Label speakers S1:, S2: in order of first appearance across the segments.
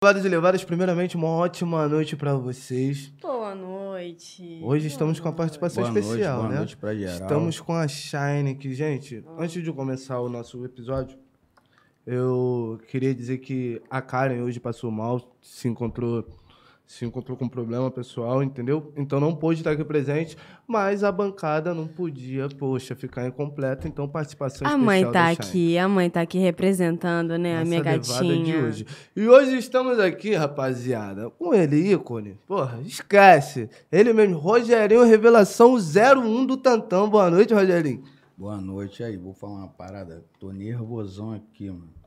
S1: Levados e levadas, primeiramente, uma ótima noite pra vocês.
S2: Boa noite.
S1: Hoje estamos com a participação
S3: Boa noite,
S1: especial,
S3: boa
S1: né?
S3: noite pra geral.
S1: Estamos com a Shine aqui, gente. Antes de começar o nosso episódio, eu queria dizer que a Karen hoje passou mal, se encontrou, se encontrou com problema pessoal, entendeu? Então não pôde estar aqui presente, mas a bancada não podia, poxa, ficar incompleta, então participação
S2: A
S1: especial
S2: mãe tá
S1: da Shine.
S2: aqui, a mãe tá aqui representando, né? a
S1: Nossa
S2: minha
S1: levada
S2: gatinha.
S1: de hoje. E hoje estamos aqui, rapaziada, com ele, ícone. Porra, esquece. Ele mesmo, Rogerinho Revelação 01 do Tantão. Boa noite, Rogerinho.
S3: Boa noite aí, vou falar uma parada. Tô nervosão aqui, mano.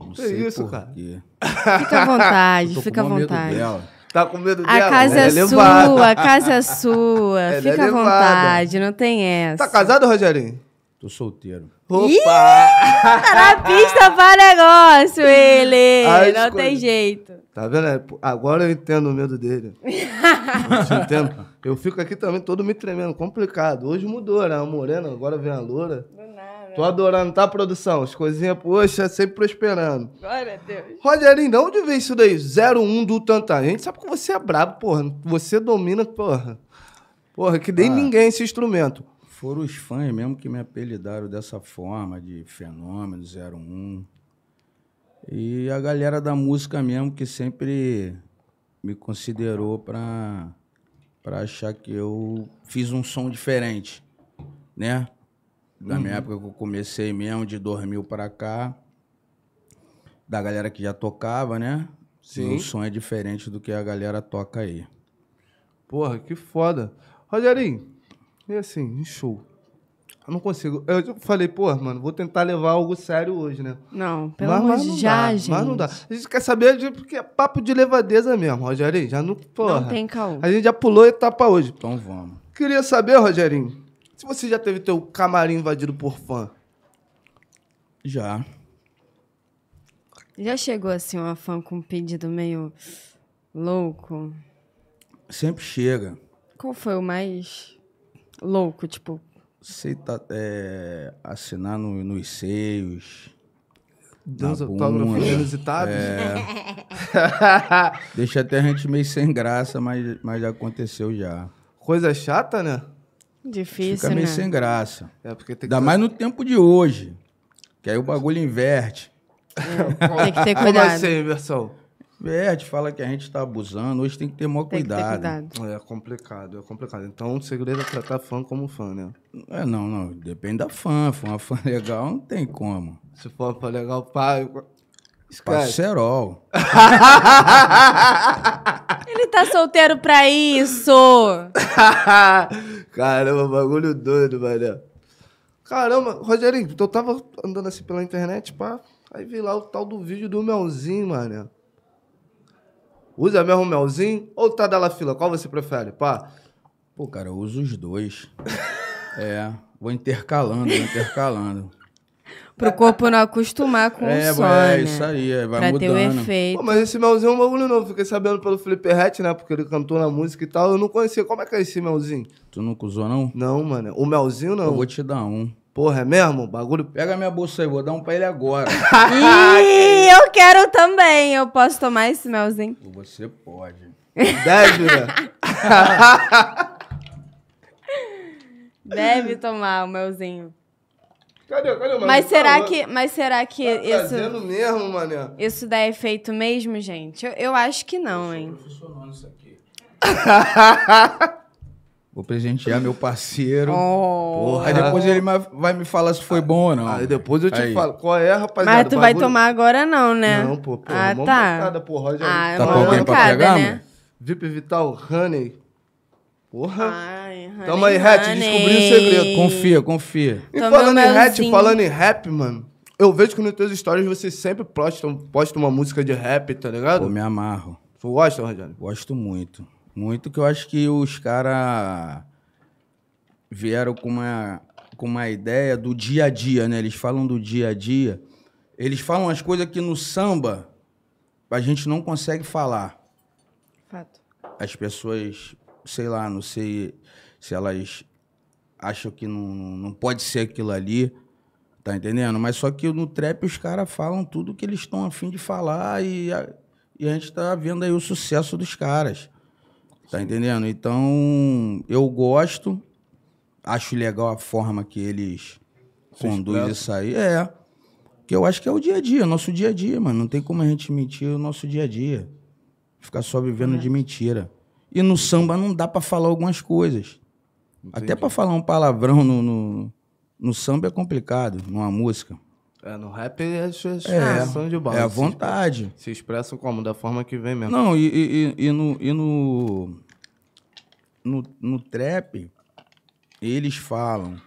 S3: Não
S1: Que
S3: sei
S1: isso,
S3: por
S1: cara?
S3: quê.
S2: Fica à
S3: Eu
S2: vontade,
S3: tô
S2: fica à
S3: com mó medo
S2: vontade.
S3: dela.
S1: Tá com medo
S2: A
S1: dela?
S2: casa
S1: Ela
S2: é,
S1: levada.
S2: sua, a casa é sua.
S1: Ela é
S2: Fica à
S1: levada.
S2: vontade, não tem essa.
S1: Tá casado, Rogerinho?
S3: Tô solteiro.
S1: Opa!
S2: Tá na pista para negócio, ele.
S1: Ai,
S2: não
S1: escolha.
S2: tem jeito.
S1: Tá vendo? Pô, Agora eu entendo o medo dele. Você entende? Eu fico aqui também todo me tremendo, complicado. Hoje mudou, era a morena, agora vem a loura.
S2: Do nada.
S1: Tô adorando, tá, produção? As coisinhas, poxa, sempre prosperando.
S2: Glória a Deus.
S1: Rogerinho, de onde vem isso daí? 01 do Tantan. A gente sabe que você é brabo, porra. Você domina, porra. Porra, que nem
S3: Ah.
S1: ninguém esse instrumento.
S3: Foram os fãs mesmo que me apelidaram dessa forma, de fenômeno 01. E a galera da música mesmo que sempre me considerou pra, pra achar que eu fiz um som diferente, né? Da minha época que eu comecei mesmo, de 2000 pra cá. Da galera que já tocava, né?
S1: Sim.
S3: Meu som é diferente do que a galera toca aí.
S1: Porra, que foda. Rogerinho, e assim, um show. Eu não consigo. Eu falei, porra, mano, vou tentar levar algo sério hoje, né?
S2: Não, pelo amor de
S1: não
S2: já,
S1: dá,
S2: gente.
S1: Mas não dá. A gente quer saber de, porque é papo de levadeza mesmo, Rogerinho. Já não. Porra.
S2: Não tem caô.
S1: A gente já pulou a etapa hoje.
S3: Então vamos.
S1: Queria saber, Rogerinho, se você já teve teu camarim invadido por fã.
S3: Já.
S2: Já chegou assim uma fã com um pedido meio louco?
S3: Sempre chega.
S2: Qual foi o mais louco, tipo?
S3: Aceita é, assinar no- nos seios.
S1: Deus
S3: bunda. É.
S1: autógrafos inusitados?
S3: Deixa até a gente meio sem graça, mas, mas já aconteceu já.
S1: Coisa chata, né?
S2: Difícil,
S3: Fica
S2: né?
S3: meio sem graça.
S1: É, porque tem que.
S3: Ainda mais no tempo de hoje. Que aí o bagulho inverte.
S2: Tem que ter
S1: Como
S2: cuidado.
S1: assim, inversão?
S3: Inverte, fala que a gente tá abusando. Hoje tem que ter maior
S2: Tem que ter
S3: cuidado.
S2: cuidado.
S1: É complicado, é complicado. Então o segredo é tratar fã como fã, né?
S3: É, não, não. Depende da fã. Se for uma fã legal, não tem como.
S1: Se for pra legal, pai. Esquece.
S3: Parcerol.
S2: Ele tá solteiro pra isso!
S1: Caramba, bagulho doido, velho. Caramba, Rogerinho, eu tava andando assim pela internet, pá. Aí vi lá o tal do vídeo do melzinho, mano. Usa mesmo o melzinho ou tá da fila? Qual você prefere, pá?
S3: Pô, cara, eu uso os dois. É. Vou intercalando, vou intercalando.
S2: Pro corpo não acostumar com
S3: é,
S2: o som,
S3: é
S2: né?
S3: isso aí, é, vai
S2: pra
S3: mudando.
S2: ter o
S1: Pô,
S2: efeito.
S1: mas esse melzinho é um bagulho novo. Fiquei sabendo pelo Felipe Rett, né? Porque ele cantou na música e tal. Eu não conhecia. Como é que é esse melzinho?
S3: Tu nunca usou, não?
S1: Não, mano. O melzinho não.
S3: Eu vou te dar um.
S1: Porra, é mesmo? Bagulho.
S3: Pega minha bolsa aí, vou dar um pra ele agora.
S2: Ih, eu quero também! Eu posso tomar esse melzinho?
S3: Você pode.
S1: Deve, né?
S2: Deve tomar o melzinho.
S1: Cadê? Cadê o melzinho?
S2: Mas será
S1: Tá,
S2: que, mas será que
S1: Tá
S2: isso,
S1: trazendo mesmo, mané.
S2: isso dá efeito mesmo, gente? Eu, eu acho que não, hein?
S3: Funcionando isso aqui. Vou presentear meu parceiro.
S2: Oh.
S3: Aí depois ele ma- vai me falar se foi bom ou não.
S1: Aí depois eu te
S3: Aí.
S1: falo. Qual é, rapaziada?
S2: Mas tu vai
S1: Bagulho-
S2: tomar agora não, né?
S1: Não, pô. pô
S2: ah,
S1: mó
S2: tá.
S1: mancada, pô, Roger.
S2: Ah, é
S3: Tá
S2: uma
S3: com alguém pra
S2: mancada,
S3: pegar,
S2: né?
S1: VIP Vital Honey. Porra.
S2: Ai, honey,
S1: Tamo aí, Hatch,
S2: honey.
S1: descobri o segredo.
S3: Confia, confia.
S1: E
S2: Tomei
S1: falando
S2: um
S1: em rap,
S2: melzinho.
S1: falando em rap, mano. Eu vejo que nos teus stories você sempre posta, um, posta uma música de rap, tá
S3: Eu
S1: ligado?
S3: me amarro.
S1: Tu gosta, Rogério?
S3: Gosto muito. Muito que eu acho que os caras vieram com uma, com uma ideia do dia a dia, né? Eles falam do dia a dia. Eles falam as coisas que no samba a gente não consegue falar.
S2: Fato.
S3: As pessoas, sei lá, não sei se elas acham que não, não pode ser aquilo ali. Tá entendendo? Mas só que no trap os caras falam tudo que eles estão afim de falar e a- E a gente tá vendo aí o sucesso dos caras. Tá entendendo? Então, eu gosto, acho legal a forma que eles
S1: Se
S3: conduzem
S1: expressam.
S3: isso aí. É. Que eu acho que é o dia a dia, nosso dia a dia, mano. Não tem como a gente mentir o nosso dia a dia. Ficar só vivendo de mentira. E no samba não dá pra falar algumas coisas. Até pra falar um palavrão no, no, no samba é complicado, numa música.
S1: É, no rap é expressão de bala.
S3: É à
S1: Se-
S3: vontade.
S1: Se expressam como? Da forma que vem mesmo.
S3: Não, e, e- e- e no, e no, no. No trap, eles falam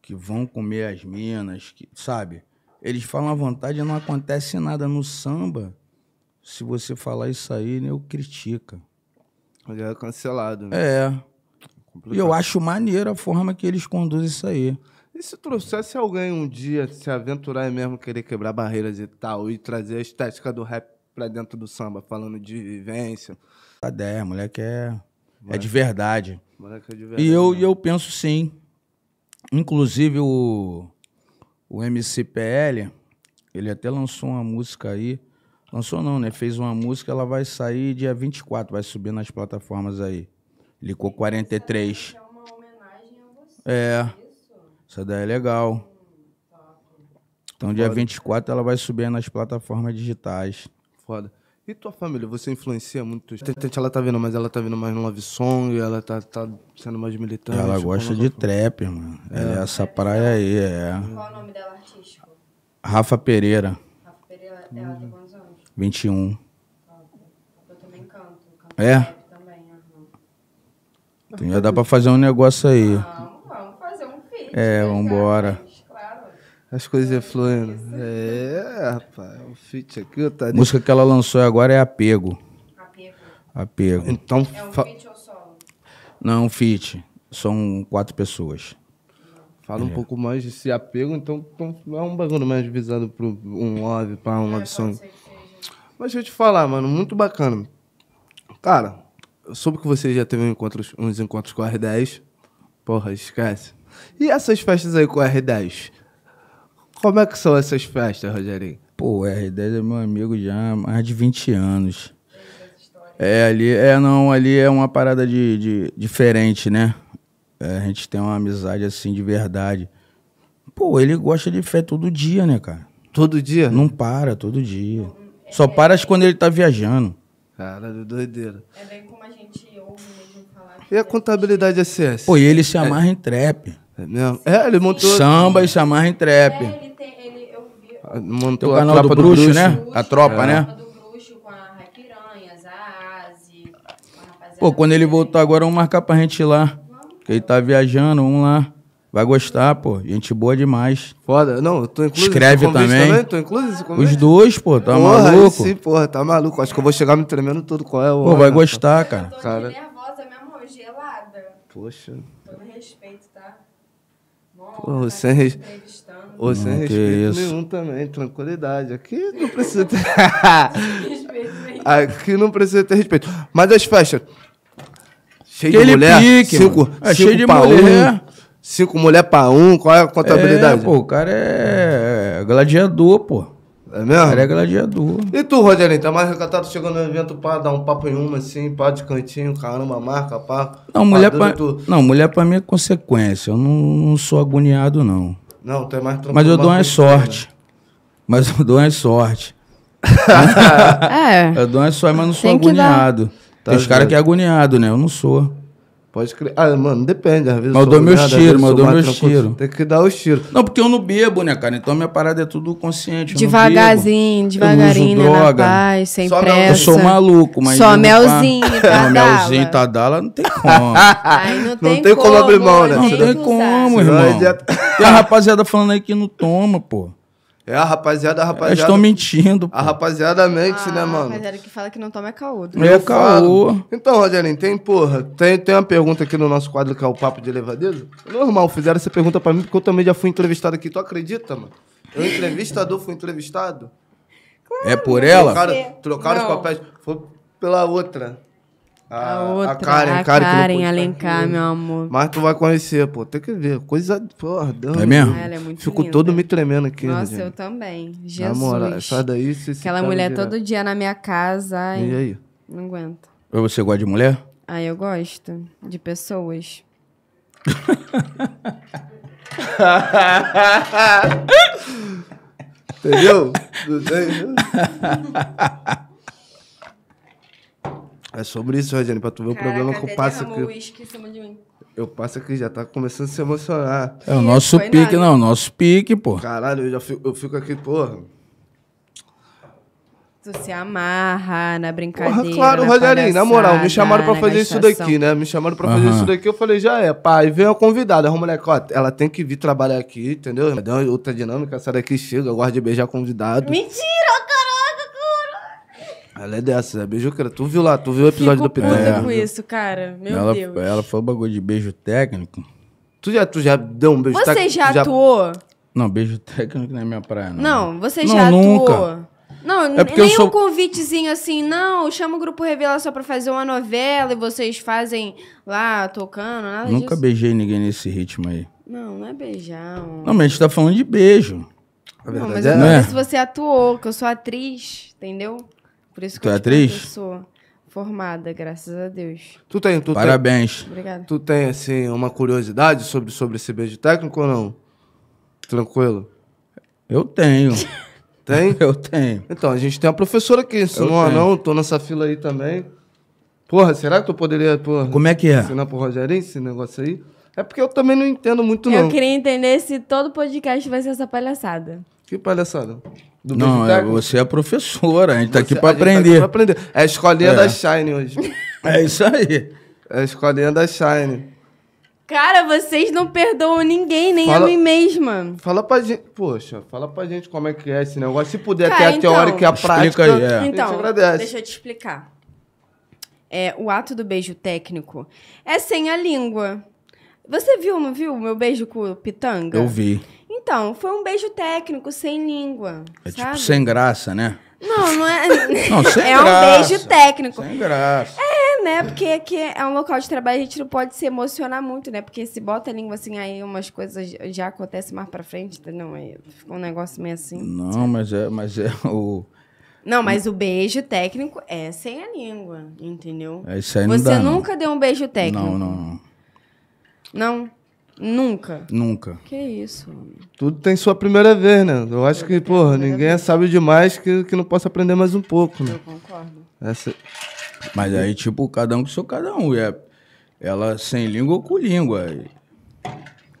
S3: que vão comer as minas, que, sabe? Eles falam à vontade e não acontece nada no samba. Se você falar isso aí, eu critica.
S1: Já é cancelado, né?
S3: É. E
S1: Complicado.
S3: eu acho maneiro a forma que eles conduzem isso aí.
S1: E se trouxesse alguém um dia se aventurar e mesmo querer quebrar barreiras e tal, e trazer a estética do rap pra dentro do samba, falando de vivência,
S3: Tá ideia, moleque é, é de verdade.
S1: moleque de
S3: E
S1: verdade,
S3: eu,
S1: né?
S3: e eu penso sim. Inclusive o, o MCPL, ele até lançou uma música aí. Lançou não, né? Fez uma música, ela vai sair dia 24, vai subir nas plataformas aí. Licou 43. É. Essa daí é legal. Então dia 24 ela vai subir nas plataformas digitais.
S1: Foda. E tua família, você influencia muito? De repente ela tá vendo, mas ela tá vendo mais no Love Song, ela tá, tá tipo sendo mais militante.
S3: ela
S1: como
S3: gosta
S1: ela-
S3: de trap, mano. Ela é essa praia aí, é.
S4: Qual o nome dela artístico?
S3: Rafa Pereira,
S4: Rafa Pereira, ela
S3: Hum.
S4: tem quantos anos?
S3: 21.
S4: Eu também canto. canto
S3: É?
S4: rap Também, aham.
S3: Então já dá pra fazer um negócio aí.
S4: Vamos, vamos fazer um feat.
S3: É,
S4: né,
S3: vambora.
S4: garotas? Claro.
S1: As coisas fluindo. É, rapaz. O feat aqui, o
S3: A
S1: Tadeu.
S3: música que ela lançou agora é Apego.
S4: Apego.
S3: Apego.
S1: Então,
S4: É um
S1: fa-
S4: feat ou solo?
S3: Não, um feat. São quatro pessoas.
S1: fala
S3: É.
S1: um pouco mais desse apego, então, então é um bagulho mais visado pro um love, pra um love song.
S4: Sei É, que seja.
S1: Mas deixa eu te falar, mano, muito bacana. Cara, eu soube que você já teve um encontro- uns encontros com a R10. Porra, esquece. E essas festas aí com a R10? Como é que são essas festas, Rogerinho?
S3: Pô, o R10 é meu amigo já há mais de 20 anos. É, ali, é, não, ali é uma parada de, de- diferente, né? É, a gente tem uma amizade assim de verdade. Pô, ele gosta de fé todo dia, né, cara?
S1: Todo dia?
S3: Não para, todo dia. Só para quando ele tá viajando.
S1: Caralho, doideira.
S4: É bem como a gente ouve mesmo falar.
S1: E a contabilidade SS?
S3: Pô, e ele se amarra em trap.
S1: É mesmo? É, ele montou.
S3: Samba e se amarra em trap.
S4: É, ele tem, ele, eu vi
S1: Montou
S3: Tem o
S1: a
S3: canal do
S1: tropa
S3: bruxo, né? A tropa,
S4: a
S3: né?
S4: Tropa do Bruxo com a Rai Piranhas, a Aze, com a rapaziada.
S3: Pô, quando ele voltar agora, vamos marcar pra gente ir lá. Que ele tá viajando, vamos lá. Vai gostar, pô. Gente boa demais.
S1: Foda. Não, eu tô incluso
S3: Escreve
S1: esse convite
S3: também.
S1: Tô incluso esse convite?
S3: Os dois, pô, tá
S1: é? porra, aí
S3: maluco?
S1: Sim, porra, tá maluco. Acho que eu vou chegar me tremendo todo. Qual é o.
S3: Pô, vai
S1: Ah,
S3: gostar, cara.
S4: Tô
S1: Cara.
S4: aqui nervosa mesmo, gelada.
S1: Poxa.
S4: Todo respeito, tá?
S1: Pô,
S4: Bom,
S1: sem res-
S4: entrevistando.
S1: Ô, sem
S3: Não, que
S1: respeito
S3: isso.
S1: nenhum também, tranquilidade. Aqui não precisa ter.
S4: Respeito mesmo.
S1: Aqui não precisa ter respeito. Mas as festas. Cheio
S3: Aquele
S1: de mulher.
S3: pique,
S1: cinco,
S3: mano. É,
S1: cinco
S3: cheio de
S1: pra
S3: mulher.
S1: um. Cinco mulher pra um. Qual é a contabilidade?
S3: É, pô, o cara é gladiador, pô. O
S1: É mesmo?
S3: cara é gladiador.
S1: E tu, Rogerinho, tá mais recatado chegando no evento pra dar um papo em uma, assim, pá de cantinho, caramba, marca, pá.
S3: Não, mulher
S1: Padura,
S3: pra,
S1: tu-
S3: não, mulher pra mim é consequência. Eu não, não sou agoniado, não.
S1: Não, tu é mais tranquilo. né?
S3: Mas eu dou uma
S1: mais
S3: sorte. Mas eu dou uma sorte.
S2: É.
S3: Eu dou uma sorte, mas não sou
S2: Tem que dar.
S3: agoniado.
S1: Tá
S3: Tem os caras que é agoniado, né? Eu não sou.
S1: Pode crer. Ah, mano, depende, às vezes.
S3: Mas eu
S1: sou
S3: dou meus
S1: olhado, às
S3: tiros,
S1: vezes
S3: mas
S1: sou
S3: eu dou
S1: mais
S3: meus
S1: tranquilo.
S3: tiros.
S1: Tem que dar os tiros.
S3: Não, porque eu não bebo, né, cara? Então minha parada é tudo consciente. eu não
S2: Devagarzinho,
S3: bebo. Eu não
S2: devagarinho, né?
S3: uso
S2: Na
S3: droga.
S2: paz, sem
S1: Só mel-
S2: pressa.
S3: Eu sou maluco, mas.
S2: Só
S3: não dá-
S2: melzinho, tá
S3: Não,
S2: Tadala.
S3: melzinho, tadala, não tem como.
S2: Aí não tem,
S1: Ah, tem como abrir mão, né?
S2: tem
S3: Não
S1: Você
S2: que
S3: tem
S2: usar.
S3: como,
S1: Não
S3: irmão.
S1: adianta.
S3: Tem a rapaziada falando aí que não toma, pô.
S1: É, a rapaziada, a
S3: Elas
S1: rapaziada.
S3: estão mentindo, pô.
S1: A rapaziada mente, né, mano?
S2: Mas era Ah, que fala que não toma é caúdo.
S3: Meu
S1: Eu falo.
S3: caô.
S1: Então, Rogerinho, tem, porra, tem, tem uma pergunta aqui no nosso quadro que é o Papo de Levadeiro. Normal, fizeram essa pergunta pra mim porque eu também já fui entrevistado aqui. Tu acredita, mano? Eu entrevistador fui entrevistado.
S3: É por ela?
S1: Trocaram, trocaram os
S2: Não.
S1: papéis. Foi pela outra.
S2: A outra, a Karen,
S1: que tá não pôde estar
S2: Alencar,
S1: aqui.
S2: meu amor.
S1: Mas tu vai conhecer, pô. Tem que ver. Coisa. Porra, Deus.
S3: É mesmo?
S2: Ela é muito
S1: Fico
S2: linda.
S1: todo me tremendo aqui,
S2: Nossa,
S1: né,
S2: eu
S1: gente?
S2: também.
S1: Na
S2: Jesus.
S1: moral, sai daí. se esse
S2: Aquela
S1: cara
S2: mulher
S1: virar-
S2: todo dia na minha casa. Ai,
S1: E aí?
S2: não aguento.
S3: Ou Você gosta de mulher?
S2: Ai, eu gosto de pessoas.
S1: Entendeu? né? Não tem- É sobre isso, Regiane, pra tu ver o problema que eu passo aqui. Eu passo aqui, já tá começando a se emocionar.
S3: É o nosso
S2: foi
S3: pique,
S2: nada.
S3: não. Nosso pique, pô.
S1: Caralho, eu já fico, eu fico aqui, porra.
S2: Tu se amarra na brincadeira.
S1: Porra, claro,
S2: na
S1: Rogerinho, na moral, me
S2: palhaçada,
S1: chamaram pra
S2: na
S1: fazer isso
S2: gastação.
S1: daqui, né? Me chamaram pra fazer
S3: Aham.
S1: isso daqui, eu falei, já é, pai, vem a convidada, a moleque, ó, ela tem que vir trabalhar aqui, entendeu? Deu uma outra dinâmica, essa daqui chega, eu gosto de beijar convidado.
S2: Mentira, caraca, cara.
S1: Ela é dessa, é beijoqueira. Tu viu lá, tu viu o episódio
S2: Fico
S1: do Pitão?
S2: puta É.
S1: né?
S2: com isso, cara. Meu
S3: É. ela,
S2: Deus.
S3: ela falou bagulho de beijo técnico.
S1: Tu já, tu já deu um beijo? tá-
S2: Você
S1: tu
S2: já atuou?
S3: Não, beijo técnico não é minha praia, não.
S2: Não, você
S3: Não,
S2: já
S3: nunca.
S2: atuou. Não,
S3: É porque eu
S2: nem
S3: sou-
S2: um convitezinho assim, não, chama o Grupo Revela só pra fazer uma novela e vocês fazem lá, tocando, nada
S3: Nunca
S2: disso.
S3: beijei ninguém nesse ritmo aí.
S2: Não, não é beijar. um-
S3: Não, mas a gente tá falando de beijo.
S1: A
S2: Não,
S1: verdade
S2: mas
S1: é
S2: eu
S1: essa.
S2: não
S3: né?
S2: sei se você atuou, que eu sou atriz, entendeu? Por isso que
S3: Tu
S2: eu
S3: é
S2: te perguntei,
S3: atriz?
S2: eu sou formada, graças a Deus.
S1: Tu tem, tu tem,
S3: Parabéns.
S2: Obrigada.
S1: tu tem, assim, uma curiosidade sobre, sobre esse beijo técnico ou não? Tranquilo?
S3: Eu tenho.
S1: Tem?
S3: Eu tenho.
S1: Então, a gente tem uma professora aqui, ensinou
S3: tenho.
S1: não, tô nessa fila aí também. Porra, será que tu poderia, porra,
S3: Como é que é?
S1: ensinar pro Rogerinho esse negócio aí? É porque eu também não entendo muito, não.
S2: Eu queria entender se todo podcast vai ser essa palhaçada.
S1: Que palhaçada. Do
S3: Não,
S1: beijo
S3: é-
S1: técnico?
S3: você é professora. A gente tá aqui
S1: Você-
S3: pra
S1: a gente tá
S3: aprender.
S1: pra aprender. É a escolinha
S3: É.
S1: da Shine hoje.
S3: É isso aí.
S1: É a escolinha da Shine.
S2: Cara, vocês não perdoam ninguém, nem
S1: Fala-
S2: a mim mesma.
S1: Fala pra gente, poxa, fala pra gente como é que é esse negócio. Se puder
S2: Cara,
S1: ter a
S2: então-
S1: teórica e a
S3: Explica
S1: prática,
S3: aí, é.
S1: a gente
S2: Então,
S1: agradece.
S2: deixa eu te explicar. É, o ato do beijo técnico é sem a língua. Você viu, não viu o meu beijo com o
S1: É.
S2: Pitanga?
S3: Eu vi.
S2: Então, foi um beijo técnico, sem língua.
S3: É
S2: sabe?
S3: tipo sem graça, né?
S2: Não, não é.
S3: Não, sem
S2: é
S3: graça.
S2: um beijo técnico.
S3: Sem graça.
S2: É, né? Porque aqui é um local de trabalho, a gente não pode se emocionar muito, né? Porque se bota a língua assim, aí umas coisas já acontecem mais pra frente, entendeu? Aí fica um negócio meio assim.
S3: Não, mas é, mas é o.
S2: Não, mas o beijo técnico é sem a língua, entendeu?
S3: É isso aí não
S2: Você
S3: dá. não.
S2: nunca deu um beijo técnico?
S3: Não, não, não.
S2: Não? Nunca?
S3: Nunca.
S2: Que isso, homem.
S1: Tudo tem sua primeira vez, né? Eu acho que, porra, ninguém é sábio demais que, que não possa aprender mais um pouco, né?
S2: eu concordo.
S1: Essa...
S3: Mas aí, tipo, cada um com seu cada um. E é- ela sem língua ou com língua. E-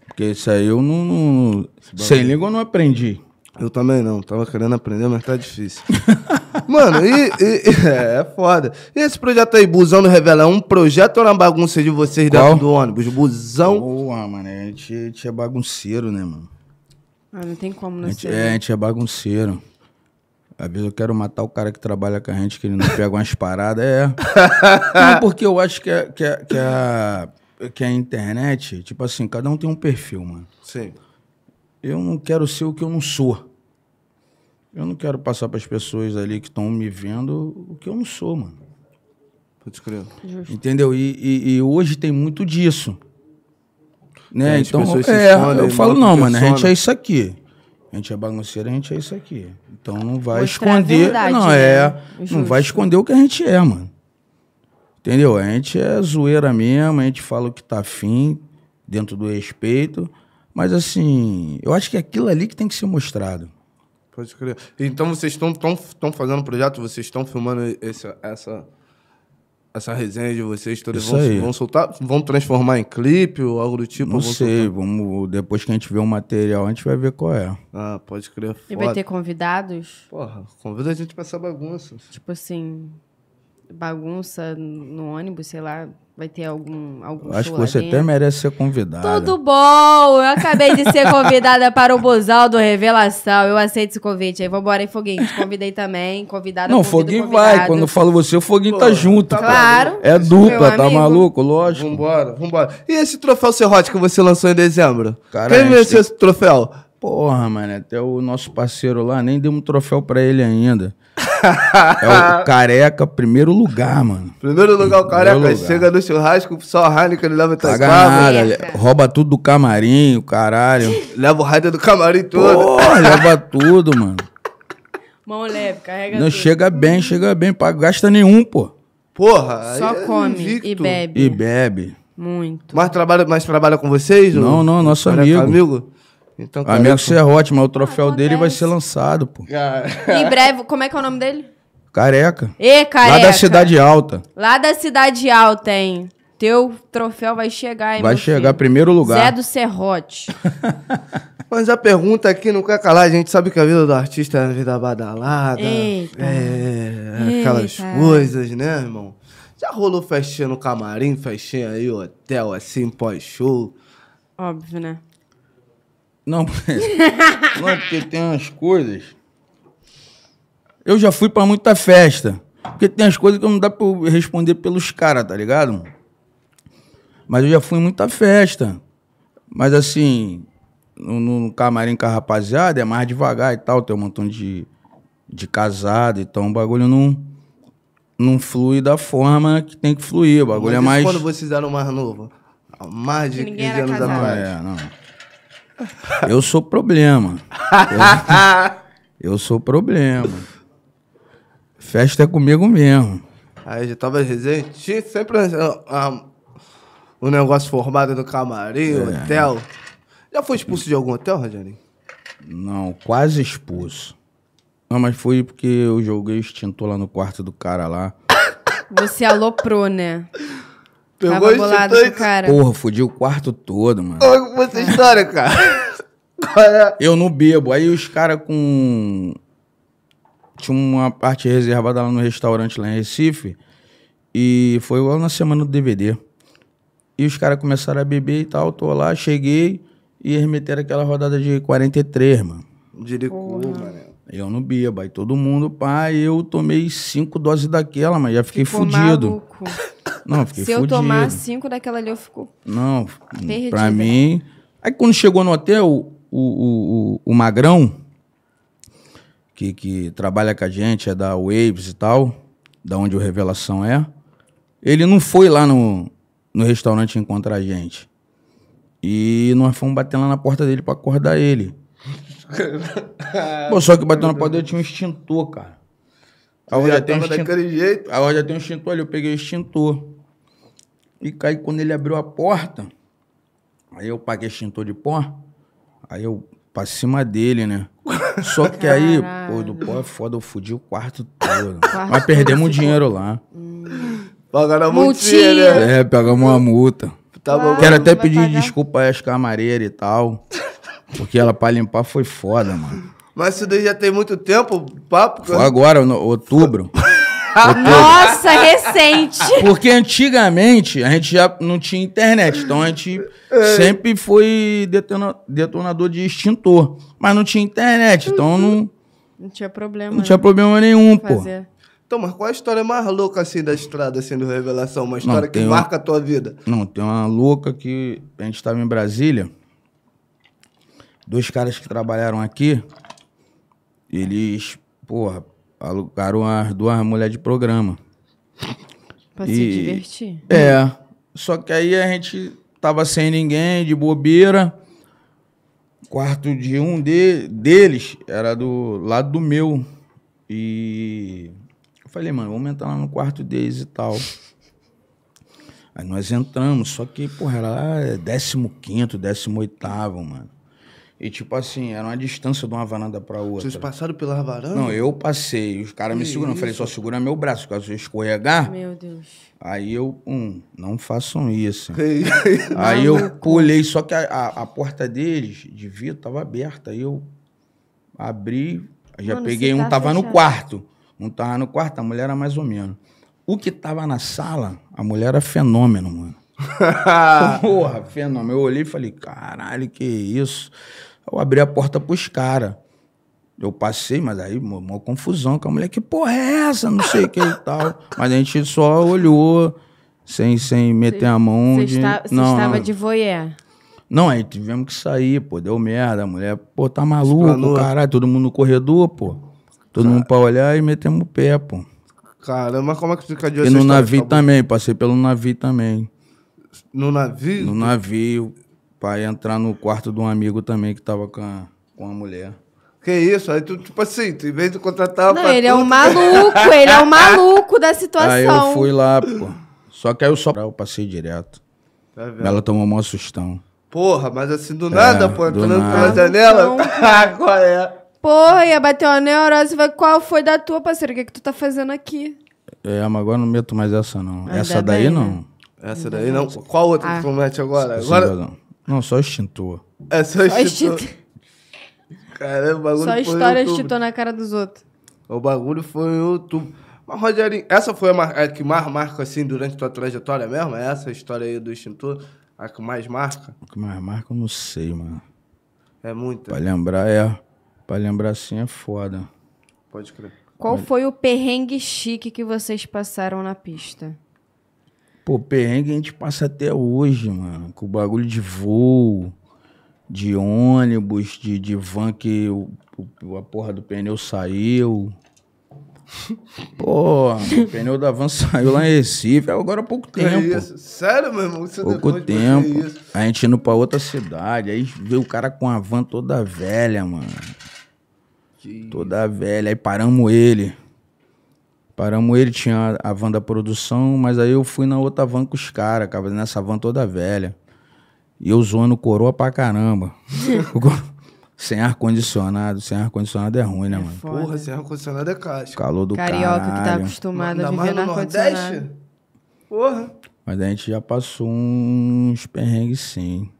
S3: Porque isso aí eu não. não- sem língua eu não aprendi.
S1: Eu também não, tava querendo aprender, mas tá difícil. Mano, e, e- é, é foda. E esse projeto aí, Busão do Revela, é um projeto ou é uma bagunça de vocês
S3: Qual?
S1: dentro do ônibus? Busão.
S3: Boa, mano. A gente, a gente é bagunceiro, né, mano?
S2: Ah, não tem como
S3: A
S2: não
S3: gente,
S2: ser.
S3: é, a
S2: né?
S3: gente é bagunceiro. Às vezes eu quero matar o cara que trabalha com a gente, que ele não pega umas paradas. É. Não, porque eu acho que, é, que, é, que, a, que é a internet, tipo assim, cada um tem um perfil, mano.
S1: Sim.
S3: Eu não quero ser o que eu não sou. Eu não quero passar para as pessoas ali que estão me vendo o que eu não sou, mano.
S1: Pode crer.
S3: Entendeu? E, e- e hoje tem muito disso. Né?
S1: Tem, as
S3: então,
S1: pessoas se
S3: é,
S1: escondem,
S3: eu falo,
S1: montam
S3: não, mano, a gente
S1: persona.
S3: é isso aqui. A gente é bagunceiro, a gente é isso aqui. Então não vai
S2: Mostrar a
S3: esconder.
S2: verdade,
S3: não,
S2: né?
S3: é. Não
S2: Justo.
S3: vai esconder o que a gente é, mano. Entendeu? A gente é zoeira mesmo, a gente fala o que tá afim, dentro do respeito. Mas assim, eu acho que é aquilo ali que tem que ser mostrado.
S1: Pode crer. Então vocês estão tão, tão fazendo um projeto, vocês estão filmando esse, essa, essa resenha de vocês, todas
S3: Isso
S1: vão,
S3: aí.
S1: vão soltar, vão transformar em clipe ou algo do tipo?
S3: não
S1: vão
S3: sei, vamos, depois que a gente vê o material, a gente vai ver qual é.
S1: soltar- Ah, pode crer.
S2: E
S1: Foda.
S2: vai ter convidados?
S1: Porra, convida a gente pra essa bagunça.
S2: Tipo assim, bagunça no ônibus, sei lá, vai ter algum, algum
S3: Eu acho
S2: show
S3: que você
S2: lá
S3: até
S2: dentro.
S3: merece ser convidado.
S2: Tudo bom! Eu acabei de ser convidada para o Bozal do Revelação. Eu aceito esse convite. Aí vambora, hein, Foguinho? Te convidei também. Convidada,
S3: Não, o
S2: convido
S3: Foguinho
S2: convidado.
S3: vai. Quando eu falo você, o Foguinho tá
S1: Pô,
S3: junto.
S1: tá
S3: pô.
S2: Claro.
S3: É dupla,
S2: Meu
S3: tá
S2: amigo.
S3: maluco? Lógico.
S1: Vambora, vambora. E esse troféu serrote que você lançou em dezembro?
S3: Cara, é a
S1: Quem
S3: gente
S1: venceu esse troféu?
S3: Porra, mano, até o nosso parceiro lá, nem deu um troféu pra ele ainda.
S1: Ah.
S3: É o careca, primeiro lugar, mano.
S1: Primeiro lugar, o careca
S3: Primeiro lugar.
S1: chega no churrasco, só a Heineken, ele leva
S3: Paga
S1: tuas garras,
S3: nada,
S2: Careca.
S3: le- rouba tudo do camarim, o caralho.
S1: leva o rádio do camarim todo.
S3: Pô, leva tudo, mano.
S2: Mão leve, carrega
S3: Não chega bem, chega bem, paga, gasta nenhum, pô.
S1: Porra, aí
S2: Só
S1: é
S2: come
S1: invicto.
S2: e bebe.
S3: E bebe.
S2: Muito.
S1: Mas trabalha, mas trabalha com vocês?
S3: Não,
S1: o-
S3: não, nosso
S1: careca
S3: amigo.
S1: amigo? Então,
S3: Amigo é Serrote, mas o troféu
S2: Ah,
S3: dele vai ser lançado, pô.
S1: Cara,
S2: Em breve, como é que é o nome dele?
S3: Careca.
S2: Ê,
S3: Lá
S2: careca.
S3: da Cidade Alta.
S2: Lá da Cidade Alta, hein? Teu troféu vai chegar, hein,
S3: Vai
S2: meu
S3: chegar
S2: filho.
S3: primeiro
S2: Zé
S3: lugar.
S2: do Serrote.
S1: Mas a pergunta aqui não quer calar, a gente sabe que a vida do artista é a vida badalada.
S2: Eita.
S1: É, aquelas
S2: Eita.
S1: coisas, né, irmão? Já rolou festinha no camarim, festinha aí, hotel, assim, pós-show?
S2: Óbvio, né?
S3: Não, não, porque tem umas coisas. Eu já fui pra muita festa. Porque tem as coisas que não dá pra eu responder pelos caras, tá ligado? mano? Mas eu já fui em muita festa. Mas assim, no, no camarim com a rapaziada é mais devagar e tal. Tem um montão de, de casado, então o bagulho não, não flui da forma que tem que fluir. O
S1: Mas
S3: bagulho é
S1: isso
S3: mais.
S1: quando vocês eram mais novos? Há mais de
S2: Ninguém
S1: 15
S2: era
S1: anos
S2: casado.
S3: Não,
S1: atrás.
S3: é, não. Eu sou problema. Ah, Eu, eu sou problema. Festa é comigo mesmo.
S1: Aí já tava resenha, tinha sempre ah, ah, o negócio formado no camarim,
S3: É.
S1: hotel. Já foi expulso de algum hotel, Rogerinho?
S3: Não, quase expulso. Não, mas foi porque eu joguei extintor lá no quarto do cara lá.
S2: Você aloprou, né?
S1: Pegou
S2: Tava
S1: esse
S2: bolado
S1: dois-
S2: com o cara.
S3: Porra, fudi o quarto todo, mano.
S1: Olha com essa história, cara. Qual é?
S3: Eu não bebo. Aí os caras com. Tinha uma parte reservada lá no restaurante lá em Recife. E foi lá na semana do DVD. E os caras começaram a beber e tal. Tô lá, cheguei e eles meteram aquela rodada de 43, mano.
S1: Jericu, mano.
S3: Eu não bebo. Aí todo mundo, pá, e eu tomei cinco doses daquela, mas já fiquei
S2: Ficou
S3: fudido.
S2: maluco.
S3: Não, fiquei
S2: Se eu
S3: fudido.
S2: tomar cinco daquela ali, eu fico...
S3: Não,
S2: Perdida.
S3: pra mim. Aí quando chegou no hotel, o, o, o, o Magrão, que, que trabalha com a gente, é da Waves e tal, da onde o Revelação é, ele não foi lá no, no restaurante encontrar a gente. E nós fomos bater lá na porta dele pra acordar ele. Pô, só que bateu na porta dele tinha um extintor, cara. Aí eu
S1: Já
S3: já tenho um
S1: tava
S3: extintor.
S1: daquele jeito.
S3: Aí eu já tem um extintor ali, eu peguei o extintor. E caí quando ele abriu a porta. Aí eu paguei extintor de pó. Aí eu pra cima dele, né? Só que aí,
S2: Caralho.
S3: pô, do pó é foda, eu fudi o quarto todo.
S2: Quarto
S3: Mas perdemos dinheiro lá.
S1: Pagaram a
S2: Multinha.
S1: multinha, né?
S3: É, pegamos uma multa.
S1: Tava
S2: Claro.
S3: Quero até
S2: vai
S3: pedir
S2: pagar.
S3: desculpa às camareiras e tal. Porque ela pra limpar foi foda, mano.
S1: Mas isso daí já tem muito tempo, papo.
S3: Foi agora, no outubro.
S2: Nossa, recente!
S3: Porque antigamente a gente já não tinha internet, então a gente sempre foi detona- detonador de extintor. Mas não tinha internet, então não,
S2: Não tinha problema.
S3: não tinha problema nenhum, pô.
S2: fazer.
S1: Então, mas qual a história mais louca assim da estrada, assim, do Revelação? Uma história que
S3: tem um- uma-
S1: marca a tua vida.
S3: Não, tem uma louca que a gente estava em Brasília. Dois caras que trabalharam aqui, eles, porra, alugaram as duas mulheres de programa.
S2: Pra
S3: E-
S2: se divertir.
S3: É. Só que aí a gente tava sem ninguém, de bobeira. Quarto de um de, deles era do lado do meu. E eu falei, mano, vamos entrar lá no quarto deles e tal. Aí nós entramos, só que, porra, era lá 15, 18, mano. E tipo assim, era uma distância de uma varanda pra outra.
S1: Vocês passaram pela varanda?
S3: Não, eu passei, os caras me
S1: Que
S3: segurando. Eu falei,
S1: isso?
S3: só segura meu braço, caso eu escorregar.
S2: Meu Deus.
S3: Aí eu, um, não façam isso.
S1: Ei,
S3: Aí eu pulei, só que a, a- a porta deles, de vidro, tava aberta. Aí eu abri, já
S2: Mano,
S3: peguei
S2: você
S3: um,
S2: tá
S3: tava no
S2: fechado.
S3: quarto. Um tava no quarto, a mulher era mais ou menos. O que tava na sala, a mulher era fenômeno, mano. Porra, fenômeno. Eu olhei e falei, caralho, que isso? Eu abri a porta pros caras. Eu passei, mas aí, mó, mó confusão com a mulher. Que porra é essa? Não sei o que e tal. Mas a gente só olhou, sem, sem meter a mão.
S2: Você
S3: Um de...
S2: está- você
S3: Não,
S2: estava
S3: não.
S2: de voyeur.
S3: Não, aí tivemos que sair, pô. Deu merda. A mulher, pô, tá maluco,
S1: Explanou.
S3: caralho. Todo mundo no corredor, pô. Todo mundo pra olhar e metemos o pé, pô.
S1: Cara, mas como é que fica de
S3: E no navio também, passei pelo navio também.
S1: No navio?
S3: No navio, pra entrar no quarto de um amigo também que tava com a, com a mulher.
S1: Que isso? Aí tu, tipo assim, tu em vez de contratar
S2: Não,
S1: pra
S2: ele é
S1: tudo,
S2: um maluco, ele é um maluco da
S3: Aí eu
S2: situação.
S3: fui lá, pô. Só que aí eu só eu passei direto.
S1: tá vendo?
S3: Ela tomou um sustão.
S1: Porra, mas assim, do nada, pô,
S3: É, do
S1: entrando
S3: nada.
S1: pela janela.
S2: Não.
S1: Ah, Qual é?
S2: Porra, ia bater uma neurose e vai, qual foi da tua, parceiro? O que, é que tu tá fazendo aqui?
S3: É, mas agora não meto mais essa, não.
S2: Ainda
S3: essa daí
S2: bem, né?
S3: não.
S1: Essa daí não. Qual outra
S2: Ah.
S1: que tu promete agora?
S3: Esse
S1: Agora,
S3: cidadão. Não, só extintor.
S1: é só
S2: Só,
S1: instituto.
S2: esti-
S1: Caramba, o bagulho
S2: só
S1: foi em
S2: história
S1: outubro.
S2: estitou na cara dos outros.
S1: O bagulho foi em outubro. Mas, Rogerinho, essa foi a, mar- a que mais marca, assim, durante tua trajetória mesmo? É Essa história aí do extintor? A que mais marca?
S3: O que mais marca eu não sei, mano.
S1: É muita.
S3: Pra lembrar é. Pra lembrar assim é foda.
S1: Pode crer.
S3: Hum.
S2: Qual foi o perrengue chique que vocês passaram na pista?
S3: Pô, perrengue a gente passa até hoje, mano. Com o bagulho de voo, de ônibus, de, de van que o, o- a porra do pneu saiu. Pô, o pneu da van saiu lá em Recife. é Agora há pouco
S1: Que
S3: tempo.
S1: É isso? Sério, meu irmão? Você
S3: Pouco
S1: depois de fazer
S3: tempo.
S1: Isso.
S3: A gente indo pra outra cidade. Aí vê o cara com a van toda velha, mano.
S1: Que-
S3: Toda velha. Aí paramos ele. Paramos ele, tinha a van da produção, mas aí eu fui na outra van com os caras, cara, nessa van toda velha. E eu zoando coroa pra caramba. O coro- sem ar-condicionado. Sem ar-condicionado é ruim, né, mano?
S2: Foda.
S1: Porra, sem ar-condicionado é caixa.
S3: Calor do
S2: Carioca que tá
S3: caralho.
S2: acostumado
S1: Ainda
S2: a viver
S1: mais
S2: na
S1: no
S2: condicionada.
S1: Nordeste? Porra.
S3: Mas a gente já passou uns perrengues, sim.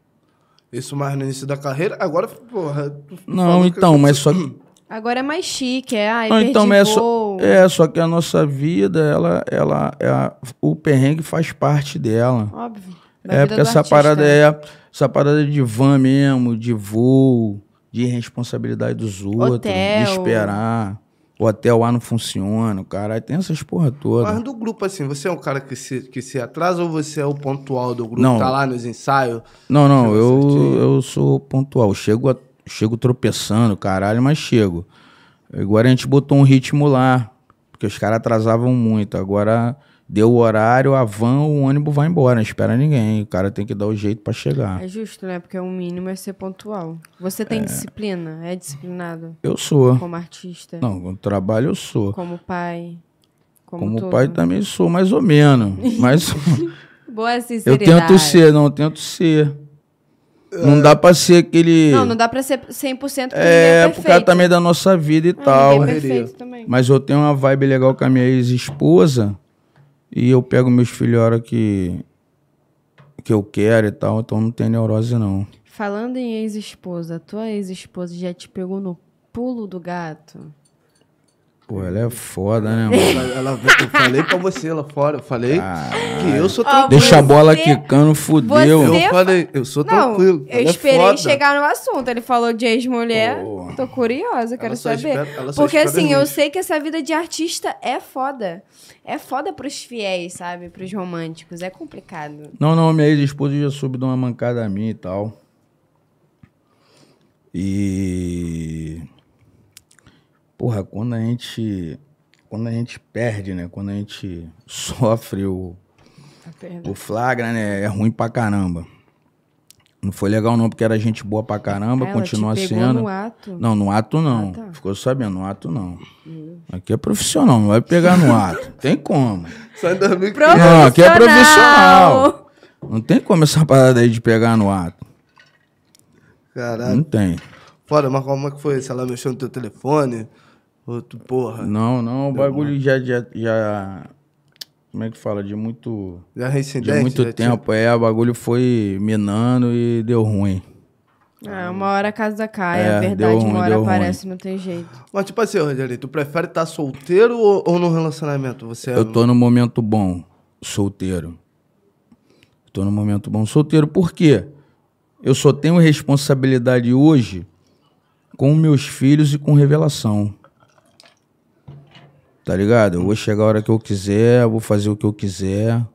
S1: Isso mais no início da carreira. Agora, porra. tu falou
S3: Não,
S1: que-
S3: então, mas só que
S2: Agora é mais chique, é. Ai,
S3: Não,
S2: perdi
S3: então, mas é só,
S2: voo.
S3: é, só que a nossa vida, ela, ela, é a- o perrengue faz parte dela.
S2: Óbvio. da
S3: É
S2: vida
S3: porque
S2: do
S3: essa
S2: artista,
S3: parada
S2: né?
S3: é essa parada de van mesmo, de voo, de responsabilidade dos outros,
S2: Hotel.
S3: de esperar. O hotel lá não funciona, caralho, tem essas porra
S1: Mas
S3: toda.
S1: do grupo, assim, você é um cara que se, que se atrasa ou você é o pontual do grupo?
S3: Não.
S1: Tá lá nos ensaios?
S3: Não, não,
S1: Chega certinho.
S3: eu, eu sou pontual. Chego, a- chego tropeçando, caralho, mas chego. Agora a gente botou um ritmo lá, porque os caras atrasavam muito. Agora deu o horário, a van, o ônibus vai embora, não espera ninguém. O cara tem que dar o jeito pra chegar.
S2: É justo, né? Porque o mínimo é ser pontual. Você tem disciplina, é disciplinado
S3: Eu sou.
S2: como artista,
S3: Não, no trabalho eu sou.
S2: como pai, como, né?
S3: Como
S2: tudo.
S3: pai também sou, mais ou menos. Mas
S2: Boa
S3: eu
S2: sinceridade.
S3: tento ser, não, eu tento ser. Não dá pra ser aquele.
S2: Não, não dá pra ser 100% porque ninguém é
S3: é, por
S2: perfeito.
S3: causa também da nossa vida e
S2: Ah,
S1: tá,
S3: tal. né?
S2: Ninguém é perfeito também.
S3: Mas eu tenho uma vibe legal com a minha ex-esposa. E eu pego meus filhos a hora que, que eu quero e tal. Então não tem neurose, não.
S2: Falando em ex-esposa, tua ex-esposa já te pegou no pulo do gato?
S3: Pô, ela é foda, né, mano?
S1: Ela, ela- eu falei pra você lá fora. Eu falei que eu sou
S2: Ó,
S1: tranquilo.
S3: Deixa a bola
S2: Você-
S3: quicando, fudeu.
S2: você-
S1: Eu falei, eu sou
S2: Não,
S1: tranquilo.
S2: eu
S1: ela é
S2: esperei
S1: foda.
S2: chegar no assunto. Ele falou de ex-mulher.
S3: Pô.
S2: Tô curiosa,
S1: Ela
S2: quero
S1: só
S2: saber.
S1: espera- ela só
S2: Porque
S1: espera
S2: assim,
S1: mim.
S2: eu sei que essa vida de artista é foda. É foda pros fiéis, sabe? Pros românticos. É complicado.
S3: Não, não, minha ex-esposa já soube de uma mancada a mim e tal. E. Porra, quando a gente. Quando a gente perde, né? Quando a gente sofre o,
S2: A perda.
S3: o flagra, né? É ruim pra caramba. Não foi legal, não, porque era gente boa pra caramba,
S2: Ela
S3: continua
S2: te pegou
S3: sendo.
S2: no ato.
S3: Não, no ato não.
S2: Ah, tá.
S3: Ficou sabendo, no ato não. Aqui é profissional, não vai pegar no ato. Tem como.
S1: Só em 2015.
S3: Não, aqui é profissional. Não tem como essa parada aí de pegar no ato.
S1: Caralho.
S3: Não tem.
S1: Foda, mas como é que foi? Se ela mexeu no teu telefone? Ou tu, porra,
S3: Não, não, o bagulho já, já, já- Como é que fala? De muito.
S1: já
S3: De
S1: reincidente?
S3: muito
S1: já tinha-
S3: tempo. É, o bagulho foi minando e deu ruim.
S2: Ah, uma hora a casa cai, é,
S3: É,
S2: verdade.
S3: deu ruim,
S2: uma hora
S3: deu ruim.
S2: aparece, não tem jeito.
S1: Mas tipo assim, Rogerinho, tu prefere estar solteiro ou, ou num relacionamento? Você é...
S3: Eu tô num momento bom, solteiro. Tô num momento bom, solteiro. Por quê? Eu só tenho responsabilidade hoje com meus filhos e com revelação. Tá ligado? Eu vou chegar a hora que eu quiser, vou fazer o que eu quiser.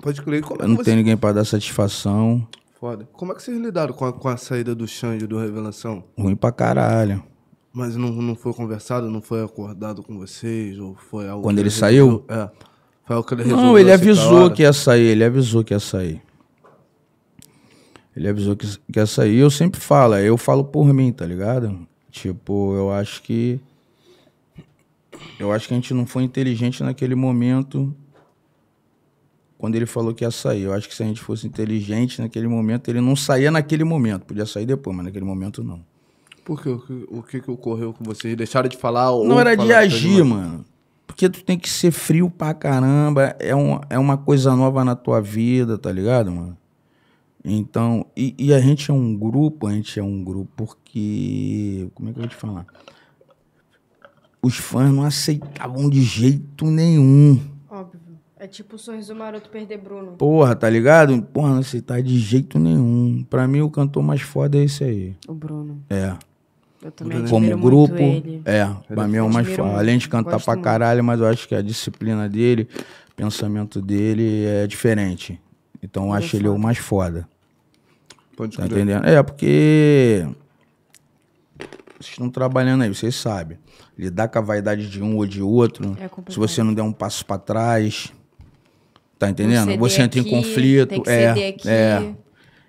S1: Pode crer, como é
S3: Eu
S1: que
S3: não
S1: você...
S3: tenho ninguém pra dar satisfação.
S1: Foda. Como é que vocês lidaram com a, com a saída do Xande do Revelação?
S3: Ruim pra caralho.
S1: Mas não, não foi conversado, não foi acordado com vocês? Ou foi algo.
S3: Quando
S1: que
S3: ele
S1: resolveu- É. Foi algo que ele
S3: Não,
S1: resolveu
S3: ele
S1: a certa
S3: avisou
S1: hora?
S3: que ia sair, ele avisou que ia sair. Ele avisou que, que ia sair. Eu sempre falo, eu falo por mim, tá ligado? Tipo, eu acho que. Eu acho que a gente não foi inteligente naquele momento. Quando ele falou que ia sair. Eu acho que se a gente fosse inteligente naquele momento, ele não saía naquele momento. Podia sair depois, mas naquele momento não.
S1: Por quê? O que, o que que ocorreu com vocês? Deixaram de falar? ou
S3: Não era de
S1: falaram coisa
S3: agir, mano. Porque tu tem que ser frio pra caramba. É, um, é uma coisa nova na tua vida, tá ligado, mano? Então, e, e a gente é um grupo, a gente é um grupo que. Como é que eu vou te falar? Os fãs não aceitavam de jeito nenhum.
S2: Óbvio. É tipo o sorriso maroto perder Bruno.
S3: Porra, tá ligado? Porra, não aceitar de jeito nenhum. Pra mim, o cantor mais foda é esse aí.
S2: O Bruno.
S3: É.
S2: Eu também
S3: como
S2: admiro
S3: grupo.
S2: muito ele.
S3: É, pra mim é o mais
S2: Admiro
S3: fácil.
S2: muito,
S3: Além de cantar
S2: gosto
S3: pra
S2: muito.
S3: caralho, mas eu acho que a disciplina dele, o pensamento dele é diferente. Então eu
S2: Ele é
S3: acho ele o
S2: foda.
S3: mais foda.
S1: Pode
S3: Tá
S1: crer.
S3: entendendo? É, porque. Vocês estão trabalhando aí, vocês sabem. Lidar com a vaidade de um ou de outro.
S2: É complicado.
S3: se você não der um passo pra trás. Tá entendendo?
S2: ceder
S3: você entra
S2: aqui,
S3: em conflito.
S2: tem que
S3: é,
S2: ceder aqui.
S3: é.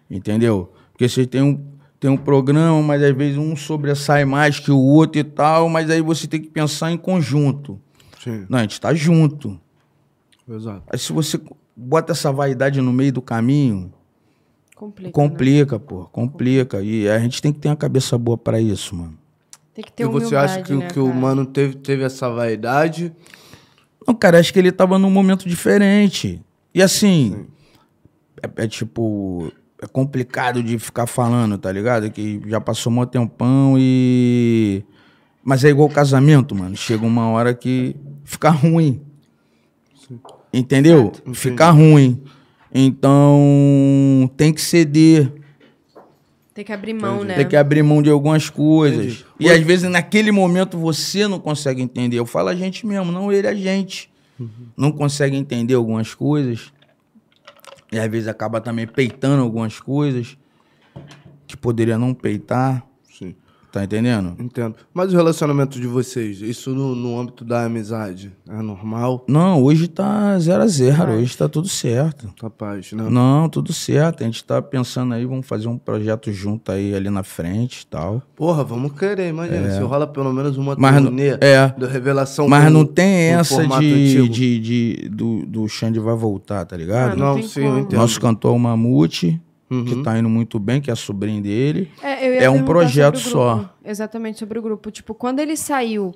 S3: Entendeu? Porque você tem um, tem um programa, mas às vezes um sobressai mais que o outro e tal, mas aí você tem que pensar em conjunto.
S1: Sim,
S3: Não, a gente tá junto.
S1: exato.
S3: Aí se você bota essa vaidade no meio do caminho,
S2: Complica. né?
S3: complica, pô, complica. E a gente tem que ter uma cabeça boa pra isso, mano.
S2: Tem que ter
S1: E
S2: humildade,
S1: você acha que, o-
S2: né,
S1: que o
S2: cara?
S1: mano teve, teve essa vaidade?
S3: Não, cara, acho que ele tava num momento diferente. E assim, é, é tipo. É complicado de ficar falando, tá ligado? Que já passou um tempão e. Mas é igual casamento, mano. Chega uma hora que fica ruim. Entendeu? Fica ruim. Então, tem que ceder.
S2: Tem que abrir mão,
S1: É.
S2: né?
S3: Tem que abrir mão de algumas coisas. E às vezes naquele momento você não consegue entender. Eu falo a gente mesmo, não ele, a gente.
S1: Uhum.
S3: Não consegue entender algumas coisas. E às vezes acaba também peitando algumas coisas que poderia não peitar.
S1: Sim,
S3: Tá entendendo?
S1: entendo. Mas o relacionamento de vocês, isso no, no âmbito da amizade, é normal?
S3: Não, hoje tá zero a zero. Hoje tá tudo certo.
S1: Capaz, né?
S3: Não, tudo certo. A gente tá pensando aí, vamos fazer um projeto junto aí ali na frente e tal.
S1: Porra, vamos querer, imagina. Se rola pelo menos uma
S3: É. Mas não-
S1: turnê
S3: é.
S1: da revelação.
S3: Mas
S1: Então, com-
S3: não tem
S1: com o
S3: essa
S1: formato
S3: de,
S1: antigo.
S3: de, de- do, do Xande vai voltar, tá
S2: Ah,
S3: ligado?
S1: Não,
S2: tem
S1: sim,
S2: como.
S1: eu entendo.
S3: Nosso cantor é o Mamute, que
S1: Uhum.
S3: tá indo muito bem, que é sobrinho dele.
S2: É, eu ia
S3: É um
S2: perguntar
S3: projeto
S2: sobre o grupo.
S3: só.
S2: Exatamente, sobre o grupo. Tipo, quando ele saiu,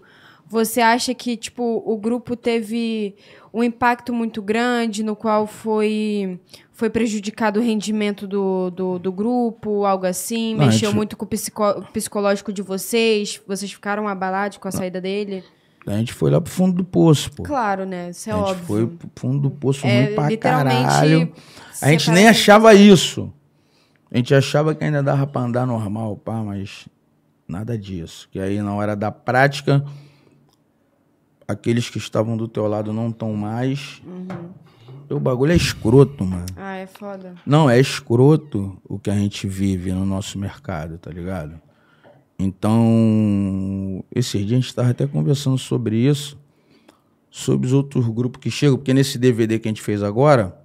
S2: você acha que, tipo, o grupo teve um impacto muito grande no qual foi, foi prejudicado o rendimento do, do, do grupo, algo assim?
S3: Não, a
S2: Mexeu
S3: gente-
S2: muito com o psico- psicológico de vocês? Vocês ficaram abalados com a saída dele?
S3: A gente foi lá pro fundo do poço, pô.
S2: Claro, né? Isso é
S3: a gente
S2: óbvio.
S3: foi pro fundo do poço
S2: É,
S3: ruim pra
S2: literalmente,
S3: caralho. A gente nem
S2: separação-
S3: achava isso. A gente achava que ainda dava pra andar normal, pá, mas nada disso. Que aí na hora da prática, aqueles que estavam do teu lado não estão mais.
S2: Uhum.
S3: O bagulho é escroto, mano.
S2: Ah, é foda.
S3: Não, é escroto o que a gente vive no nosso mercado, tá ligado? Então, esses dias a gente tava até conversando sobre isso, sobre os outros grupos que chegam, porque nesse DVD que a gente fez agora,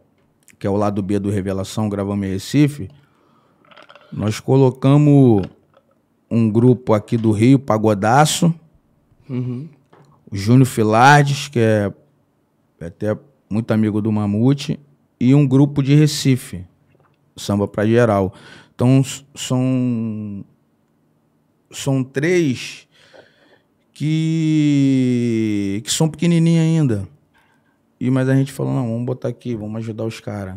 S3: que é o lado B do Revelação, gravamos em Recife, nós colocamos um grupo aqui do Rio, Pagodaço,
S1: uhum,
S3: o Júnior Filardes, que é até muito amigo do Mamute, e um grupo de Recife, Samba pra Geral. Então s- são são três que que são pequenininhos ainda. E mas a gente falou, não, vamos botar aqui, vamos ajudar os caras.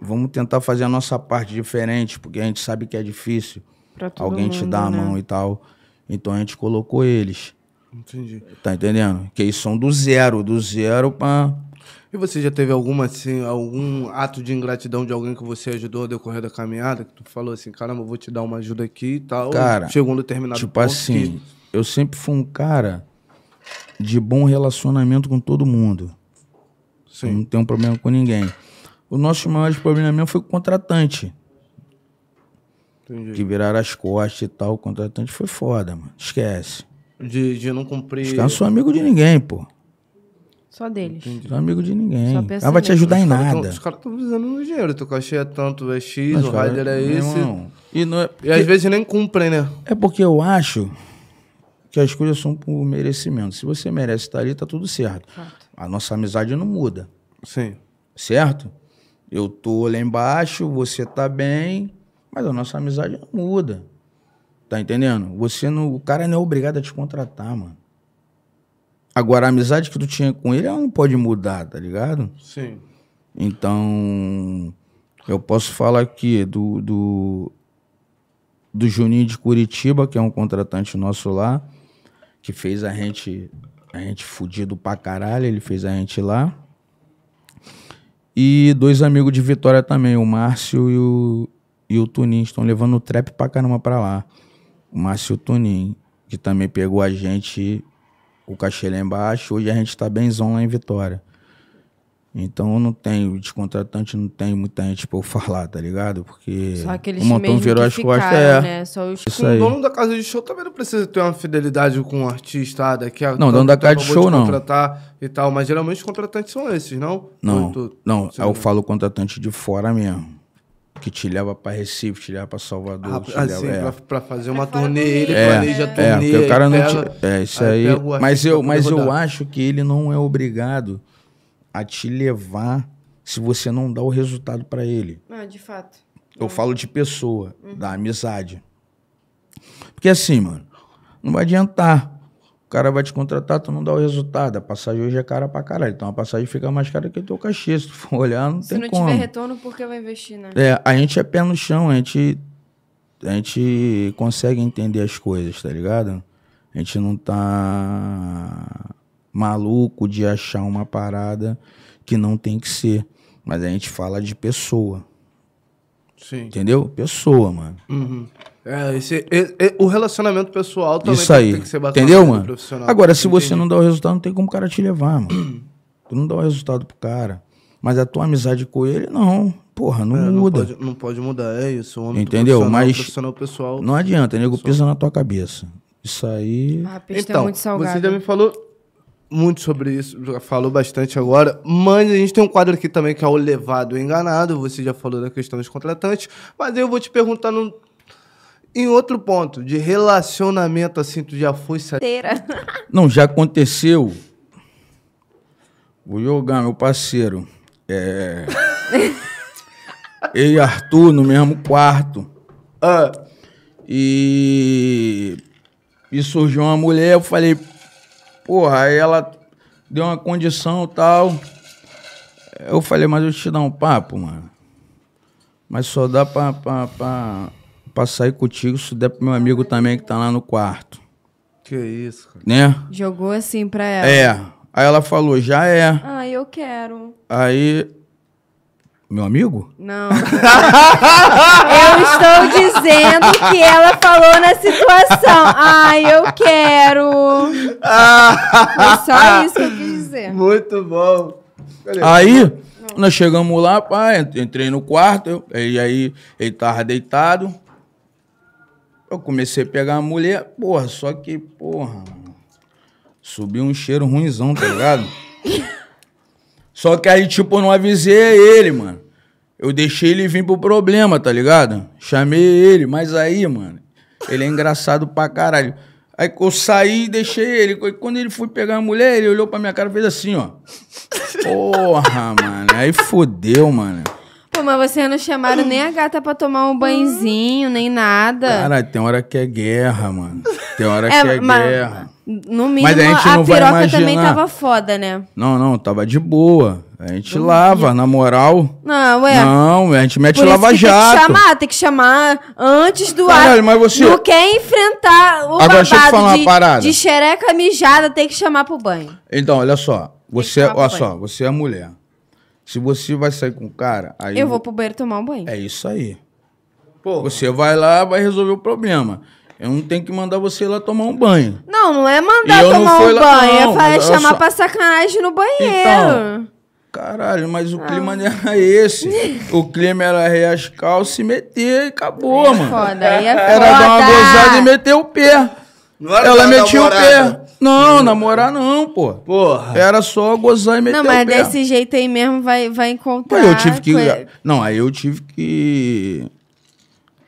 S3: Vamos tentar fazer a nossa parte diferente, porque a gente sabe que é difícil
S2: Pra todo
S3: alguém te
S2: mundo,
S3: dá a
S2: né?
S3: mão e tal. Então a gente colocou eles.
S1: Entendi.
S3: Tá entendendo? Que eles são do zero, do zero pra.
S1: E você já teve alguma, assim, algum ato de ingratidão de alguém que você ajudou a decorrer da caminhada? Que tu falou assim, caramba, eu vou te dar uma ajuda aqui e tal.
S3: Cara,
S1: chegou no determinado
S3: Tipo
S1: ponto
S3: assim, eu sempre fui um cara de bom relacionamento com todo mundo.
S1: que-
S3: Eu Não
S1: Sim,
S3: tenho problema com ninguém. O nosso maior problema mesmo foi com o contratante.
S1: Entendi.
S3: que viraram as costas e tal. O contratante foi foda, mano. Esquece.
S1: De, de não cumprir.
S3: Os caras não são amigos de ninguém, pô.
S2: Só deles.
S3: Não são amigos de ninguém.
S2: Só
S3: Não
S2: pensa
S3: vai te
S2: nisso.
S3: ajudar em
S1: Os caras tão-
S3: nada.
S1: Os caras estão visando no dinheiro. Tu cachê é tanto, é X,
S3: Mas,
S1: o
S3: cara,
S1: rider é
S3: meu
S1: esse.
S3: irmão, E não é,
S1: E às vezes nem cumprem, né?
S3: É porque eu acho que as coisas são por merecimento. Se você merece estar ali, tá tudo certo. A nossa amizade não muda,
S1: Sim.
S3: certo? Eu tô lá embaixo, você tá bem, mas a nossa amizade não muda. Tá entendendo? Você não, o cara não é obrigado a te contratar, mano. Agora a amizade que tu tinha com ele, ela não pode mudar, tá ligado?
S1: Sim.
S3: Então, eu posso falar aqui do, do, do Juninho de Curitiba, que é um contratante nosso lá, que fez a gente, a gente fudido pra caralho, ele fez a gente lá. E dois amigos de Vitória também, o Márcio e o, e o Tuninho, estão levando o trap pra caramba pra lá. O Márcio e o Tuninho, que também pegou a gente, o cachê lá embaixo, hoje a gente tá benzão lá em Vitória. Então eu não tenho, de contratante não tem muita gente pra eu falar, tá ligado? Porque
S2: Só aqueles
S3: o montão
S2: mesmo
S3: virou
S2: que
S3: as
S2: ficaram,
S3: costas. É,
S2: né? Só os
S3: isso
S2: com-
S3: aí.
S1: O Um dono da casa de show também não precisa ter uma fidelidade com o artista ah, daqui a
S3: Não, dono da casa de
S1: acabou
S3: show, não.
S1: contratar e tal, mas geralmente os contratantes são esses, não?
S3: Não,
S1: Tu- tu-
S3: não,
S1: tu-
S3: eu falo contratante de fora mesmo. Que te leva pra Recife, te leva pra Salvador,
S1: Ah,
S3: te
S1: assim,
S3: leva. é.
S1: pra, pra fazer uma
S4: fora
S1: turnê,
S4: do Rio,
S1: ele
S4: né?
S1: planeja a
S4: É,
S1: turnê.
S3: É, porque o
S1: aí
S3: cara não
S1: pega-
S3: te. É, isso
S1: aí
S3: aí.
S1: pega o
S3: mas
S1: artista
S3: eu,
S1: pra
S3: mas eu
S1: rodar.
S3: acho que ele não é obrigado a te levar se você não dá o resultado pra ele.
S2: Ah, de fato.
S3: Eu falo de pessoa,
S1: Uhum.
S3: da amizade. Porque assim, mano, não vai adiantar. O cara vai te contratar, tu não dá o resultado. A passagem hoje é cara pra caralho. Então a passagem fica mais cara que o teu cachê. Se tu for olhar, não
S2: Se
S3: tem
S2: não
S3: como.
S2: tiver retorno, por que vai investir, né?
S3: É, a gente é pé no chão, a gente, a gente consegue entender as coisas, tá ligado? A gente não tá maluco de achar uma parada que não tem que ser. Mas a gente fala de pessoa,
S1: Sim.
S3: entendeu? Pessoa, mano.
S1: Uhum. É, esse, e- e- o relacionamento pessoal também
S3: Isso
S1: tem-
S3: aí.
S1: tem que ser baseado
S3: Entendeu,
S1: no
S3: mano?
S1: profissional.
S3: Agora, se você
S1: Entendi.
S3: não dá o resultado, não tem como o cara te levar, mano. tu não dá o resultado pro cara. Mas a tua amizade com ele, não. Porra, não
S1: É, não
S3: muda.
S1: pode, não pode mudar, é isso. O homem do
S3: Entendeu?
S1: profissional,
S3: Mas-
S1: profissional pessoal.
S3: Não adianta, nego pisa na tua cabeça. Isso
S1: Ah,
S3: aí.
S2: A pista é muito
S1: Então, Você já
S2: salgada.
S1: me falou muito sobre isso, já falou bastante agora, mas a gente tem um quadro aqui também que é o levado e enganado, você já falou da questão dos contratantes, mas eu vou te perguntar num- em outro ponto, de relacionamento assim, tu já foi sair
S2: Inteira.
S3: Não, já aconteceu. Vou jogar, meu parceiro. É. Eu e Arthur no mesmo quarto.
S1: Ah,
S3: E. E surgiu uma mulher, eu falei. Porra, aí ela deu uma condição e tal. Eu falei, mas eu te dar um papo, mano. Mas só dá pra, pra, pra, pra sair contigo se der pro meu amigo também que tá lá no quarto.
S1: que isso, cara.
S3: Né?
S2: Jogou assim pra ela.
S3: É. Aí ela falou, já é.
S2: Ah, eu quero.
S3: Aí. Meu amigo?
S2: Não. eu estou dizendo que ela falou na situação. Ai, eu quero. Foi só isso que eu quis dizer.
S1: Muito bom.
S3: Aí, nós chegamos lá, pai, entrei no quarto, eu- e aí ele tava deitado. Eu comecei a pegar a mulher, porra, só que, porra, subiu um cheiro ruimzão, tá ligado? só que aí, tipo, eu não avisei ele, mano. Eu deixei ele vir pro problema, tá ligado? Chamei ele, mas aí, mano, ele é engraçado pra caralho. Aí eu saí e deixei ele. Quando ele foi pegar a mulher, ele olhou pra minha cara e fez assim, ó. Porra, mano. Aí fodeu, mano.
S2: Pô, mas vocês não chamaram nem a gata pra tomar um banhozinho, nem nada.
S3: Cara, tem hora que é guerra, mano. Tem hora que é
S2: mas-
S3: guerra.
S2: No mínimo,
S3: Mas a gente
S2: a,
S3: não vai
S2: piroca
S3: imaginar.
S2: também tava foda, né?
S3: Não, não, tava de boa. A gente lava, na moral.
S2: Não, ué.
S3: Não, a gente mete
S2: É. Por isso que Tem que
S3: lava-jato.
S2: chamar, tem que chamar antes do
S3: Caralho,
S2: ato.
S3: mas você-
S2: Não quer enfrentar o
S3: Agora, deixa eu te
S2: babado
S3: falar uma
S2: de,
S3: parada.
S2: de xereca mijada, tem que chamar pro banho.
S3: Então, olha só. Você,
S2: tomar
S3: olha
S2: banho.
S3: só, você é mulher. Se você vai sair com o cara, aí.
S2: Eu vou pro banheiro tomar um banho.
S3: É isso aí.
S1: Pô,
S3: Você vai lá, vai resolver o problema. Eu não tenho que mandar você ir lá tomar um banho.
S2: Não, não é
S3: E
S2: mandar
S3: eu não
S2: tomar um
S3: fui lá-
S2: banho,
S3: não,
S2: é fa-
S3: mas
S2: chamar
S3: olha só.
S2: pra sacanagem no banheiro.
S3: Caralho, mas o
S2: Ah.
S3: clima não era esse. O clima era reascal, se meter e acabou, mano.
S2: Foda, aí é foda.
S3: Então, Era dar uma gozada e meter o pé.
S1: Não era
S3: Ela
S1: dar
S3: metia o pé.
S1: namorada.
S3: Não, namorar não, pô.
S1: Porra.
S3: Era só gozar e meter
S2: Não,
S3: o pé.
S2: mas desse jeito aí mesmo vai, vai encontrar.
S3: Mas eu tive que.
S2: coi-
S3: Não, aí eu tive que.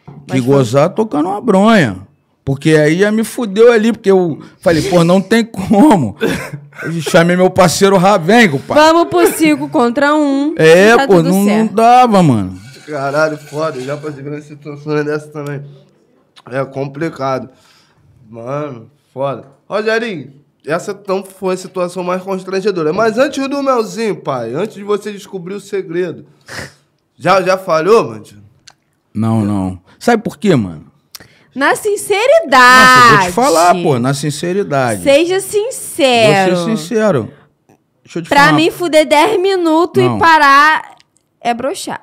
S3: Que
S2: Mas foi-
S3: gozar tocando uma bronha. Porque aí já me fudeu ali, porque eu falei, pô, não tem como. Eu chamei meu parceiro Ravengo, pá.
S2: Vamos pro 5 contra 1. Um,
S3: É,
S2: e tá
S3: pô,
S2: tudo
S3: não, não
S2: certo.
S3: dava, mano.
S1: Caralho, foda. Eu já passei por uma situação dessa também. É complicado. Mano, foda. Rogerinho, essa não foi a situação mais constrangedora. Mas antes do melzinho, pai, antes de você descobrir o segredo, já, já falhou, mano?
S3: Não, não. Sabe por quê, mano?
S2: Na
S3: Nossa, eu
S2: sinceridade.
S3: vou te falar, pô, na sinceridade.
S2: Seja sincero.
S3: Vou ser sincero. Deixa eu te
S2: Pra
S3: falar.
S2: mim, fuder 10 minutos
S3: Não.
S2: e parar é broxar.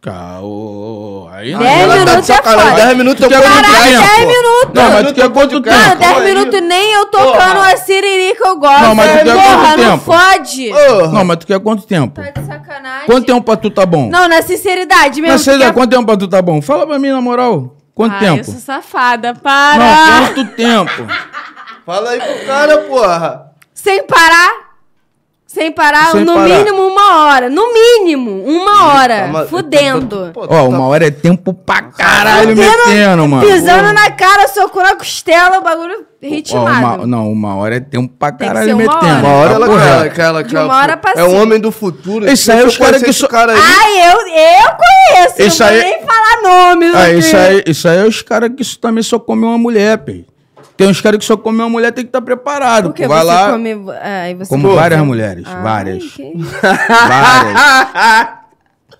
S3: Cá, ô, ô, aí não.
S2: 10
S1: Ela tá de
S2: minutos é
S1: sacanagem.
S2: foda.
S1: 10 minutos eu
S3: Quer
S1: vou
S3: quanto
S1: entrar,
S2: Caralho, 10
S1: pô.
S2: minutos!
S3: Não, mas tu quer quanto
S2: Mano,
S3: tempo?
S2: 10
S1: aí.
S2: minutos nem eu tocando a siririca eu gosto.
S3: Não, mas tu quer
S2: Porra,
S3: quanto
S2: não
S3: tempo?
S2: fode!
S3: Não, mas tu quer quanto tempo?
S2: Tá de sacanagem.
S3: Quanto tempo pra tu tá bom?
S2: Não, na sinceridade mesmo.
S3: Mas sei
S2: tu quer-
S3: lá, quanto tempo pra tu tá bom? Fala pra mim, na moral. Quanto
S2: Ah,
S3: tempo?
S2: eu sou safada, para!
S3: Não, quanto tempo?
S1: Fala aí pro cara, porra.
S2: Sem parar. Sem parar,
S3: Sem
S2: no
S3: parar.
S2: mínimo uma hora. No mínimo, uma hora.
S1: Calma,
S2: É, fudendo.
S1: Tá Pô,
S3: Ó,
S1: tu
S3: uma
S1: tá-
S3: hora é tempo pra caralho
S2: Fudendo,
S3: metendo, mano.
S2: Pisando na cara, soco na costela, o bagulho
S3: Ó,
S2: ritmado.
S3: uma, não, uma hora é tempo pra
S2: que
S3: caralho
S2: ser uma
S3: metendo.
S2: hora.
S1: tá- Uma hora ela
S3: Porra.
S1: cara, aquela
S2: De uma hora pra
S1: É o
S2: cima.
S1: homem do futuro.
S3: Isso aí é os
S1: Eu
S3: cara que
S1: conheci esse
S3: só-
S1: cara aí.
S2: Ai, Ah, eu, eu conheço.
S3: Isso
S2: não
S3: aí-
S2: vou nem falar nomes.
S3: Ah,
S2: aqui.
S3: isso aí, isso aí é os caras que isso também só comem uma mulher, pei. Tem uns caras que só comem uma mulher, tem que estar preparado.
S2: Porque
S3: pô. Vai
S2: você
S3: lá,
S2: come. ah, e você
S3: como
S2: come-
S3: várias mulheres,
S2: Ai,
S3: várias,
S2: que isso.
S3: várias.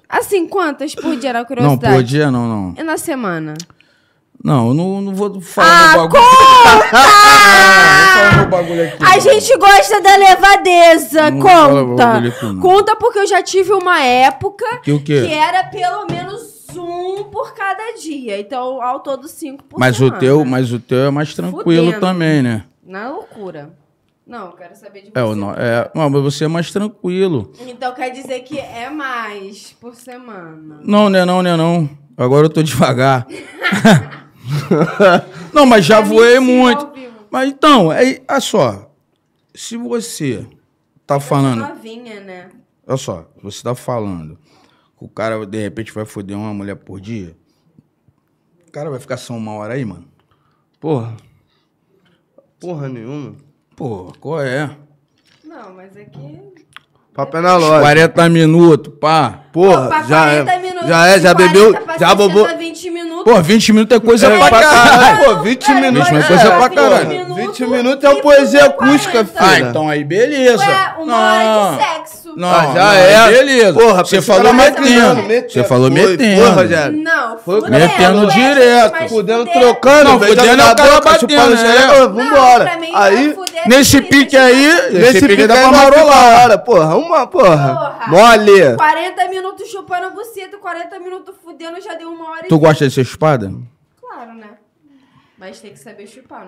S2: Assim, quantas por dia era a
S3: Não,
S2: curiosidade?
S3: por dia não, não.
S2: E na semana?
S3: Não, eu não, não vou
S2: Ah,
S3: falar meu um bagulho.
S2: conta!
S3: Vou falar meu bagulho aqui.
S2: A
S3: não.
S2: gente gosta da levadeza,
S3: Não Uhum. Hum, fala bagulho aqui,
S2: conta.
S3: não.
S2: Conta porque eu já tive uma época
S3: é. Que o quê?
S2: era pelo menos um por cada dia. Então, ao todo cinco por
S3: Mas o
S2: semana.
S3: teu, mas o teu é mais tranquilo
S2: Fudendo.
S3: também, né?
S2: Na loucura. Não, eu quero saber de você.
S3: É, o no- é, não, mas você é mais tranquilo.
S2: Então quer dizer que é mais por semana.
S3: Não, né, não, né, não. Agora eu tô devagar. não, mas já
S2: É
S3: voei
S2: mentira,
S3: muito.
S2: ao vivo.
S3: Mas então, aí, olha só. Se você tá falando,
S2: Novinha, né?
S3: olha só, você tá falando que o cara de repente vai foder uma mulher por dia, o cara vai ficar só uma hora aí, mano.
S1: Porra. Porra nenhuma.
S3: Pô, qual é?
S2: Não, mas é que.
S1: Papel é na loja.
S3: 40 minutos, pá.
S1: Porra,
S2: Opa,
S1: já é.
S2: 40 minutos,
S1: já é,
S2: de
S1: já
S2: 40
S1: bebeu,
S2: pra
S1: já bobou.
S2: 60, 20 minutos.
S3: Pô, 20 minutos é coisa pra
S1: pra
S3: caralho.
S1: caralho. Pô, 20
S2: é,
S1: minutos.
S3: mas coisa pra caralho.
S1: 20 minutos é uma poesia acústica, filho.
S3: Ah, então aí beleza.
S2: Ué, é uma hora de sexo.
S3: Não,
S1: Ah, já
S3: não,
S1: é.
S3: Beleza.
S1: Porra,
S3: você
S1: pensei
S3: falou
S1: que era metendo,
S3: metendo.
S1: metendo.
S3: Você falou
S1: Foi,
S3: metendo.
S1: foi, Rogério.
S2: Não,
S1: Foi
S2: fudendo,
S3: metendo
S2: ué,
S3: direto.
S2: mas
S1: Fudendo,
S2: fuder-
S1: trocando,
S3: Não,
S1: beijando
S3: fudendo
S1: na
S3: é o cara
S1: boca,
S3: batendo,
S1: chupando o
S3: né?
S1: xereca, ô,
S2: Não,
S1: vambora.
S2: pra mim, vai
S1: Aí,
S2: fuder
S3: Nesse
S2: trinta,
S3: pique aí,
S1: nesse pique dá
S3: tá
S1: pra marolar. Hora, porra, uma porra.
S2: Porra.
S1: Mole.
S2: 40 minutos chupando buceta, 40 minutos fudendo, já deu uma hora e.
S3: Tu gosta de ser espada?
S2: Claro, né? Mas tem que saber chupar,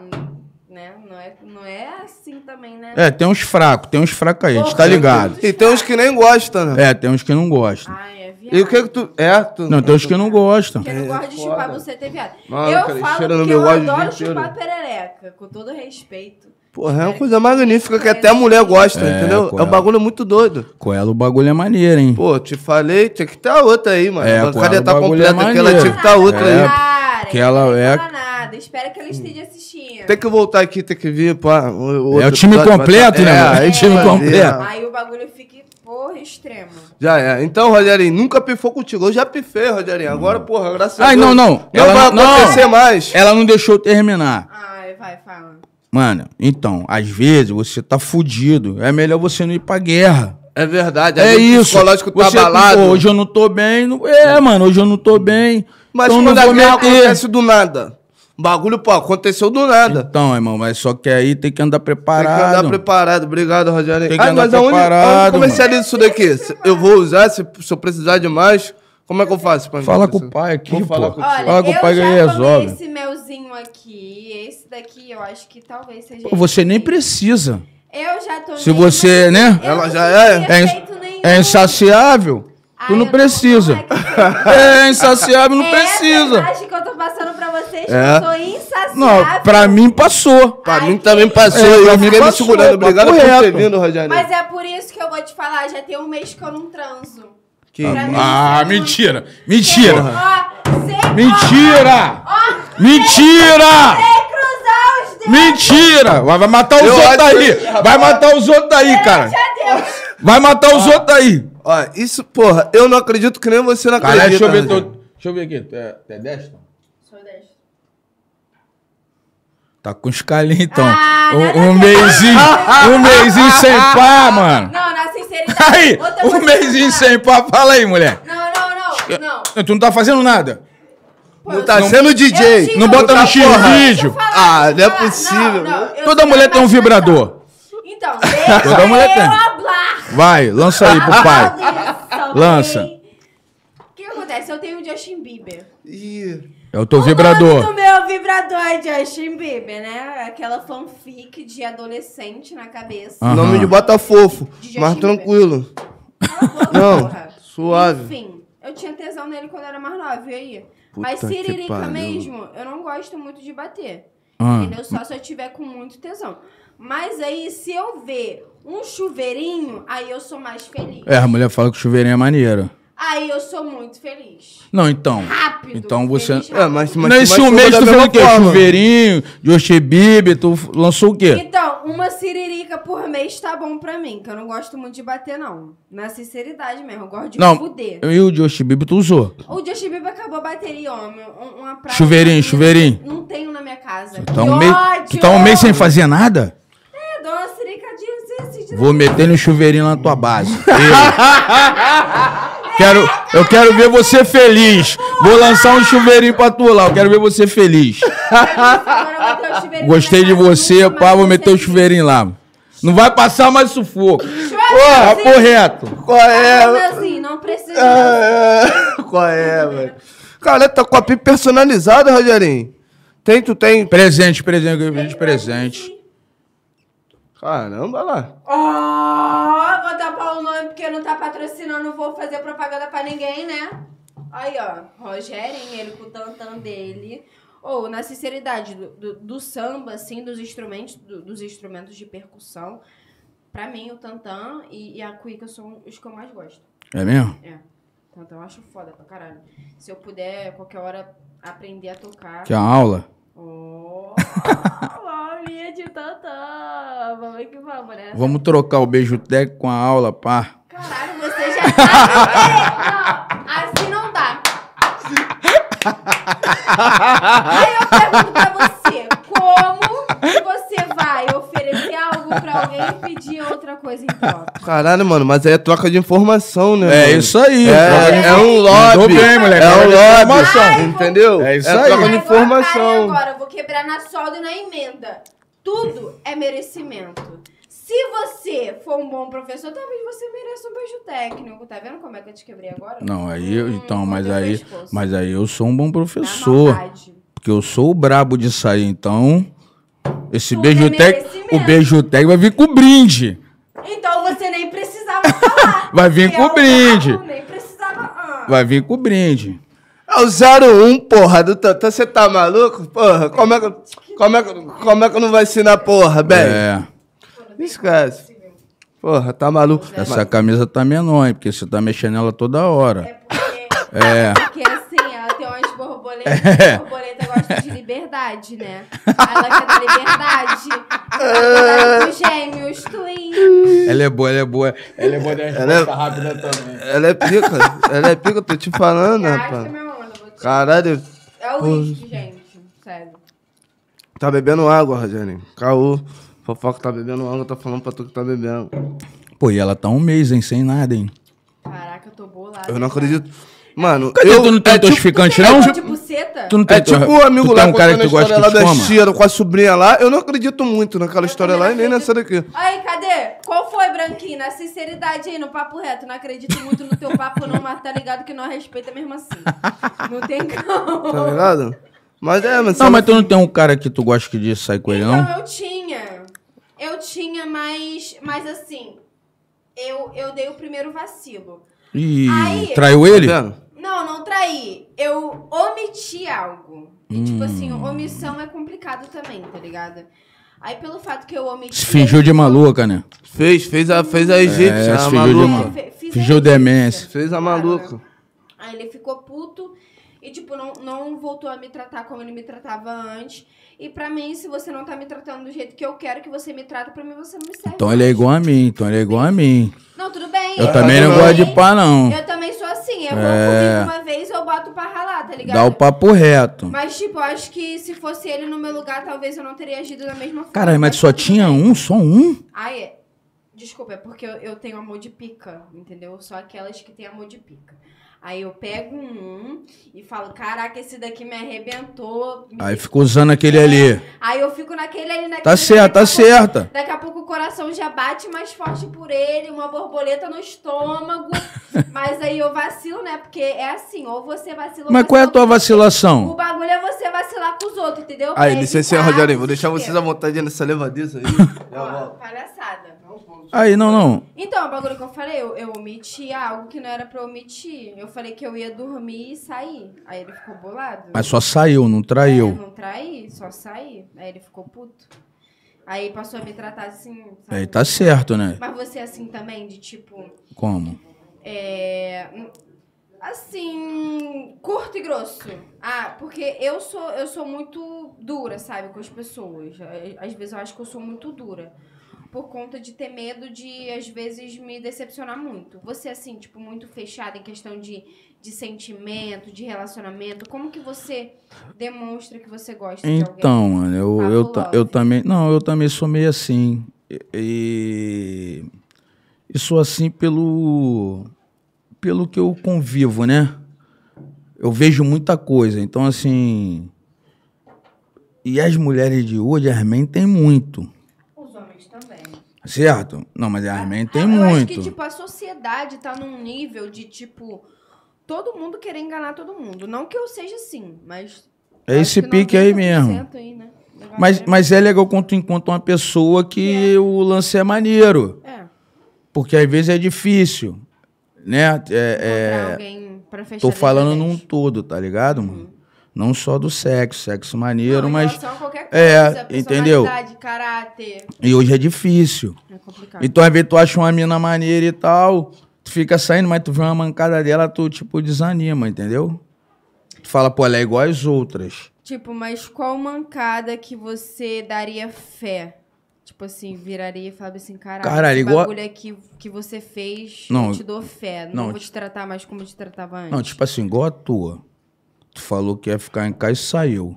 S2: né? Não é, não é assim também, né?
S3: É, tem uns fracos, tem uns fracos aí, a gente tá ligado.
S1: E tem uns que nem gostam, né?
S3: É, tem uns que não gostam.
S2: Ai, é viado.
S1: E o que que tu... É, tu...
S3: Não, tem uns que não gostam.
S2: Porque não gosta de chupar buceta, é viado.
S1: Mano,
S2: eu
S1: cara,
S2: falo
S1: cheira no
S2: que
S1: meu
S2: eu
S1: ódio o
S2: adoro
S1: dia inteiro.
S2: chupar perereca, com todo respeito.
S1: Porra, é uma coisa magnífica que até a mulher gosta,
S3: É,
S1: entendeu?
S3: qual
S1: É
S3: é?
S1: um bagulho muito doido.
S3: Com ela o bagulho é maneiro, hein?
S1: Pô, te falei, tinha que ter a outra aí, mano.
S3: É,
S1: a bancada
S3: com ela o
S1: tá
S3: bagulho é
S1: completa que ela
S3: maneiro.
S1: tinha que ter a outra
S3: É,
S1: aí.
S2: Cara,
S3: que ela
S2: não
S3: é-
S2: fala nada. Espero que ela esteja assistindo.
S1: Tem que voltar aqui, tem que vir, pá. O,
S3: É o time
S1: episódio vai
S3: completo,
S1: tá-
S3: né,
S1: É,
S3: mano?
S1: aí
S3: É o time
S1: vai ver.
S3: completo.
S2: Aí o bagulho fica, porra, extremo.
S1: Já é. Então, Rogerinho, nunca pifou contigo. Eu já pifei, Rogerinho. Agora, porra, graças
S3: Ai,
S1: a Deus.
S3: não, não.
S1: Não
S3: Ela
S1: vai
S3: não- É não.
S1: acontecer mais.
S3: Ela não deixou eu terminar.
S2: Ai, Ah, vai, fala.
S3: Mano, então, às vezes você tá fudido. É melhor você não ir pra guerra.
S1: É verdade.
S3: É
S1: às vezes O
S3: isso.
S1: psicológico tá
S3: Você,
S1: abalado.
S3: pô, hoje eu não tô bem. não- É, mano, hoje eu não tô bem.
S1: Mas
S3: então não
S1: quando a
S3: vou
S1: guerra
S3: meter.
S1: acontece do nada. O bagulho, pô, aconteceu do nada.
S3: Então, irmão, mas só que aí tem que andar
S1: Tem que andar
S3: preparado.
S1: preparado. Obrigado, Rogério. Ah,
S3: Tem que andar
S1: aonde-
S3: preparado,
S1: aonde comercializa isso daqui? Se- Eu vou usar, se, se eu precisar de mais, como é que eu faço? pra
S3: Fala
S1: mim?
S3: com o pai aqui,
S1: Vou
S3: pô.
S1: falar com-
S2: Olha,
S3: Fala com
S2: eu
S3: o pai que
S2: já
S3: ele
S2: tomei
S3: resolve.
S2: esse melzinho aqui. Esse daqui eu acho que talvez seja.
S3: Pô, Você nem
S2: esse.
S3: precisa.
S2: Eu já tomei.
S3: Se você,
S2: mas
S3: né?
S2: eu
S1: Ela
S2: não
S1: já
S2: senti
S1: é-
S3: é-
S2: efeito nenhum.
S3: É insaciável? Tu não precisa. É insaciável, não
S2: Essa
S3: precisa.
S2: imagem que eu tô passando pra vocês, que
S1: É.
S2: eu sou insaciável.
S3: Não, pra mim passou.
S1: Pra
S2: Ai,
S1: mim
S2: que-
S1: também passou.
S3: É, pra
S1: eu
S3: mim
S1: fiquei me
S3: passou,
S1: segurando. Obrigado por
S3: papo
S1: ter
S3: reto.
S1: vindo, Rogério.
S2: Mas é por isso que eu vou te falar, já tem um mês que eu não transo.
S1: Que
S2: Pra mim,
S3: Ah,
S2: isso é
S3: mentira.
S2: Ó,
S3: Mentira.
S2: sem-
S3: Mentira.
S2: Ó,
S3: Mentira.
S2: sem cruzar os dedos.
S3: Mentira. Vai vai matar os
S1: Eu
S3: outros
S1: acho que-
S3: aí. Vai matar os outros aí, cara.
S2: Meu Deus.
S3: Vai matar os outros aí.
S1: Ó, isso, porra, eu não acredito que nem você não acredita.
S3: Caralho, deixa eu ver.
S1: Rogério.
S3: teu- Deixa eu ver aqui. Tu é- tu é destro?
S2: Sou destro.
S3: Tá com os calinhos, então.
S2: Ah, nada
S3: um, um
S2: a ver.
S3: meizinho, um meizinho sem pá, mano.
S2: Não, na sinceridade.
S3: Aí,
S2: outra
S3: um
S2: coisa que
S3: meizinho
S2: eu vou falar.
S3: sem pá, fala aí, mulher.
S2: Não, não, não, não.
S3: Tu não tá fazendo nada.
S2: Pô,
S1: Não
S2: eu
S1: tá
S2: sou-
S1: sendo DJ.
S2: Eu tinha
S3: Não
S2: outra
S3: bota no
S2: coisa. Deixa eu
S3: X-vídeo.
S2: falar,
S1: Ah,
S2: deixa eu
S1: não é
S2: falar.
S1: possível,
S2: Não, não, eu
S3: Toda
S2: sou
S3: mulher tem um
S2: imaginação.
S3: vibrador.
S2: Então, deixa
S3: Toda mulher tem.
S2: eu hablar.
S3: Vai, lança aí pro pai.
S2: Aplausos,
S3: Lança.
S2: ok? O que acontece? Eu tenho o Justin Bieber.
S1: Ih,
S3: É o teu
S2: O nome
S3: vibrador.
S2: do meu vibrador é Justin Bieber, né? Aquela fanfic de adolescente na cabeça.
S3: Aham.
S1: Nome de Botafofo.
S2: DJ
S1: Mas
S2: Timber.
S1: tranquilo.
S2: Cala a boca,
S1: Não,
S2: porra.
S1: suave.
S2: Enfim, eu tinha tesão nele quando era mais nova, e aí?
S1: Puta
S2: Mas
S1: que
S2: siririca
S1: pariu.
S2: mesmo, eu não gosto muito de bater.
S3: Ah.
S2: Entendeu? Só se eu tiver com muito tesão. Mas aí, se eu ver um chuveirinho, aí eu sou mais feliz.
S3: É, a mulher fala que o chuveirinho é maneiro.
S2: Aí eu sou muito feliz.
S3: Não, então.
S2: Rápido.
S3: Então você-
S2: feliz
S1: É,
S2: rápido.
S1: mas, mas
S3: Nesse
S1: mas
S3: um mês
S1: da
S3: tu fez
S1: mesma
S3: o quê?
S1: forma.
S3: Chuveirinho, Yoshi Bibi, tu f- lançou o quê?
S2: Então, uma siririca por mês tá bom pra mim, que eu não gosto muito de bater, não. Na sinceridade mesmo, eu gosto de
S3: Não,
S2: fuder.
S3: e o Yoshi Bibi tu usou.
S2: O Justin Bieber acabou a bateria, homem. Um- Uma praia
S3: Chuveirinho,
S2: que
S3: chuveirinho.
S2: Não tenho na minha casa.
S3: Tá
S2: Que
S3: um mês,
S2: ódio!
S3: tu tá um mês sem fazer nada?
S2: É, dona Sirica diz esse dia.
S3: Vou meter no chuveirinho lá na tua base. Eu. quero, eu quero ver você feliz. Vou lançar um chuveirinho pra tu lá. Eu quero ver você feliz.
S2: Agora eu vou ter o chuveirinho
S3: Gostei
S2: na
S3: de
S2: casa,
S3: você,
S2: nunca mais
S3: pá. Vou meter o
S2: ser
S3: chuveirinho lá. Não vai passar mais sufoco. Porra, Ah, papo reto.
S1: Qual é?
S2: feliz. Ah, Leozinho, assim, não precisa.
S1: É, Qual é, velho? Cara, tá com a PIB personalizada, Rogerinho. Tem, tu tem.
S3: Presente, presente, eu
S2: assim.
S3: ganhei de presente.
S1: Caramba, lá.
S2: Ó, vou tapar o nome porque não tá patrocinando, não vou fazer propaganda pra ninguém, né? Aí, ó, Rogerinho, ele com o tantão dele. Ou, na sinceridade, do, do- do samba, assim, dos instrumentos, do- dos instrumentos de percussão, pra mim, o tantão e, e a cuíca são os que eu mais gosto.
S3: É mesmo?
S2: É, tantão eu acho foda pra caralho. Se eu puder, qualquer hora, aprender a tocar.
S3: Que é uma aula.
S2: Ó, minha de tantão, vamos que vamos, né?
S3: Vamos trocar o beijo técnico com a aula, pá.
S2: Caralho, você já tá. Não, assim não dá. Aí eu pergunto pra você, como você vai oferecer algo pra alguém e pedir outra coisa em troca?
S1: Caralho, mano, mas aí é troca de informação, né?
S3: É
S1: mano?
S3: isso aí. troca
S1: É,
S3: de-
S1: é um
S3: Mandou
S1: lobby.
S3: bem, moleque.
S1: É
S3: Troca
S1: um
S3: de
S1: lobby.
S3: informação.
S1: Entendeu?
S3: É isso
S1: é
S3: aí.
S1: troca de
S2: Agora, parem
S1: informação.
S2: Agora, eu vou quebrar na solda e na emenda. Tudo é merecimento. Se você for um bom professor, talvez você mereça um beijo técnico. Tá vendo como é que eu te quebrei agora?
S3: Não, aí, eu-
S2: Hum,
S3: então, mas
S2: fodeu o
S3: aí,
S2: pescoço.
S3: mas aí eu sou um bom
S2: Na
S3: professor,
S2: maldade.
S3: porque eu sou o brabo de sair, então esse
S2: Tudo
S3: beijo
S2: é
S3: técnico, o
S2: merecimento.
S3: beijo técnico vai vir com brinde.
S2: Então você nem precisava falar.
S3: Vai vir com
S2: Eu
S3: brinde.
S2: não, Nem precisava. ah.
S3: Vai vir com brinde.
S1: É o 01, porra, do Tantã. Você tá maluco? Porra, como é que. Como é que, como é que não vai ensinar, porra, bem?
S3: É,
S1: Esquece. Porra, tá maluco.
S3: essa camisa tá menor, hein, porque você tá mexendo ela toda hora.
S2: É porque,
S3: É.
S2: porque assim, ela tem umas borboletas.
S3: É.
S2: Borboleta gosta de liberdade, né? Ela quer dar liberdade. Ela quer dar os gêmeos, twin.
S3: Ela é boa, ela é boa. Ela é boa da
S1: Ela é-
S3: resposta rápida também.
S1: Ela é pica, ela é pica, tô te falando,
S2: Gasta
S1: rapaz.
S2: minha onda. vou te-
S1: Caralho,
S2: É o uísque, gente. Sério.
S1: tá bebendo água, Rogerinho. Caô. Fofoca tá bebendo água, tá falando pra tu que tá bebendo.
S3: Pô, e ela tá um mês, hein, sem nada, hein.
S2: Caraca, eu tô bolada.
S1: Eu não acredito. Mano,
S3: Cadê?
S1: eu,
S3: tu não tem
S1: é tipo-
S3: intoxicante,
S2: Não?
S3: não?
S2: De buceta?
S3: Tu não tem
S1: É
S3: teu-
S1: tipo o amigo
S3: tu
S1: lá
S3: tem um cara que
S1: contando
S3: tu
S1: a
S3: gosta
S1: história
S3: que
S1: lá da
S3: fuma?
S1: Shira com a sobrinha lá. Eu não acredito muito naquela história lá e nem nessa daqui.
S2: Aí, cadê? Qual foi, Branquinho? Na sinceridade aí, no papo reto. Não acredito muito no teu papo, não, mas tá ligado que nós respeita mesmo assim. Não tem como.
S1: Tá ligado? Mas é, mas.
S3: Não, mas tu não tem um cara que tu gosta que de sair com ele, não?
S2: Então, eu tinha. Eu tinha mais, mais assim. eu, eu dei o primeiro vacilo.
S3: E
S2: Aí-
S3: traiu ele?
S1: Tá vendo?
S2: Não, não traí. Eu omiti algo. E,
S1: Hum.
S2: tipo assim, omissão é complicado também, tá ligado? Aí, pelo fato que eu omiti.
S3: Se fingiu de maluca, né?
S1: Fez, fez a, fez a egípcia,
S3: É,
S1: a
S3: se fingiu de
S1: maluca.
S3: maluca.
S2: Fe- fiz a
S3: Fingiu demência.
S1: Fez a maluca.
S2: Aí ele ficou puto e, tipo, não, não voltou a me tratar como ele me tratava antes. E pra mim, se você não tá me tratando do jeito que eu quero que você me trata, pra mim você não me serve.
S3: Então ele é igual a mim, então ele é igual a mim.
S2: Não, tudo bem.
S3: Eu também não
S2: tudo
S3: gosto
S2: bem.
S3: de pá, não.
S2: Eu também sou assim. Eu
S3: É.
S2: vou comigo uma vez, eu boto pra ralar, tá ligado?
S3: Dá o papo reto.
S2: Mas, tipo, eu acho que se fosse ele no meu lugar, talvez eu não teria agido da mesma forma.
S3: Caralho, mas só
S2: tudo
S3: tinha
S2: bem.
S3: um? Só um?
S2: Ai, é. desculpa, é porque eu, eu tenho amor de pica, entendeu? Só aquelas que têm amor de pica. Aí eu pego um e falo, caraca, esse daqui me arrebentou. me-
S3: Aí ficou usando aquele ali.
S2: Aí eu fico naquele ali, naquele...
S3: Tá certo, tá
S2: daqui a pouco-
S3: certa.
S2: Daqui a pouco o coração já bate mais forte por ele, uma borboleta no estômago. Mas aí eu vacilo, né? Porque é assim, ou você vacila... ou
S3: Mas
S2: você
S3: qual é a tua
S2: vacila. O
S3: vacilação?
S2: bagulho é você vacilar com os outros, entendeu? É
S1: Aí,
S2: Pra
S1: licença,
S2: evitar
S1: Rogerinho, vou
S2: esse
S1: deixar vocês à
S2: esquema.
S1: vontade nessa levadiça aí. Já
S2: Ó,
S1: volto.
S2: palhaçada.
S3: Aí, não, não.
S2: Então, o bagulho que eu falei, eu, eu omiti algo que não era pra eu omitir. Eu falei que eu ia dormir e sair. Aí ele ficou bolado.
S3: Mas só saiu, não
S2: Eu
S3: traiu.
S2: não traí, só saí. Aí ele ficou puto. Aí passou a me tratar assim, sabe?
S3: Aí tá certo, né?
S2: Mas você é assim também, de tipo,
S3: Como?
S2: é... Assim, curto e grosso. Ah, porque eu sou, eu sou muito dura, sabe, com as pessoas. Às vezes eu acho que eu sou muito dura. Por conta de ter medo de, às vezes, me decepcionar muito. Você, assim, tipo, muito fechada em questão de, de sentimento, de relacionamento. Como que você demonstra que você gosta de alguém?
S3: Então, mano, eu, eu, ta-
S2: Pavlov.
S3: eu também. Não, eu também sou meio assim. E- E, e sou assim pelo. pelo que eu convivo, né? Eu vejo muita coisa. Então, assim. E as mulheres de hoje, as men tem muito.
S2: Os homens também.
S3: Certo? Não, mas as men tem
S2: Ah, eu acho
S3: muito.
S2: que, tipo, a sociedade tá num nível de, tipo, todo mundo querer enganar todo mundo. Não que eu seja assim, mas.
S3: é esse
S2: acho que
S3: pique aí
S2: 90%
S3: mesmo.
S2: aí, né? O negócio
S3: Mas,
S2: é-
S3: mas é legal quando tu encontra uma pessoa que o lance é maneiro.
S2: É,
S3: Porque às vezes é difícil. Né? É- é-
S2: encontrar alguém pra fechar
S3: Tô
S2: desse
S3: falando
S2: jeito.
S3: num todo, tá ligado, mano? Não só do sexo, sexo maneiro,
S2: Não, em
S3: mas.
S2: relação a qualquer coisa,
S3: É, entendeu?
S2: personalidade, caráter.
S3: E hoje é difícil.
S2: É complicado.
S3: Então, às vezes, tu acha uma mina maneira e tal, tu fica saindo, mas tu vê uma mancada dela, tu, tipo, desanima, entendeu? Tu fala, pô, ela é igual às outras.
S2: Tipo, mas qual mancada que você daria fé? Tipo assim, viraria e falaria assim, caralho,
S3: Caralho,
S2: esse
S3: igual-
S2: bagulho aqui que você fez,
S3: Não,
S2: eu te dou fé. Não,
S3: não,
S2: vou te tratar mais como eu te tratava antes.
S3: Não, tipo assim, igual a tua. Tu falou que ia ficar em casa e saiu.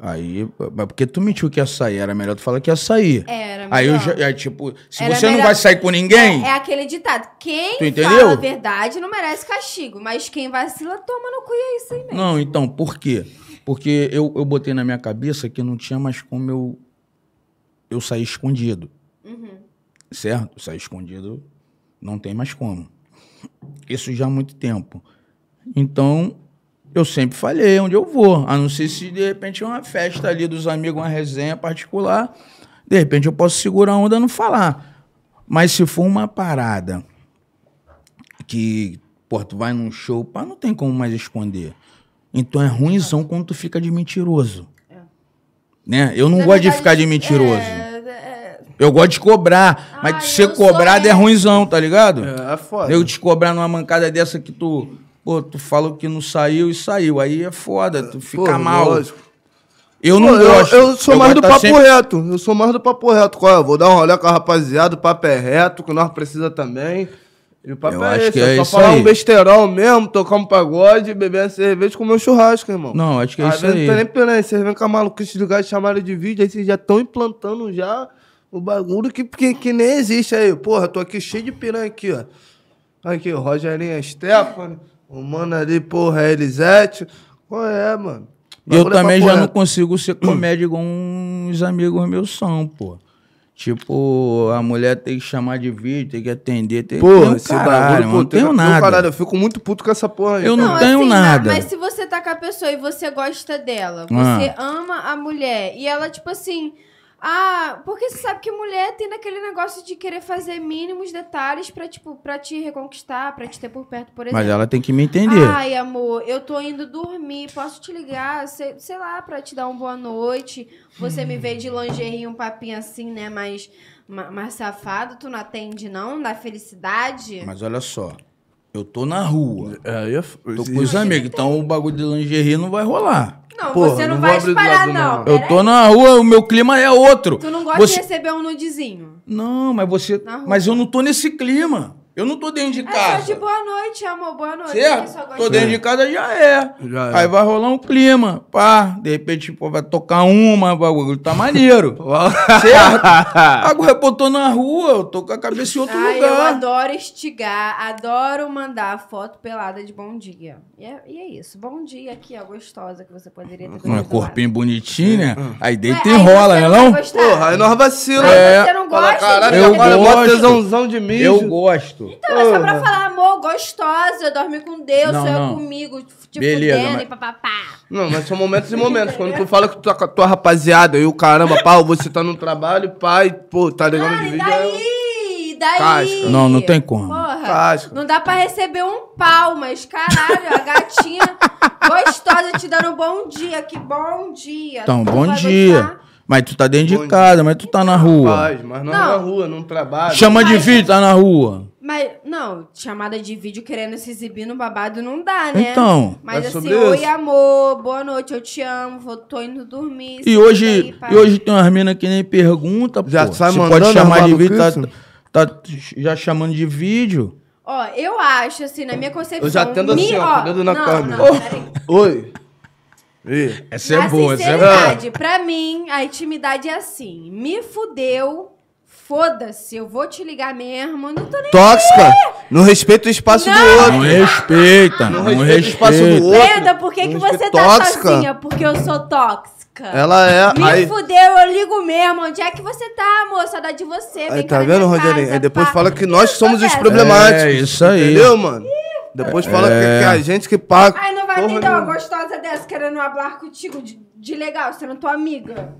S3: Aí, mas porque tu mentiu que ia sair, era melhor tu falar que ia sair.
S2: Era
S3: aí, eu
S2: É, melhor.
S3: já, aí, tipo, se
S2: Era
S3: você não
S2: melhor-
S3: vai sair com ninguém,
S2: É, é aquele ditado. Quem
S3: Tu entendeu?
S2: fala a verdade não merece castigo, mas quem vacila toma no cu e é isso aí mesmo.
S3: Não, então, por quê? Porque eu, eu botei na minha cabeça que não tinha mais como eu, eu sair escondido,
S2: Uhum.
S3: certo? Sair escondido não tem mais como. Isso já há muito tempo. Então, eu sempre falei onde eu vou, a não ser se de repente é uma festa ali dos amigos, uma resenha particular, de repente eu posso segurar a onda e não falar. Mas se for uma parada que, pô, tu vai num show, pá, não tem como mais esconder. Então é ruimzão quando tu fica de mentiroso. Né? Eu não
S2: É. Na
S3: gosto de
S2: verdade,
S3: ficar de mentiroso.
S2: É, é,
S3: Eu gosto de cobrar.
S2: Ah,
S3: mas
S2: eu
S3: ser
S2: não sou
S3: cobrado é
S2: essa.
S3: ruimzão, tá ligado?
S1: É, é foda.
S3: Eu te cobrar numa mancada dessa que tu. Pô, tu falou que não saiu e saiu. Aí é foda, tu fica
S1: Pô,
S3: mal.
S1: lógico.
S3: Eu não
S1: Pô,
S3: gosto.
S1: Eu, sou mais do
S3: gosto de tá
S1: papo
S3: sempre-
S1: reto. Eu sou mais do papo reto. Qual é? Eu Vou dar um rolê com a rapaziada, o papo é reto, que nós precisa também. E o papo
S3: Eu
S1: é
S3: acho
S1: esse,
S3: que é
S1: só
S3: isso
S1: falar
S3: aí.
S1: um besteirão mesmo, tocar um pagode, beber uma cerveja e comer um churrasco, irmão.
S3: Não, acho que é
S1: Às
S3: isso
S1: vezes
S3: aí.
S1: não tem nem piranha. Vocês vêm com a maluquice do gás chamaram de vídeo, aí vocês já estão implantando já o bagulho que, que, que nem existe aí. Porra, tô aqui cheio de piranha aqui, ó. Aqui, o Rogerinho, a Stephanie, o mano ali, porra, a Elisete. Qual é, mano?
S3: E eu
S1: Bagulho é
S3: também
S1: papo
S3: já não
S1: reto.
S3: consigo ser comédia igual uns amigos meus são, pô. Tipo, a mulher tem que chamar de vídeo, tem que atender, tem tem
S1: Pô,
S3: um
S1: esse
S3: caralho,
S1: bagulho,
S3: mano,
S1: pô,
S3: não tenho
S1: tem- tem um caralho,
S3: nada.
S1: eu fico muito puto com essa porra aí. então.
S3: Eu não
S1: cara.
S3: tenho
S2: assim, na-
S3: nada.
S2: Mas se você tá com a pessoa e você gosta dela,
S3: Ah.
S2: você ama a mulher e ela, tipo assim. Ah, porque você sabe que mulher tem naquele negócio de querer fazer mínimos detalhes pra, tipo, pra te reconquistar, pra te ter por perto, por exemplo.
S3: Mas ela tem que me entender.
S2: Ai, amor, eu tô indo dormir, posso te ligar, sei, sei lá, pra te dar uma boa noite. Você me vê de lingerie, um papinho assim, né, mais, ma- mais safado, tu não atende não, dá felicidade?
S3: Mas olha só, eu tô na rua,
S5: É, eu f-
S3: tô com os amigos, então o bagulho de lingerie não vai rolar.
S2: Não,
S5: Porra,
S2: você não,
S5: não
S2: vai
S5: vou abrir do
S2: espalhar
S5: lado,
S2: não.
S5: não.
S3: Eu tô na rua, o meu clima é outro.
S2: Tu não gosta
S3: Você-
S2: de receber um nudezinho.
S3: Não, mas você.
S2: Na rua.
S3: Mas eu não tô nesse clima. Eu não tô dentro de
S2: É só
S3: casa.
S2: de boa noite, amor, boa noite. Eu só
S3: Certo?
S2: gosto
S3: Tô
S2: de-
S3: dentro de casa, já é.
S5: Já é.
S3: Aí vai rolar um clima, pá. De repente, pô, vai tocar uma, o bagulho tá maneiro. certo? Agora, pô, tô na rua, eu tô com a cabeça em outro
S2: Ai, eu
S3: lugar.
S2: adoro estigar, adoro mandar foto pelada de bom dia. E é, e é isso. Bom dia aqui, ó, gostosa, que você poderia ter
S3: Um
S2: dormido
S3: corpinho bonitinho, né? Aí
S2: lá. Ué,
S3: deita e
S2: aí
S3: rola,
S2: é, você
S3: né
S2: vai
S3: não?
S2: gostar.
S1: Porra, aí nós vacila.
S2: Aí
S3: É,
S2: você não
S1: Fala,
S2: gosta
S1: caralho,
S2: de
S3: eu
S1: agora
S3: gosto.
S1: mó tesãozão de mim.
S3: Eu gosto.
S2: Então, é só pra falar, amor, gostosa, dorme com Deus,
S3: Não,
S2: sou eu
S3: não.
S2: comigo, te
S3: Beleza,
S2: fudendo
S3: mas-
S2: e papapá.
S1: Não, mas são momentos e momentos. Quando tu fala que tu tá com a tua rapaziada e o caramba, pá, você tá no trabalho, pai, pô, tá ligando de
S2: Cara, e
S1: vídeo.
S2: daí? E daí?
S1: Casca.
S3: Não, não tem como.
S2: Porra,
S1: Casca.
S2: não dá pra receber um pau, mas caralho, a gatinha gostosa te dando um bom dia, que bom dia.
S3: Então,
S2: Tu
S3: bom
S2: vai
S3: dia.
S2: gostar?
S3: Mas tu tá dentro
S1: Bom
S3: de
S1: dia.
S3: casa, mas tu tá na rua.
S1: Paz, mas não,
S2: Não.
S1: na rua, num trabalho.
S3: Chama de
S2: Mas-
S3: vídeo, tá na rua.
S2: Mas, não, chamada de vídeo querendo se exibir no babado não dá, né?
S3: Então.
S2: Mas
S1: É
S2: assim,
S1: sobre
S2: oi
S1: isso.
S2: amor, boa noite, eu te amo, vou, tô indo dormir.
S3: E
S2: se
S3: hoje,
S2: cuida aí,
S3: e hoje tem umas minas que nem pergunta, pô.
S1: Já sai
S3: Você
S1: mandando
S3: pode chamar
S1: armar
S3: de
S1: no
S3: vídeo, tá,
S1: Cristo?
S3: tá já chamando de vídeo.
S2: Ó, eu acho, assim, na minha concepção.
S1: Eu já tendo
S2: mi-
S1: assim, ó, com o dedo na
S2: não,
S1: câmera. é
S2: Não, peraí.
S1: Oi. Ih.
S3: Essa
S2: na sinceridade, pra mim, a intimidade é assim. Me fudeu, foda-se, eu vou te ligar mesmo, não tô nem
S1: Tóxica. Não respeita o espaço do
S3: Não respeita, não, respeita.
S1: respeita o espaço do outro.
S2: preda, por que, que
S1: Gente é
S2: você tá
S1: tóxica.
S2: sozinha? Porque eu sou tóxica.
S1: Ela é.
S2: Me
S1: Aí,
S2: fudeu, eu ligo mesmo. Onde é que você tá, moça? Saudade de você.
S1: aí
S2: vem
S1: tá
S2: cá na minha
S1: vendo, Rogerinho?
S2: é casa, tá.
S1: Aí depois
S2: pá.
S1: fala que nós
S2: Eu
S1: somos
S2: sou
S1: os
S2: dessa.
S1: problemáticos.
S3: É, isso aí.
S1: Entendeu, mano? Depois fala que, que é a gente que paga.
S2: Ai, não vai
S1: Porra
S2: ter então, uma
S1: nenhuma.
S2: gostosa dessa querendo falar contigo de, de legal, sendo tua amiga.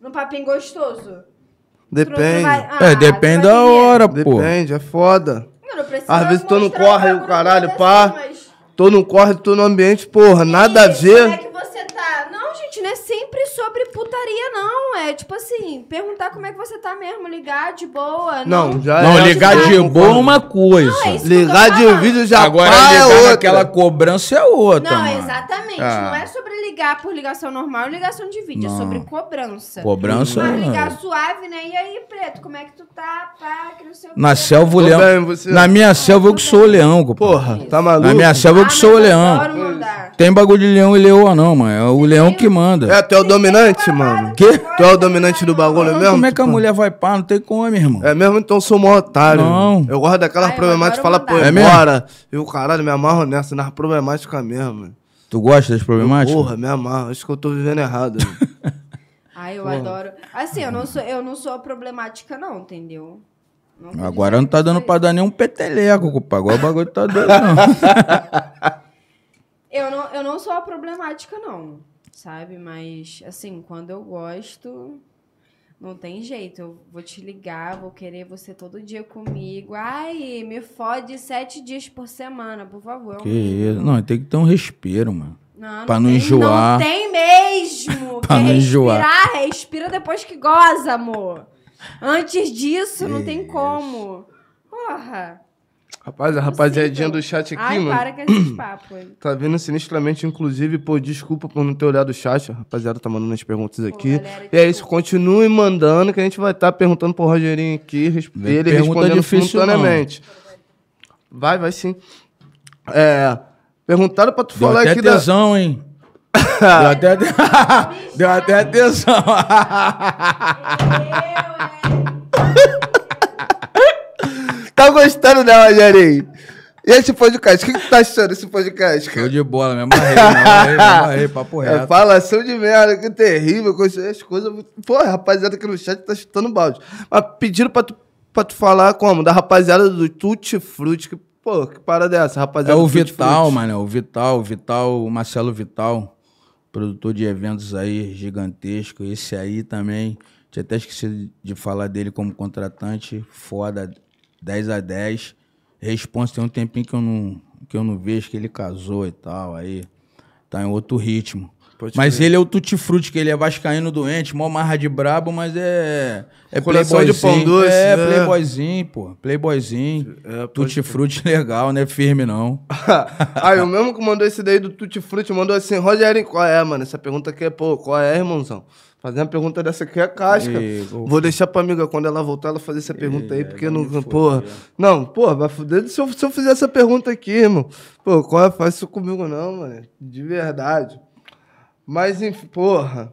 S2: Num papinho gostoso. Tu não- tu
S1: Depende.
S2: vai- Ah,
S3: É,
S2: tu vai
S3: depende da
S2: ter medo.
S3: hora, Ah, pô.
S1: Depende, é foda.
S2: Eu não preciso
S1: Às vezes tu não
S2: mostrar
S1: corre,
S2: um
S1: o
S2: bagulho
S1: caralho,
S2: desse,
S1: pá.
S2: mas-
S1: Tô num corre, tô no ambiente, porra, nada a
S2: Ih, Como é
S1: ver.
S2: que você tá? Não, gente, não é sempre sobre putaria, não. É tipo assim, perguntar como é que você tá mesmo, ligar de boa. Não,
S1: Não, já
S3: Não,
S1: é.
S3: ligar de
S1: Concordo.
S3: boa é uma coisa.
S2: é isso que eu tô
S1: Ligar de
S2: falando.
S1: vídeo já
S3: Agora
S1: pá, é
S3: ligar
S1: outra.
S3: naquela cobrança é outra.
S2: Não,
S3: mano.
S2: exatamente.
S3: Ah.
S2: Não é sobre ligar por ligação normal e ligação de vídeo. É
S3: Não.
S2: sobre cobrança.
S3: Cobrança.
S2: Mas ligar
S3: mano.
S2: suave, né? E aí, preto, como é que tu tá? Pá, que não sei o quê.
S3: Na selva, o
S1: Tô
S3: leão.
S1: bem, você-
S3: Na minha selva eu que sou o leão, compadre.
S1: Porra, tá maluco?
S3: Na minha selva eu que
S2: Ah,
S3: sou o
S2: mas eu
S3: leão.
S2: adoro mandar.
S3: Tem bagulho de leão e leoa, não, mano. É o leão que manda.
S1: É, tu é o dominante, mano.
S3: Quê?
S1: Tu é o dominante do bagulho mesmo?
S3: Como é que a
S1: Tipo,
S3: mulher vai pá? Não tem como, meu irmão.
S1: É mesmo, então eu sou mó otário.
S3: Não.
S1: Eu gosto daquelas
S2: Ai, eu
S1: problemáticas
S2: adoro
S1: fala, pô,
S2: mandar.
S3: É mesmo?
S1: embora. Eu, caralho, me amarro nessa, nas problemáticas mesmo.
S3: Tu gosta das problemáticas?
S1: Porra, me amarro. Acho que eu tô vivendo errado. né?
S2: Ai, eu adoro. Assim, eu não sou, eu não sou problemática, não, entendeu? Não tô
S3: Agora
S2: dizendo
S3: não tá
S2: que eu
S3: dando
S2: sou
S3: pra dar nenhum peteleco, compadre. Agora o bagulho tá doido, não.
S2: Eu não, eu não sou a problemática, não. Sabe? Mas, assim, quando eu gosto, não tem jeito. Eu vou te ligar, vou querer você todo dia comigo. Ai, me fode sete dias por semana, por favor.
S3: Que isso. Não, tem que ter um respiro, mano.
S2: Não,
S3: pra
S2: não
S3: não
S2: tem,
S3: enjoar.
S2: Não tem mesmo.
S3: Pra
S2: Quer
S3: não enjoar.
S2: Respirar, respira depois que goza, amor. Antes disso, não tem como. Porra.
S1: Rapaz, a rapaziadinha do chat aqui,
S2: Ai,
S1: mano.
S2: para com esses papos.
S1: Tá vendo sinistramente, inclusive, pô, desculpa por não ter olhado o chat. A rapaziada tá mandando as perguntas aqui.
S2: galera,
S1: e é isso, continue mandando que a gente vai estar perguntando pro Rogerinho aqui, res-
S3: Não é
S1: ele
S3: pergunta
S1: respondendo
S3: difícil, não.
S1: simultaneamente. Vai, vai sim. É, perguntaram pra tu
S3: Deu
S1: falar
S3: até
S1: aqui da...
S3: tesão, hein? Deu até, te- Ah, Deu até tesão.
S1: Tá gostando, né, Rogerinho? E esse podcast? O que, que tu tá achando desse podcast, cara?
S3: Show de bola, me amarrei, me amarrei, me amarrei, papo
S1: É,
S3: reto.
S1: falação de merda, que terrível, coisa, as coisas. Pô, a rapaziada aqui no chat tá chutando balde. Mas pediram pra tu, pra tu falar como? Da rapaziada do Tutti Frutti. Que, pô, que parada é essa?
S3: É
S1: Rapaziada
S3: o
S1: do Tutti
S3: Vital,
S1: Frutti.
S3: mano. O Vital, o Vital, o Marcelo Vital, produtor de eventos aí gigantesco. Esse aí também Tinha até esquecido de falar dele como contratante, foda, 10 a 10. Responsa tem um tempinho que eu não, que eu não vejo, que ele casou e tal, aí tá em outro ritmo.
S6: Pode
S3: mas ele é o tutti que ele é vascaíno doente, mó marra de brabo, mas é... É
S6: Coração de pão
S3: playboyzinho.
S6: doce,
S3: É,
S6: né?
S3: playboyzinho, pô. Playboyzinho.
S6: É, pode
S3: tutti legal, não é firme não.
S1: Aí o mesmo que mandou esse daí do Tutti Frutti mandou assim, Rogerinho, qual é, mano? Essa pergunta aqui é, pô, qual é, irmãozão? Fazer uma pergunta dessa aqui é casca.
S3: Ih, vou-
S1: Vou deixar pra amiga quando ela voltar, ela fazer essa pergunta aí,
S3: aí
S1: porque
S3: vai
S1: não.
S3: me fuder.
S1: Porra. Não, porra, vai fuder se eu, se eu fizer essa pergunta aqui, irmão. Pô, qual é? Faz isso comigo não, mano. De verdade. Mas, enfim, porra.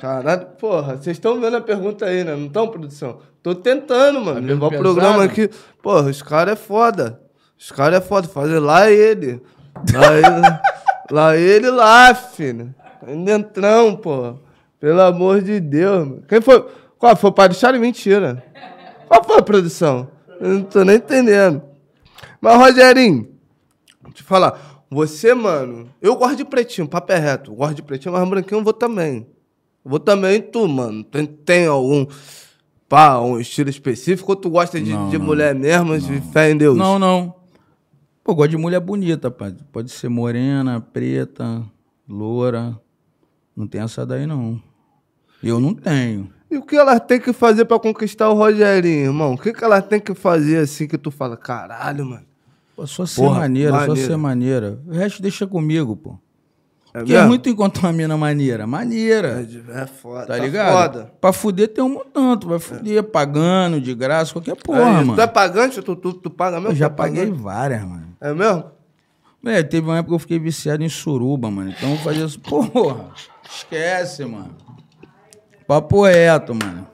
S1: Caralho, porra, vocês estão vendo a pergunta aí, né? Não estão, produção? Tô tentando, mano.
S3: Tá
S1: levar o
S3: vendo
S1: programa
S3: pesado?
S1: aqui. Porra, os caras é foda. Os caras é foda. Fazer lá ele. Lá ele, lá, ele lá, filho. Dentrão, porra. Pelo amor de Deus, mano. Quem foi? Qual foi o Padre Charlie? Mentira. Qual foi a produção? Eu não tô nem entendendo. Mas, Rogerinho, Deixa eu te falar. Você, mano, eu gosto de pretinho, papo é reto. Gosto de pretinho, mas branquinho eu vou também. Eu vou também em tu, mano. Tem, tem algum. Pá, um estilo específico ou tu gosta de,
S3: Não,
S1: de
S3: não.
S1: mulher mesmo, de fé em Deus?
S3: Não, não. Pô, eu gosto de mulher bonita, pai. Pode ser morena, preta, loura. Não tem essa daí, não. Eu não tenho.
S1: E o que ela tem que fazer pra conquistar o Rogerinho, irmão? O que, que ela tem que fazer assim que tu fala, caralho, mano?
S3: Pô, só ser
S1: Porra,
S3: maneira, só
S1: maneira.
S3: ser maneira. O resto deixa comigo, pô.
S1: É,
S3: Porque é
S1: mesmo?
S3: muito encontrar uma mina maneira.
S1: É
S3: Maneira.
S1: de- é foda.
S3: Tá ligado?
S1: Foda.
S3: Pra fuder tem um tanto. Vai fuder pagando, de graça, qualquer porra,
S1: Aí,
S3: mano.
S1: Tu é pagante? Tu, tu, tu paga mesmo?
S3: Eu já
S1: Tu é
S3: paguei
S1: pagante?
S3: várias, mano.
S1: É mesmo?
S3: É, né? teve uma época que eu fiquei viciado em suruba, mano. Então eu fazia isso. Porra, esquece, mano. Papo reto, mano.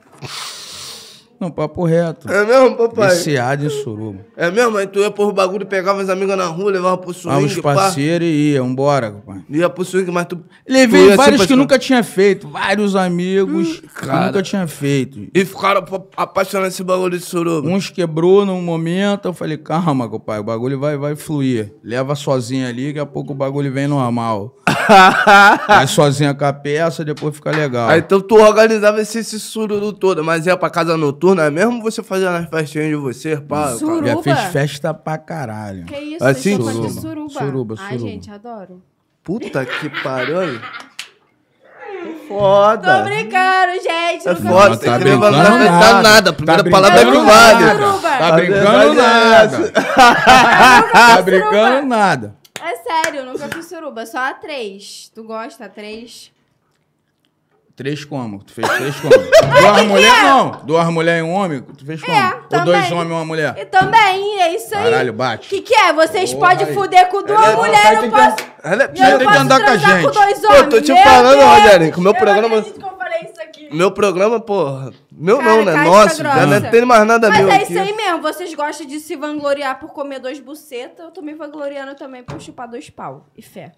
S3: Não, papo reto.
S1: É mesmo, papai?
S3: Viciado em suruba.
S1: É mesmo? Aí tu ia pôr o bagulho, pegava as amigas na rua, levava pro
S3: Tava Ah, os
S1: swing, pá.
S3: parceiros e ia, vambora, pai.
S1: Ia pro swing, mas tu. tu ia
S3: Levei
S1: assim
S3: vários
S1: pra
S3: que eu
S1: cima.
S3: nunca tinha feito, vários amigos que eu
S1: cara.
S3: nunca tinha feito.
S1: E ficaram apa- apaixonados esse bagulho de suruba.
S3: Uns quebrou num momento, eu falei, calma, pai, o bagulho vai, vai fluir. Leva sozinho ali, daqui a pouco o bagulho vem normal. Vai sozinha com a peça, depois fica legal.
S1: Aí então tu organizava esse, esse sururu todo, mas ia pra casa noturna mesmo você fazia nas festinhas de você, pá.
S2: Suru-
S3: Já
S2: Suruba?
S3: fiz festa pra caralho.
S7: Que isso?
S2: é
S1: Assim?
S7: Assim, suruba. De
S3: Suruba.
S7: suruba.
S3: Suruba,
S7: Ai,
S3: suruba.
S7: gente, adoro.
S1: Puta que pariu aí. Foda.
S2: Tô brincando, gente.
S1: É
S2: nunca
S1: foda,
S3: Não
S2: fiz
S1: tem
S3: tá
S1: que
S2: suruba.
S1: levantar
S3: brincando
S1: não
S3: nada.
S1: tá nada. A
S3: Tá
S1: primeira
S3: brincando
S1: palavra é que vale.
S2: nada. Suruba.
S3: Tá
S1: A
S3: brincando
S1: verdade é
S3: nada.
S1: essa. Ah,
S3: Tá brincando nada.
S2: É sério, nunca fiz suruba. Só a três. Tu gosta a três?
S3: Três como? Tu fez três como? Duas mulheres não. Duas mulheres e um homem? Tu fez como? Ou
S2: É, também.
S3: dois homens e uma mulher?
S2: E também, é isso aí.
S3: Caralho,
S2: O
S3: bate.
S2: que, que é? Vocês
S3: Porra,
S2: podem
S3: aí. é
S2: fuder com duas
S3: Ela-
S2: mulheres, eu não
S3: ela
S2: posso.
S1: Ela é-
S3: Ela
S2: Eu não
S3: tem
S2: posso
S3: que andar com a
S2: transar
S3: gente.
S2: com dois
S1: Pô,
S2: homens.
S1: tô te
S2: Meu
S1: falando,
S2: Deus,
S1: Rogerinho, que o meu
S2: eu
S1: programa-
S2: Não acredito que eu falei isso aqui.
S1: Meu programa, porra. Meu
S2: Cara,
S1: não, né?
S2: casca
S1: Nossa, já
S2: grossa.
S1: não tem mais nada
S2: Mas
S1: meu
S2: é
S1: aqui.
S2: isso aí mesmo. Vocês gostam de se vangloriar por comer dois bucetas. Eu tô me vangloriando também por chupar dois pau. E fé.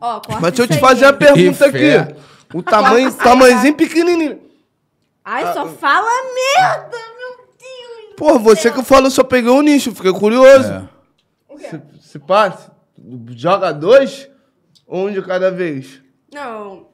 S2: Ó, corta
S1: Mas deixa eu
S2: isso
S1: te
S2: aí.
S1: fazer a pergunta
S3: E fé.
S1: aqui. O tamanho,
S2: Nossa,
S1: tamanhozinho pequenininho.
S2: Ai,
S1: Ah,
S2: só fala merda, meu Deus.
S1: Pô, você que falou, só peguei um nicho, fiquei curioso.
S3: É.
S1: Se, se passa, joga dois, um de cada vez.
S2: Não.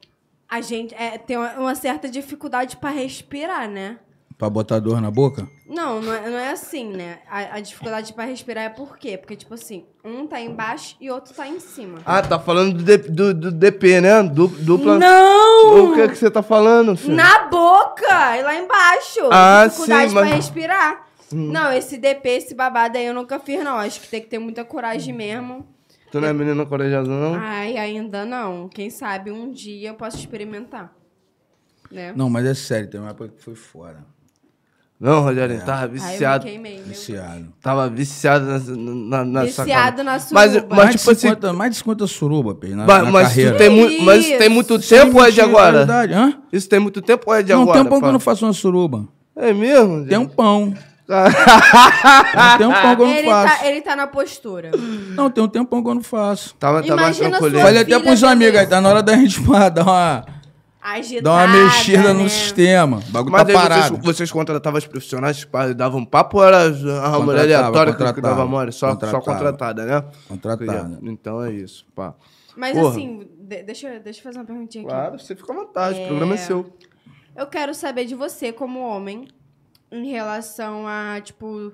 S2: A gente é, tem uma, uma certa dificuldade pra respirar, né?
S3: Pra botar dor na boca?
S2: Não, não é, não é assim, né? A, a dificuldade pra respirar é por quê? Porque, tipo assim, um tá embaixo e outro tá em cima.
S1: Ah, tá falando do, D- do, do DP, né? Du- dupla.
S2: Não!
S1: O que que você tá falando, filho?
S2: Na boca e lá embaixo.
S1: Ah,
S2: dificuldade
S1: sim,
S2: pra
S1: mas-
S2: respirar.
S3: Hum.
S2: Não, esse DP, esse babado aí eu nunca fiz, não. Acho que tem que ter muita coragem mesmo.
S1: Tu não é menina corajosa, não?
S2: Ai, ainda não. Quem sabe um dia eu posso experimentar. Né?
S3: Não, mas é sério, tem uma época que foi fora.
S1: Não, Rogério, tava
S2: Ai, eu me
S1: viciado.
S2: queimei. meu Deus.
S3: Viciado.
S1: Tava viciado na, na, na
S2: Viciado na suruba.
S1: Mas- mas-
S3: mais,
S1: tipo
S3: de
S1: assim-
S3: 50, mais de 50 suruba, pê, na,
S1: Mas,
S3: na
S1: mas
S3: carreira.
S1: tu tem muito, mas tem muito tempo ou é de
S3: Mentira,
S1: agora?
S3: verdade, hã?
S1: Isso tem muito tempo ou é de
S3: Não,
S1: agora?
S3: tem um pão que eu
S1: pá?
S3: não faço uma suruba.
S1: É mesmo?
S3: Tem um pão.
S1: Cara,
S3: Tem um pão que eu não
S2: Ele tá,
S3: faço.
S2: ele tá na postura.
S3: Não, tem um tempão que eu não faço.
S1: Tava, tava mais
S2: Imagina a
S1: tranquilo.
S2: sua-
S3: Falei até
S2: filha
S3: pros
S2: também.
S3: amigos aí, tá na hora da gente pá, dar uma,
S2: Agitada,
S3: dar uma
S2: né?
S3: mexida no sistema. O bagulho
S1: Mas
S3: tá
S1: aí vocês,
S3: parado.
S1: vocês contratavam as profissionais, pá, davam papo ou era a mulher
S3: Contratava,
S1: aleatória que- que
S3: contratava,
S1: dava mole? Só, só
S3: contratava.
S1: contratada, né?
S3: Contratada.
S1: Então é isso, pá.
S2: Mas
S1: Porra.
S2: assim, de- deixa, eu- deixa eu fazer uma perguntinha aqui.
S1: Claro, você fica à vontade, o programa é seu.
S2: Eu quero saber de você, como homem, em relação a, tipo,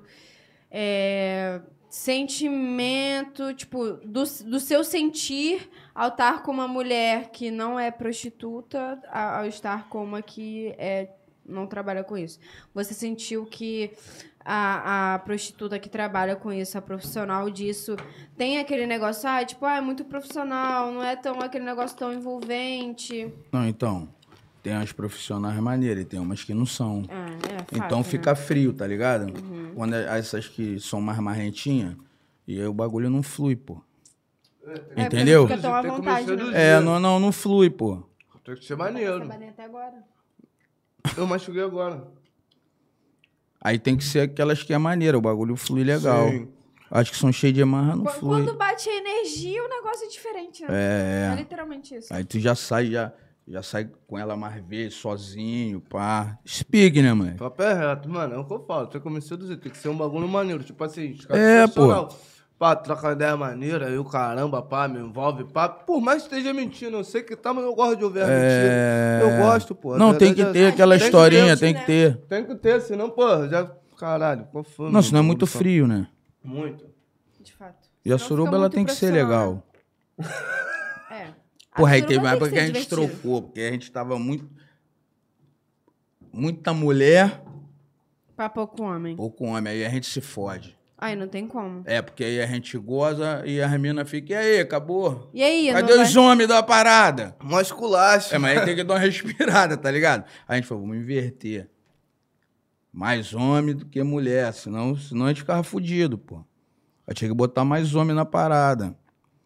S2: é, sentimento, tipo, do, do seu sentir ao estar com uma mulher que não é prostituta, a- ao estar com uma que é, não trabalha com isso. Você sentiu que a, a prostituta que trabalha com isso, a profissional disso, tem aquele negócio, ah, tipo, ah, é muito profissional, não é tão aquele negócio tão envolvente.
S3: Não, então, tem as profissionais maneiras e tem umas que não são.
S2: Ah, é fato,
S3: Então
S2: né? Uhum.
S3: fica frio, tá ligado? Quando é- essas que são mais marrentinhas, e aí o bagulho não flui, pô.
S2: É,
S3: Entendeu?
S2: porque fica tão à
S1: Tem que
S2: vontade,
S1: começar do
S2: né?
S3: É, não, não, não flui, pô.
S1: Tem que ser maneiro.
S2: Trabalhei até é agora.
S1: Eu machuquei agora.
S3: Aí tem que ser aquelas que é maneira, o bagulho flui legal.
S1: Sim.
S3: Acho que são cheias de marra, não
S2: Qu-
S3: flui.
S2: Quando bate a energia, o negócio é diferente, né? É,
S3: É, é.
S2: literalmente isso.
S3: Aí tu já sai, já, já sai com ela mais vezes, sozinho, pá. Speak, né, mano?
S1: Papo é reto, mano. É o que eu falo. Tem que começar a dizer, tem que ser um bagulho maneiro. Tipo assim, os caras
S3: É,
S1: são profissional. Pá, troca ideia maneira, aí o caramba, pá, me envolve, pá. Por mais que esteja mentindo, eu sei que tá, mas eu gosto de ouvir a mentira. Eu gosto, pô. A
S3: É. Não, tem que
S1: verdade
S3: ter
S1: é- tem
S3: aquela
S1: que ter,
S3: historinha, tem
S2: né?
S3: que ter.
S1: Tem que ter, senão, pô, já. Caralho, qual foi?
S3: Não, senão é muito frio, né?
S1: Muito.
S2: De fato.
S3: E a
S2: Senão
S3: suruba,
S2: fica
S3: ela
S2: muito
S3: tem que ser
S2: profissional,
S3: legal.
S2: né? É. A
S3: Porra, aí
S2: suruba
S3: teve uma
S2: tem
S3: época que a
S2: ser
S3: gente
S2: divertida.
S3: trocou, porque a gente tava muito. Muita mulher,
S2: Pra pouco homem.
S3: pouco homem, aí a gente se fode.
S2: Aí não tem como.
S3: É, porque aí a gente goza e as minas ficam, e aí, acabou?
S2: E aí,
S3: Cadê
S2: não
S3: os homens da parada?
S1: Mó esculacho.
S3: É, mas aí tem que dar uma respirada, tá ligado? Aí a gente falou, vamos inverter. Mais homem do que mulher, senão, senão a gente ficava fudido, pô. Aí tinha que botar mais homem na parada.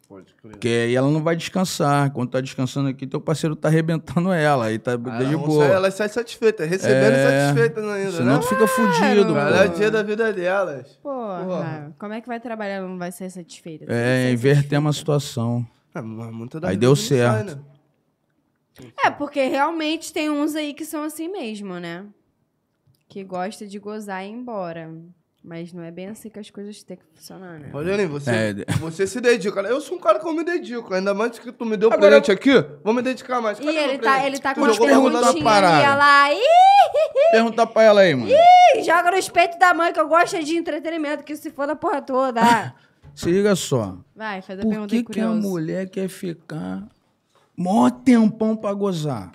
S1: Pode crer.
S3: Porque aí ela não vai descansar. Quando tá descansando aqui, teu parceiro tá arrebentando ela. Aí tá
S1: Ah,
S3: de
S1: não,
S3: boa.
S1: sai- Elas saem satisfeitas, recebendo
S3: É,
S1: satisfeitas ainda,
S3: Senão
S1: né?
S3: tu fica fudido,
S1: Ela é o
S3: pô.
S1: dia da vida delas.
S2: Porra,
S1: Porra.
S2: como é que vai trabalhar? Ela não vai ser satisfeita. Tem que
S3: É,
S2: ser
S3: invertemos a situação.
S1: Ah, mas muita da
S3: Aí
S1: vida
S3: deu
S1: não sai,
S3: certo.
S1: né?
S2: É, porque realmente tem uns aí que são assim mesmo, né? Que gosta de gozar e ir embora. Mas não é bem assim que as coisas têm que funcionar, né?
S1: Olha ali, você,
S3: É.
S1: você se dedica. Eu sou um cara que eu me dedico. Ainda mais que tu me deu
S3: Agora-
S1: presente aqui, vou me dedicar mais.
S2: E
S1: Cadê meu
S2: ele tá,
S1: presente?
S2: ele tá
S1: Tu
S2: com as
S1: jogou no lado da
S2: perguntinhas ali,
S3: parada.
S2: olha lá. Ih,
S3: Pergunta pra ela aí, mano.
S2: joga no espeito da mãe que eu gosto é de entretenimento, que se for da porra toda.
S3: Se liga só.
S2: Vai, faz a
S3: Por
S2: pergunta é aí,
S3: que, que a
S2: curioso.
S3: mulher quer ficar maior tempão pra gozar?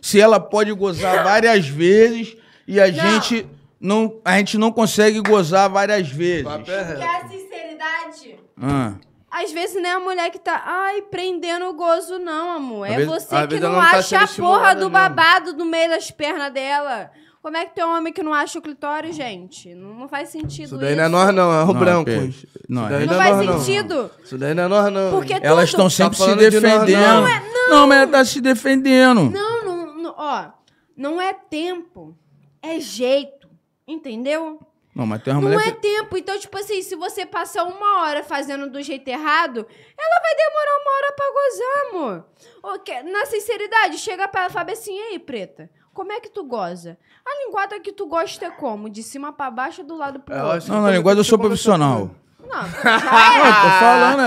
S3: Se ela pode gozar várias vezes e a gente não a gente não consegue gozar várias vezes.
S1: Papo é
S8: Que
S1: reto.
S8: é a sinceridade.
S3: Ah,
S2: Às vezes não é a mulher que tá, ai, prendendo o gozo, não, amor.
S1: Às
S2: É
S1: vezes- às
S2: você que
S1: vezes
S2: não,
S1: ela não tá
S2: acha
S1: sendo
S2: a porra
S1: estimulada
S2: do
S1: mesmo.
S2: babado no meio das pernas dela. Como é que tem um homem que não acha o clitório, gente? Não, não faz sentido
S1: Isso
S2: isso.
S1: daí não é nós, não, é o
S3: Não,
S1: branco.
S3: peixe. Não,
S1: Isso
S3: é-
S1: daí
S2: Não
S1: é
S2: faz
S1: nós,
S2: sentido.
S1: Isso daí não é nós, não.
S2: Porque
S3: elas
S2: tudo... é-
S3: estão sempre se
S1: Tá falando de nós,
S3: defendendo.
S1: não.
S3: não, mas ela tá se defendendo.
S2: Não, não, não, ó, não é tempo, é jeito, entendeu?
S3: Não, mas tem uma
S2: Não
S3: mulher
S2: é
S3: que...
S2: tempo. Então, tipo assim, se você passar uma hora fazendo do jeito errado, ela vai demorar uma hora pra gozar, amor. Ô, que- Na sinceridade, chega pra ela e fala assim, ei, preta, como é que tu goza? A linguada que tu gosta é como? De cima pra baixo ou do lado pro
S1: É, Eu
S2: outro?
S1: acho que
S3: Não, não, linguagem eu sou profissional.
S2: Não, já
S3: Não, Ah, tô falando,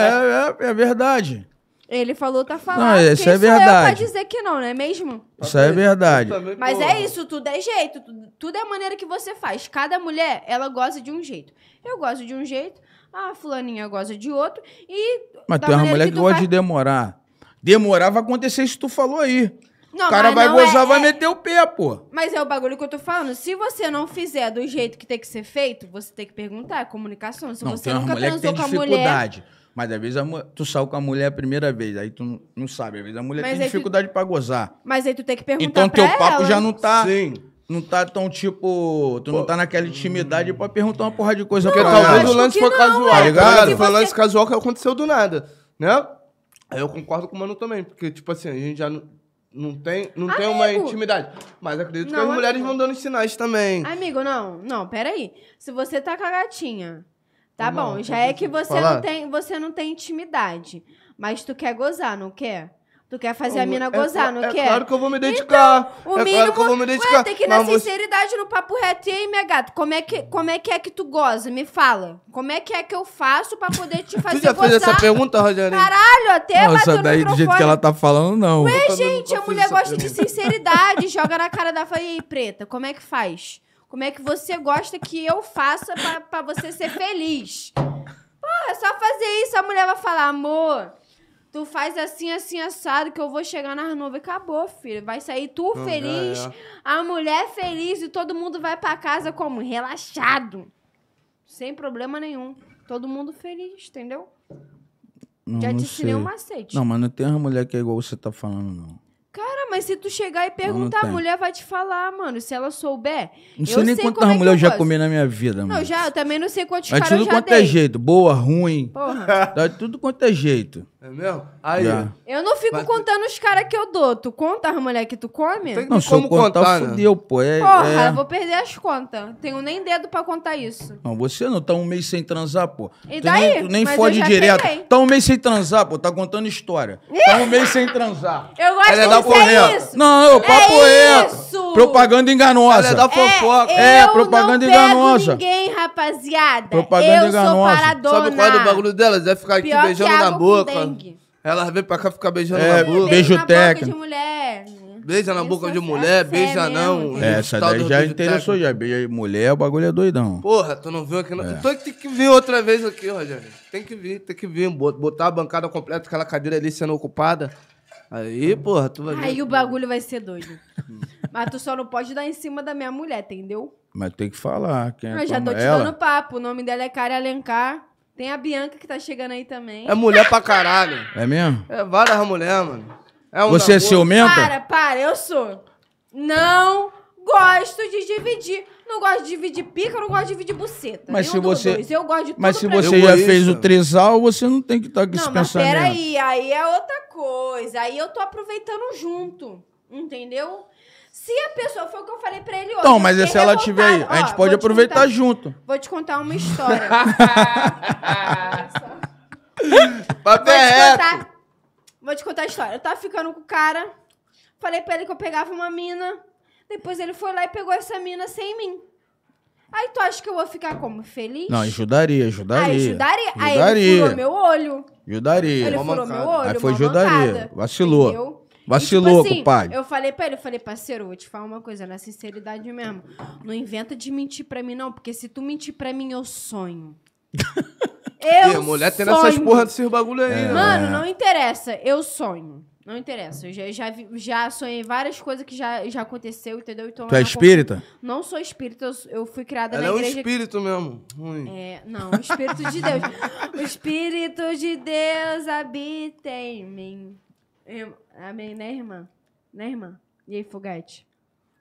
S3: é, é, é verdade.
S2: é. Ele falou, tá falando.
S3: Não, isso
S2: quem
S3: é
S2: sou eu pra
S3: verdade.
S2: dizer que não, não é mesmo?
S3: Isso aí é verdade.
S1: Também,
S2: Mas
S1: pô,
S2: é isso, tudo é jeito, tudo, tudo é a maneira que você faz. Cada mulher, ela goza de um jeito. Eu gosto de um jeito, a fulaninha goza de outro e
S3: Mas
S2: da
S3: tem uma
S2: maneira
S3: mulher que,
S2: tu
S3: gosta
S2: faz-
S3: de demorar. Demorar vai acontecer isso que tu falou aí.
S2: Não,
S3: o cara
S2: mas
S3: vai
S2: não
S3: gozar,
S2: é-
S3: vai
S2: é-
S3: meter o pé, pô.
S2: Mas é o bagulho que eu tô falando. Se você não fizer do jeito que tem que ser feito, você tem que perguntar, é comunicação. Se
S3: não,
S2: você
S3: tem umas
S2: nunca
S3: mulheres que
S2: transou
S3: tem
S2: com a mulher,
S3: dificuldade. Mas às vezes a mu- tu sai com a mulher a primeira vez, aí tu não- não sabe. Às vezes a mulher
S2: Mas
S3: tem
S2: aí tu-
S3: dificuldade pra gozar.
S2: mas aí tu tem que perguntar
S3: Então
S2: pra
S3: teu papo
S2: ela.
S3: já não tá.
S1: Sim.
S3: Não tá tão tipo. Tu não tá naquela intimidade pra perguntar uma porra de coisa
S1: Porque
S3: pra
S1: talvez
S3: ela.
S1: o
S2: acho
S1: lance
S2: que
S1: foi
S2: não,
S1: casual,
S2: é.
S1: tá ligado?
S2: Se
S1: Foi um
S2: você-
S1: lance casual que aconteceu do nada, né? Aí eu concordo com o Mano também, porque, tipo assim, a gente já não, não tem, não tem uma
S2: Amigo.
S1: intimidade. Mas acredito que
S2: Não,
S1: as mulheres
S2: amigo.
S1: vão dando sinais também.
S2: Amigo, não, não, peraí. Se você tá com a gatinha, tá
S1: Não,
S2: bom,
S1: não
S2: já é
S1: preciso
S2: que você
S1: falar.
S2: não, tem, você não tem intimidade. Mas tu quer gozar, não quer? Tu quer fazer a mina
S1: É cla-
S2: gozar, não
S1: é
S2: quer?
S1: claro que eu vou me dedicar.
S2: Então, o
S1: É claro
S2: mínimo,
S1: que eu vou me dedicar.
S2: Ué, tem que ir na
S1: Mas você-
S2: sinceridade, no papo reto. E aí, minha gata, como é, que, como é que é que tu goza? Me fala. Como é que é que eu faço pra poder te fazer
S1: Tu já
S2: gozar?
S1: fez essa pergunta, Rogério?
S2: Caralho, até bateu
S9: Nossa,
S2: no
S9: daí do jeito
S2: microfone.
S9: que ela tá falando, não.
S2: Ué,
S1: também
S2: gente,
S1: nunca
S2: a
S1: fiz
S2: mulher
S1: essa
S2: gosta de
S1: pergunta.
S2: sinceridade. joga na cara da fala, e aí, preta, como é que faz? Como é que você gosta que eu faça pra, pra você ser feliz? Porra, é só fazer isso. A mulher vai falar, amor, tu faz assim, assim, assado, que eu vou chegar nas nuvens. Acabou, filho. Vai sair tu
S1: Não,
S2: feliz,
S1: já é.
S2: a mulher feliz e todo mundo vai pra casa como? Relaxado. Sem problema nenhum. Todo mundo feliz, entendeu?
S3: Não,
S2: Já
S3: não
S2: te ensinei
S3: sei.
S2: um macete.
S3: Não, mas não tem uma mulher que é igual você tá falando, não.
S2: Cara, mas se tu chegar e
S3: Não, não
S2: perguntar, a
S3: tem.
S2: mulher vai te falar, mano. Se ela souber.
S3: Não sei nem
S2: como
S3: quantas
S2: é que
S3: mulheres eu já
S2: gosto.
S3: comi na minha vida, mano.
S2: Não, já, eu também não sei quantos
S3: Mas
S2: caras eu
S3: tudo
S2: já
S3: quanto é
S2: dei.
S3: jeito. Boa, ruim.
S2: Porra.
S3: Dá tudo quanto é jeito.
S1: É mesmo? Aí.
S3: Já.
S2: Eu não fico
S1: Mas-
S2: contando os caras que eu dou. Tu conta as mulheres que tu come?
S1: Tem-
S3: Não, se eu
S1: como
S3: contar,
S1: contar, né?
S3: fudeu, pô. É,
S2: Porra,
S3: é-
S2: eu vou perder as contas. Tenho nem dedo pra contar isso.
S3: Não, você não tá um mês sem transar, pô.
S2: E
S3: tu
S2: daí?
S3: nem, tu nem
S2: Mas eu
S3: fode
S2: já
S3: direto.
S2: peguei.
S3: Tá um mês sem transar, pô. Tá contando história. Tá um mês sem transar.
S2: Eu gosto
S1: Ela é da
S2: de ser
S1: porreta.
S2: isso.
S3: Não, papo
S2: É
S3: reto.
S2: isso!
S3: Propaganda enganosa.
S1: Ela é da fofoca.
S3: É,
S2: eu
S3: propaganda
S2: não pego
S3: enganosa.
S2: ninguém, rapaziada.
S3: Propaganda
S2: eu
S3: enganosa.
S2: sou paradona.
S1: Sabe qual é o bagulho delas? É ficar aqui
S2: Pior que
S1: beijando
S2: água
S1: na
S2: com
S1: boca.
S2: dengue.
S1: Elas vêm pra cá ficar beijando
S3: É,
S1: na boca.
S3: beijo
S2: na boca
S3: técnico.
S2: de mulher.
S1: Beija na
S2: Isso
S1: boca de
S2: é-
S1: mulher,
S2: isso é
S1: beija
S2: mesmo,
S1: não.
S2: gente.
S3: É, essa
S1: né? Tal
S3: daí
S1: do
S3: já
S1: orgulho
S3: interessou,
S1: técnico.
S3: já. Beija Mulher, o bagulho é doidão.
S1: Porra, tu não viu aqui
S3: É.
S1: não. Tu tem que vir outra vez aqui, Rogério. Tem que vir, tem que vir. Bot- Botar a bancada completa, aquela cadeira ali sendo ocupada. Aí, porra, tu vai
S2: Aí
S1: ver.
S2: o bagulho vai ser doido. Mas tu só não pode dar em cima da minha mulher, entendeu?
S3: Mas tem que falar. Quem é
S2: Eu já tô
S3: como
S2: te
S3: ela.
S2: dando papo. O nome dela é Karen Alencar. Tem a Bianca que tá chegando aí também.
S1: É mulher pra caralho.
S3: É mesmo?
S1: É várias mulheres, mano. É um
S3: Você é
S1: namoro.
S3: ciumenta?
S2: Para, para, eu sou. Não gosto de dividir. Não gosto de dividir pica, não gosto de dividir buceta.
S3: Mas
S2: Nenhum
S3: se
S2: dos
S3: você-
S2: dois. Eu gosto de tudo
S3: Mas se
S2: pra mim.
S3: você
S1: Eu
S3: já
S1: vou
S3: fez
S1: isso.
S3: o trisal, você não tem que estar com esse
S2: Não, mas
S3: pensamento.
S2: peraí, aí é outra coisa. Aí eu tô aproveitando junto, entendeu? Se a pessoa, foi o que eu falei pra ele hoje.
S3: Então,
S2: eu
S3: mas e
S2: fiquei
S3: se ela tiver aí?
S2: revoltada.
S3: A
S2: Ó,
S3: gente
S2: vou
S3: pode
S2: te
S3: aproveitar
S2: contar-
S3: junto.
S2: Vou te contar uma história.
S1: Papo
S2: Vou
S1: é
S2: te
S1: reto.
S2: contar. Vou te contar a história. Eu tava ficando com o cara. Falei pra ele que eu pegava uma mina. Depois ele foi lá e pegou essa mina sem mim. Aí tu acha que eu vou ficar como? Feliz?
S3: Não, ajudaria, ajudaria.
S2: Aí ajudaria. Aí ele
S3: Ajudaria.
S2: furou meu olho.
S3: Ajudaria.
S2: Ele
S1: Uma
S2: furou meu
S1: mancada.
S2: olho.
S3: Aí foi
S2: uma
S3: ajudaria.
S2: mancada,
S3: Vacilou.
S2: entendeu?
S3: Vacilou,
S2: e, tipo assim,
S3: compadre.
S2: Eu falei pra ele, eu falei, parceiro, eu vou te falar uma coisa, na sinceridade mesmo. Não inventa de mentir pra mim, não, porque se tu mentir pra mim, eu sonho. eu
S1: Ih, a mulher tem
S2: sonho.
S1: essas porra desses bagulho aí,
S3: É.
S1: né?
S2: Mano, não interessa, eu sonho. Não interessa, eu já, já, vi- já sonhei várias coisas que já, já aconteceu, entendeu? Então,
S3: Tu é
S2: eu não-
S3: espírita?
S2: Não sou espírita, eu, eu fui criada
S1: Ela
S2: na
S1: é um
S2: igreja
S1: espírito mesmo. Ruim.
S2: é, não, o Espírito de Deus. O Espírito de Deus habita em mim. Irm- Amém, né, irmã? Né, irmã? E aí, Fogate?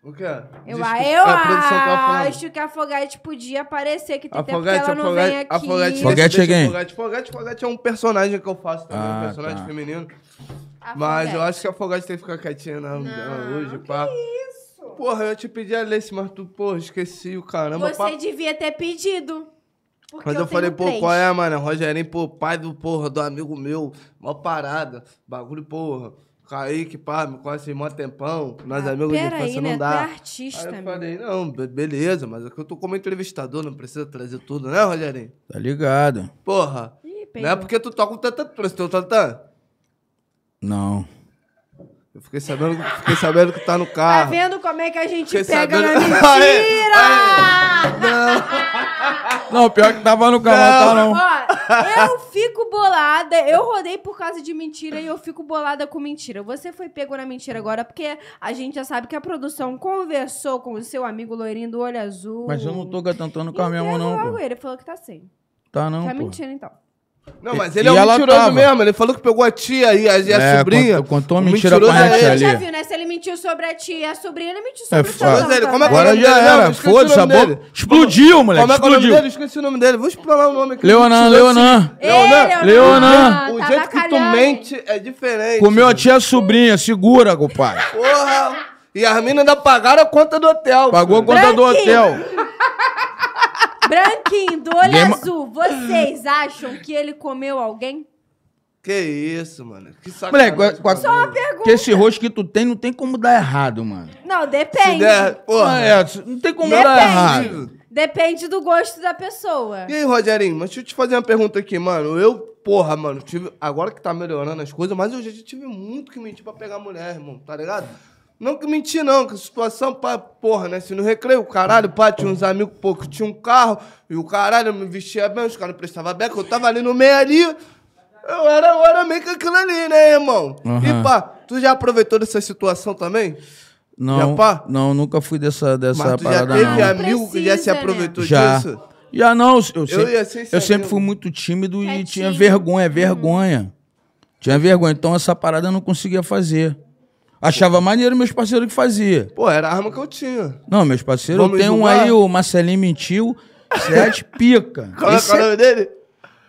S1: O que
S2: Eu,
S1: Diz que
S2: eu
S1: a produção tava falando.
S2: acho que a Fogate podia aparecer, que tem tempo que
S1: Afogate,
S2: ela não
S1: Afogate,
S2: vem aqui.
S1: Afogate,
S3: Fogate é
S1: deixa-
S3: quem?
S1: Fogate, Fogate, Fogate é um personagem que eu faço também,
S3: Ah,
S1: um personagem
S3: tá.
S1: feminino.
S2: Afogate.
S1: Mas eu acho que a Fogate tem que ficar quietinha na,
S2: Não,
S1: um hoje,
S2: que
S1: pá. Isso? Porra, eu te pedi a Lesse, mas tu, porra, esqueci o caramba.
S2: Você
S1: pá.
S2: devia ter pedido. Porque
S1: é Mas eu,
S2: eu
S1: falei,
S2: tenho
S1: pô,
S2: três.
S1: qual é, mano? Rogerinho, pô, pai do porra, do amigo meu, mó parada, bagulho, porra. Kaique, pá, me conhece mó tempão, nós
S2: Ah,
S1: amigos de
S2: pera aí,
S1: infância
S2: né?
S1: não
S2: Tu
S1: dá.
S2: é artista,
S1: Aí eu
S2: meu.
S1: falei, não, be- beleza, mas aqui eu tô como entrevistador, não precisa trazer tudo, né, Rogerinho?
S3: Tá ligado?
S1: Porra.
S2: Ih,
S1: Não é
S2: pegou.
S1: porque tu toca o Tantan, tu trouxe teu Tantan.
S3: Não.
S1: Eu fiquei sabendo, fiquei sabendo que tá no
S2: Tá
S1: carro.
S2: vendo como é que a gente
S1: Fiquei
S2: pega na
S1: sabendo-
S2: mentira?
S3: Não, pior que tava no canal, tá não.
S2: Ó, eu fico bolada. Eu rodei por causa de mentira e eu fico bolada com mentira. Você foi pego na mentira agora porque a gente já sabe que a produção conversou com o seu amigo loirinho do olho azul.
S3: Mas eu não tô cantando
S2: Entrega
S3: com a minha mão, não,
S2: logo
S3: pô.
S2: ele. Ele falou que tá sem.
S3: Tá não,
S2: tá
S3: pô.
S2: mentindo, então.
S1: Não,
S3: E-
S1: mas ele
S3: e
S1: é um
S3: ela
S1: mentiroso
S3: tava.
S1: mesmo. Ele falou que pegou a tia e a, e a
S3: É,
S1: sobrinha.
S3: contou- contou
S1: O
S3: mentira pra
S1: mentiroso é
S3: gente
S1: ele.
S2: Agora já
S3: Ah, ali.
S2: viu, né? Se ele mentiu sobre a tia e a sobrinha, ele mentiu
S3: É
S2: sobre o seu
S3: fato.
S2: irmão tá
S1: Mas ele- como é que
S2: também.
S3: Agora
S1: nome
S3: já
S1: dele, não,
S3: era.
S1: esqueci o
S3: Foda-se a
S1: nome
S3: boca.
S1: dele.
S3: Explodiu,
S1: Como
S3: moleque.
S1: é que é o nome dele?
S3: Explodiu.
S1: Esqueci o nome dele. Vou explorar o nome aqui.
S3: Leonan, Leonan.
S2: Ei,
S1: Leonan.
S3: Leonan.
S1: O
S2: tá
S1: jeito que tu
S2: avacalhando, hein?
S1: mente é diferente.
S3: Comeu a tia sobrinha, segura, compadre.
S1: Porra. E as minas ainda pagaram a conta do hotel.
S3: Pagou a
S1: filho.
S3: conta do hotel.
S2: Branquinho, do olho
S3: Lema-
S2: azul, vocês acham que ele comeu alguém?
S1: Que isso, mano. Que
S3: Moleque, com a-
S1: sacanagem.
S3: com a- que esse rosto que tu tem não tem como dar errado, mano.
S2: Não,
S1: Se
S2: depende.
S1: der, porra.
S3: Ah, é, não tem como
S2: Depende.
S3: dar errado.
S2: Depende do gosto da pessoa.
S1: E aí, Rogerinho, mas deixa eu te fazer uma pergunta aqui, mano. Eu, porra, mano, tive. Agora que tá melhorando as coisas, mas eu já tive muito que mentir pra pegar mulher, irmão, tá ligado? Não que mentir, não, que situação, pá, porra, né? Se no recreio, caralho, pá, tinha uns amigos, pô, que tinha um carro, e o caralho, eu me vestia bem, os caras prestavam beca, eu tava ali no meio ali. Eu era, eu era meio que aquilo ali, né, irmão?
S3: Aham.
S1: E pá, tu já aproveitou dessa situação também?
S3: Não,
S1: Já pá?
S3: não, nunca fui dessa, dessa
S1: mas tu já
S3: parada,
S1: teve
S3: não.
S1: amigo que já se
S2: Precisa, né?
S1: aproveitou
S3: Já.
S1: disso?
S3: Já não, eu sempre,
S1: ia ser
S3: eu sempre
S1: sereno.
S3: fui muito tímido e
S2: Quietinho.
S3: tinha vergonha, vergonha. Tinha vergonha, então essa parada eu não conseguia fazer. Achava maneiro meus parceiros que fazia.
S1: Pô, era a arma que eu tinha.
S3: Não, meus parceiros,
S1: Vamos
S3: tem um
S1: julgar?
S3: aí, o Marcelinho mentiu, sete pica.
S1: Qual é,
S3: Esse
S1: qual é o
S3: é-
S1: nome dele?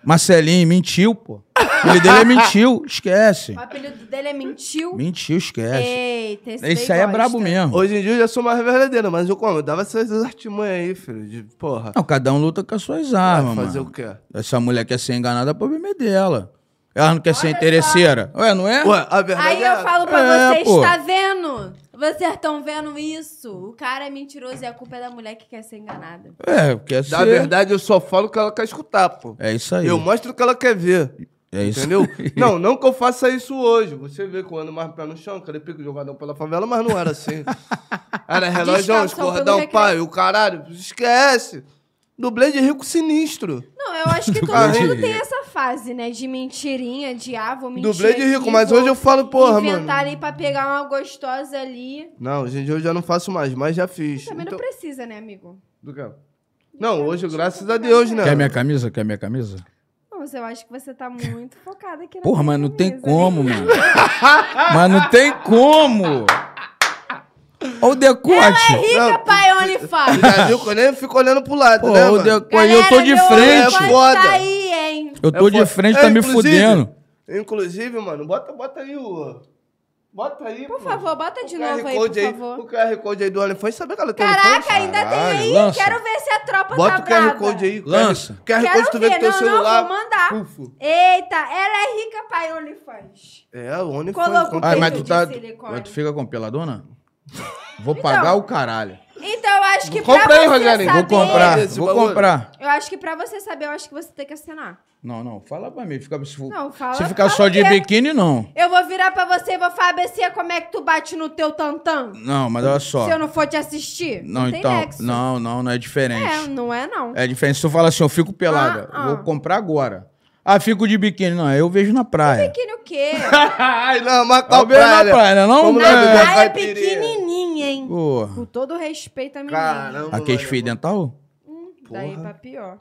S3: Marcelinho mentiu, pô. O nome dele é mentiu, esquece.
S2: O apelido dele é Mentiu.
S3: Mentiu, esquece.
S2: Eita, esse,
S3: Esse
S2: daí
S3: aí é
S2: gosta.
S3: brabo mesmo.
S1: Hoje em dia eu já sou mais verdadeiro, mas eu como? Eu dava essas artimanhas aí, filho. De porra.
S3: Não, cada um luta com as suas armas,
S1: Vai fazer
S3: mano.
S1: o quê?
S3: Essa mulher quer ser enganada, problema é dela. Ela não quer ser interesseira. Ué, não é?
S1: Ué, a verdade
S2: Aí
S1: é...
S2: eu falo pra
S3: É,
S2: vocês,
S3: pô.
S2: tá vendo? Vocês estão vendo isso? O cara é mentiroso e a culpa é da mulher que quer ser enganada.
S3: É, quer ser.
S1: Da verdade, eu só falo o que ela quer escutar, pô.
S3: É isso aí.
S1: Eu mostro o que ela quer ver.
S3: É isso.
S1: Entendeu? Não, não que eu faça isso hoje. Você vê que eu ando mais pé no chão, aquele pico jogadão pela favela, mas não era assim. Era relógio,
S2: Descalção
S1: uns
S2: pelo
S1: cordão,
S2: recreio.
S1: pai, o caralho. Esquece. Dublê de rico sinistro.
S2: Não, eu acho que todo
S3: Dublê de
S2: mundo tem
S3: rico.
S2: essa fase, né? De mentirinha, de ah, vou mentir.
S1: Dublê de
S2: aqui,
S1: rico, mas
S2: vou
S1: hoje eu falo, porra,
S2: inventar
S1: mano.
S2: ali pra pegar uma gostosa ali.
S1: Não, hoje em dia eu já não faço mais, mas já fiz.
S2: Também
S1: Então-
S2: não precisa, né, amigo?
S1: Do quê? Não, hoje, graças a Deus, né?
S3: Quer minha camisa? Quer minha camisa?
S2: Não, Mas eu acho que você tá muito focada aqui na
S3: Porra,
S2: minha
S3: mas não tem
S2: camisa.
S3: como, mano. mas não tem como. Olha o decote.
S2: Rica, pai, OnlyFans.
S1: Já viu que eu nem fico olhando pro lado,
S3: Pô,
S1: né?
S3: olha o
S1: mano?
S3: decote. Eu tô de
S2: meu
S1: É
S3: frente.
S1: foda.
S2: OnlyFans tá aí, hein?
S3: Eu tô
S1: É
S3: de
S1: foda.
S3: frente,
S1: É,
S3: tá me
S1: inclusive-
S3: fudendo.
S1: Inclusive, mano, bota, bota aí o. Bota aí.
S2: Por favor, bota de
S1: o
S2: novo
S1: QR
S2: aí,
S1: Code
S2: por
S1: O
S2: favor.
S1: QR Code aí do OnlyFans, sabia que ela tem
S2: Caraca,
S1: OnlyFans?
S2: ainda tem
S3: Caralho,
S2: aí?
S3: lança.
S2: Quero ver se a tropa
S1: então Bota
S2: tá
S1: o QR
S2: brava.
S1: Code aí. o
S3: Lança.
S1: QR, QR
S2: Quero
S1: Code tu vê
S2: ver,
S1: que teu
S2: não, não,
S1: celular. Hum.
S2: vou mandar.
S1: Pufo.
S2: Eita, ela é rica, pai, OnlyFans.
S1: É, o OnlyFans.
S2: Colocou
S1: com-
S2: o
S3: Ai, mas
S2: peito
S3: tu
S2: de
S3: tá.
S2: silicone.
S3: Mas tu fica com peladona? Vou pagar o caralho.
S2: Então, eu acho que
S1: Compra
S2: pra
S1: aí,
S2: você
S1: Rogerinho.
S2: saber...
S3: Vou comprar,
S1: Esse
S3: vou
S1: bagulho.
S3: comprar.
S2: Eu acho que pra você saber, eu acho que você tem que assinar.
S3: Não, não, fala pra mim. Fica, se, for-
S2: Não, fala-
S3: se ficar
S2: fala
S3: só de
S2: o quê?
S3: biquíni, não.
S2: Eu vou virar pra você e vou falar, Bessia, como é que tu bate no teu tantão?
S3: Não, mas olha só.
S2: Se eu não for te assistir?
S3: Não,
S2: tem
S3: então.
S2: nexo.
S3: Não, não, não é diferente.
S2: É, não é não.
S3: É diferente se tu fala assim, eu fico pelada,
S2: Ah, ah.
S3: vou comprar agora. Ah, fico de biquíni. Não, eu vejo na praia.
S2: Biquíni o quê?
S1: Ai, não, mas
S3: Ah,
S1: qual
S3: Eu vejo na
S1: praia?
S3: praia, não?
S1: Vamos
S3: não
S1: lá,
S2: Na
S1: Dudu.
S3: é.
S2: praia
S1: caipirinha.
S2: pequenininha, hein?
S3: Porra.
S2: Com todo respeito à menina.
S1: Caramba.
S3: Aqueles
S1: mano.
S3: fios dental?
S2: Daí é
S1: porra.
S2: pra pior.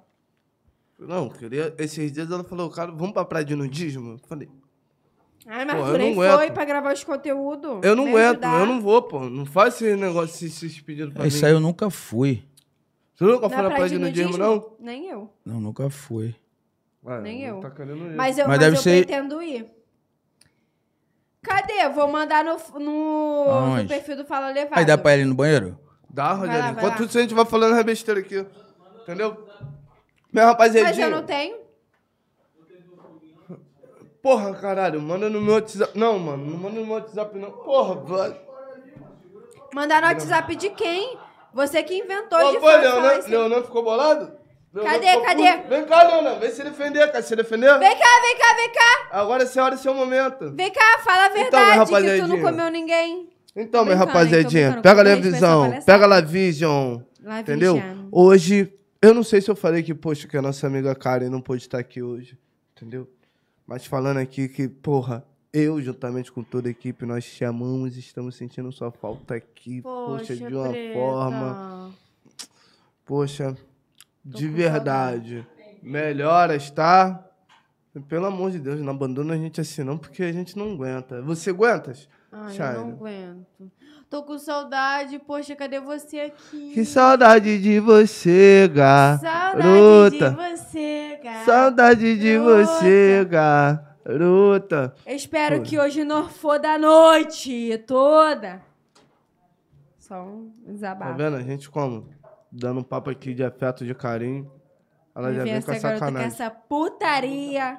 S1: Não, queria. Esses dias ela falou, cara, vamos pra praia de nudismo? Eu Falei,
S2: Ai, mas
S1: Pô, eu
S2: tu nem
S1: não aguento.
S2: foi pra gravar os conteúdos.
S1: eu não
S2: me
S1: aguento,
S2: ajudar.
S1: eu não vou, pô. Não faz esse negócio, esses esses pedidos pra
S3: É Isso
S1: mim.
S3: aí eu nunca fui.
S1: Tu nunca
S2: Na
S1: foi na praia de nudismo, não?
S2: Nem eu.
S3: Não, nunca fui.
S1: Ah,
S2: Nem
S1: não
S2: eu.
S1: Tá querendo ir.
S2: Mas eu, mas
S3: Mas deve
S2: eu
S3: ser-
S2: pretendo ir. Cadê? Eu Vou mandar no, no,
S3: Aonde?
S2: no perfil do Fala Levado.
S3: Aí dá pra ele no banheiro?
S1: Dá, Rogério.
S2: lá, vai
S1: Enquanto
S2: lá.
S1: isso, a gente vai falando as besteira aqui. Entendeu? Meu
S2: Mas eu
S1: rapaziadinho.
S2: não tenho.
S1: Porra, caralho, manda no meu WhatsApp. Não, mano, não manda no meu WhatsApp, não. Porra, vai.
S2: Mandar no WhatsApp de quem? Você que inventou de
S1: Qual foi,
S2: falar
S1: Leonan?
S2: isso.
S1: Leonan ficou bolado? Leonan
S2: Cadê,
S1: ficou
S2: cadê?
S1: puto? Vem cá, Leonan. Vem se defender, cara. Se defender.
S2: Vem cá, vem cá, vem cá.
S1: Agora é seu hora e seu momento.
S2: Vem cá, fala a
S1: Então,
S2: verdade que tu não
S1: rapaziadinha.
S2: comeu ninguém.
S1: Então, meu
S2: brincando, tô
S1: rapaziadinho,
S2: brincando.
S1: pega a
S2: Beijo, pessoal,
S1: visão.
S2: palhaçada.
S1: Pega a Vision.
S2: Lá,
S1: Entendeu?
S2: vigiando.
S1: Hoje, eu não sei se eu falei que, poxa, que a nossa amiga Karen não pôde estar aqui hoje, entendeu? Mas falando aqui que, porra, eu, juntamente com toda a equipe, nós te amamos e estamos sentindo sua falta aqui, poxa,
S2: Poxa,
S1: de uma
S2: preta.
S1: forma, poxa, de
S2: com
S1: verdade. Melhoras, tá? Pelo amor de Deus, não abandona a gente assim não, porque a gente não aguenta. Você aguentas?
S2: Ai, eu não
S1: Shaina.
S2: aguento. Tô com saudade. Poxa, cadê você aqui?
S1: Que saudade de você, garota.
S2: Saudade de você, cara.
S1: Saudade de
S2: Garota.
S1: você, garota.
S2: Eu Espero que hoje não for da noite toda. Só um
S1: Tá
S2: desabafo.
S1: vendo? A gente como? Dando um papo aqui de afeto, de carinho. Ela
S2: Me
S1: já
S2: vê
S1: vem com a
S2: essa garota com
S1: sacanagem.
S2: essa putaria.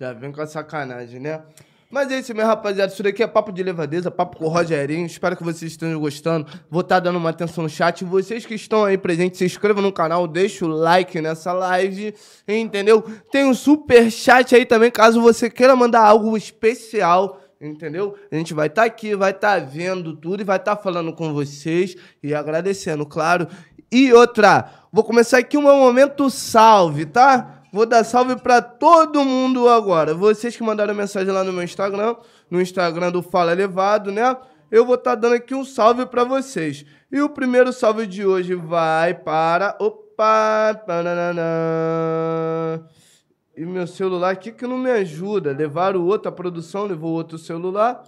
S1: Já vem com a sacanagem, né? Mas é isso, minha rapaziada. Isso daqui é papo de levadeza, papo com o Rogerinho. Espero que vocês estejam gostando. Vou estar dando uma atenção no chat. Vocês que estão aí presentes, se inscrevam no canal, deixa o like nessa live, entendeu? Tem um super chat aí também, caso você queira mandar algo especial, entendeu? A gente vai estar aqui, vai estar vendo tudo e vai estar falando com vocês e agradecendo, claro. E outra, vou começar aqui um momento salve, tá? Vou dar salve pra todo mundo agora. Vocês que mandaram mensagem lá no meu Instagram, no Instagram do Fala Elevado, né? Eu vou estar dando aqui um salve pra vocês. E o primeiro salve de hoje vai para. Opa! Tananana. E meu celular aqui que não me ajuda. Levaram o outro, a produção levou outro celular.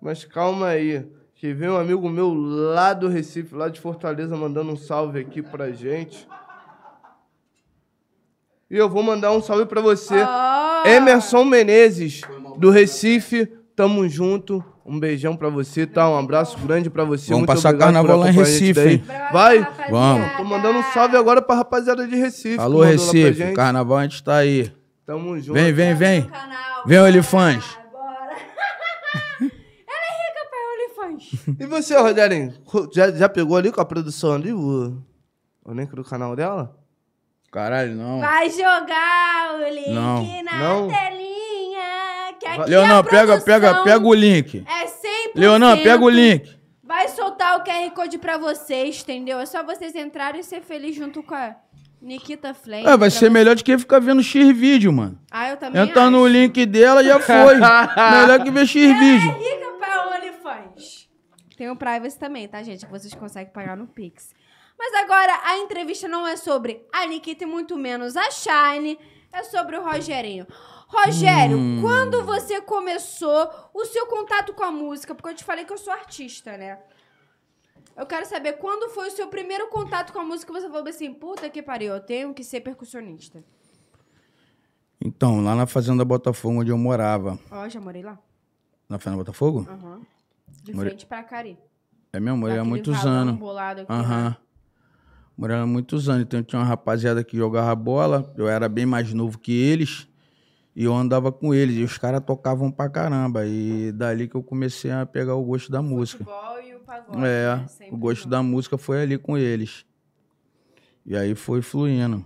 S1: Mas calma aí. Que vem um amigo meu lá do Recife, lá de Fortaleza, mandando um salve aqui pra gente. E eu vou mandar um salve pra você.
S2: Ah!
S1: Emerson Menezes, do Recife. Tamo junto. Um beijão pra você, tá? Um abraço grande pra você.
S3: Vamos
S1: Muito
S3: passar
S1: obrigado por
S3: carnaval lá em
S1: acompanhar a gente
S3: Recife,
S1: daí.
S3: hein?
S2: Brava,
S1: Vai.
S2: rapaziada.
S3: Vamos.
S1: Tô mandando um salve agora pra rapaziada de Recife. que
S3: Alô,
S1: mandou lá pra
S3: Recife,
S1: gente.
S3: carnaval a gente tá aí.
S1: Tamo junto.
S3: Vem, vem,
S2: No
S3: vem.
S2: canal,
S3: Vem,
S2: bora,
S3: Olifante.
S2: Bora. é
S10: Pai Olifante.
S1: E você, Rogerinho? Co- Já, já pegou ali com a produção ali o, o link do canal dela?
S3: Caralho, não.
S2: Vai jogar o link
S3: Não.
S2: na
S1: Não.
S2: telinha. Que aqui a
S3: Leonan, pega,
S2: produção
S3: pega, pega o link.
S2: É 100%.
S3: Leonan, pega o link.
S2: Vai soltar o QR Code pra vocês, entendeu? É só vocês entrarem e ser feliz junto com a Nikita Flame.
S3: Ah,
S2: pra
S3: vai ser
S2: vocês.
S3: melhor do que ficar vendo X-Vídeo, mano.
S2: Ah, eu também
S3: Entrar
S2: acho.
S3: no link dela já foi. melhor que ver X-Vídeo.
S2: Liga pra OnlyFans. Tem o Privacy também, tá, gente? Que vocês conseguem pagar no Pix. Mas agora, a entrevista não é sobre a Nikita e muito menos a Shine. É sobre o Rogerinho. Rogério,
S3: Hum.
S2: quando você começou o seu contato com a música? Porque eu te falei que eu sou artista, né? Eu quero saber quando foi o seu primeiro contato com a música que você falou assim, puta que pariu, eu tenho que ser percussionista.
S3: Então, lá na Fazenda Botafogo, onde eu morava.
S2: Ó, já morei lá.
S3: Na Fazenda Botafogo?
S2: Aham. De
S3: Morei-
S2: frente pra Cari.
S3: É mesmo, morei há
S2: Daquele
S3: muitos
S2: vagão
S3: anos.
S2: um bolado aqui, né?
S3: Aham. Morei há muitos anos. Então tinha uma rapaziada que jogava bola. Eu era bem mais novo que eles. E eu andava com eles. E os caras tocavam pra caramba. E dali que eu comecei a pegar o gosto da música.
S2: futebol e o pagode.
S3: É,
S2: né? Sempre
S3: o gosto
S2: junto.
S3: da música foi ali com eles. E aí foi fluindo.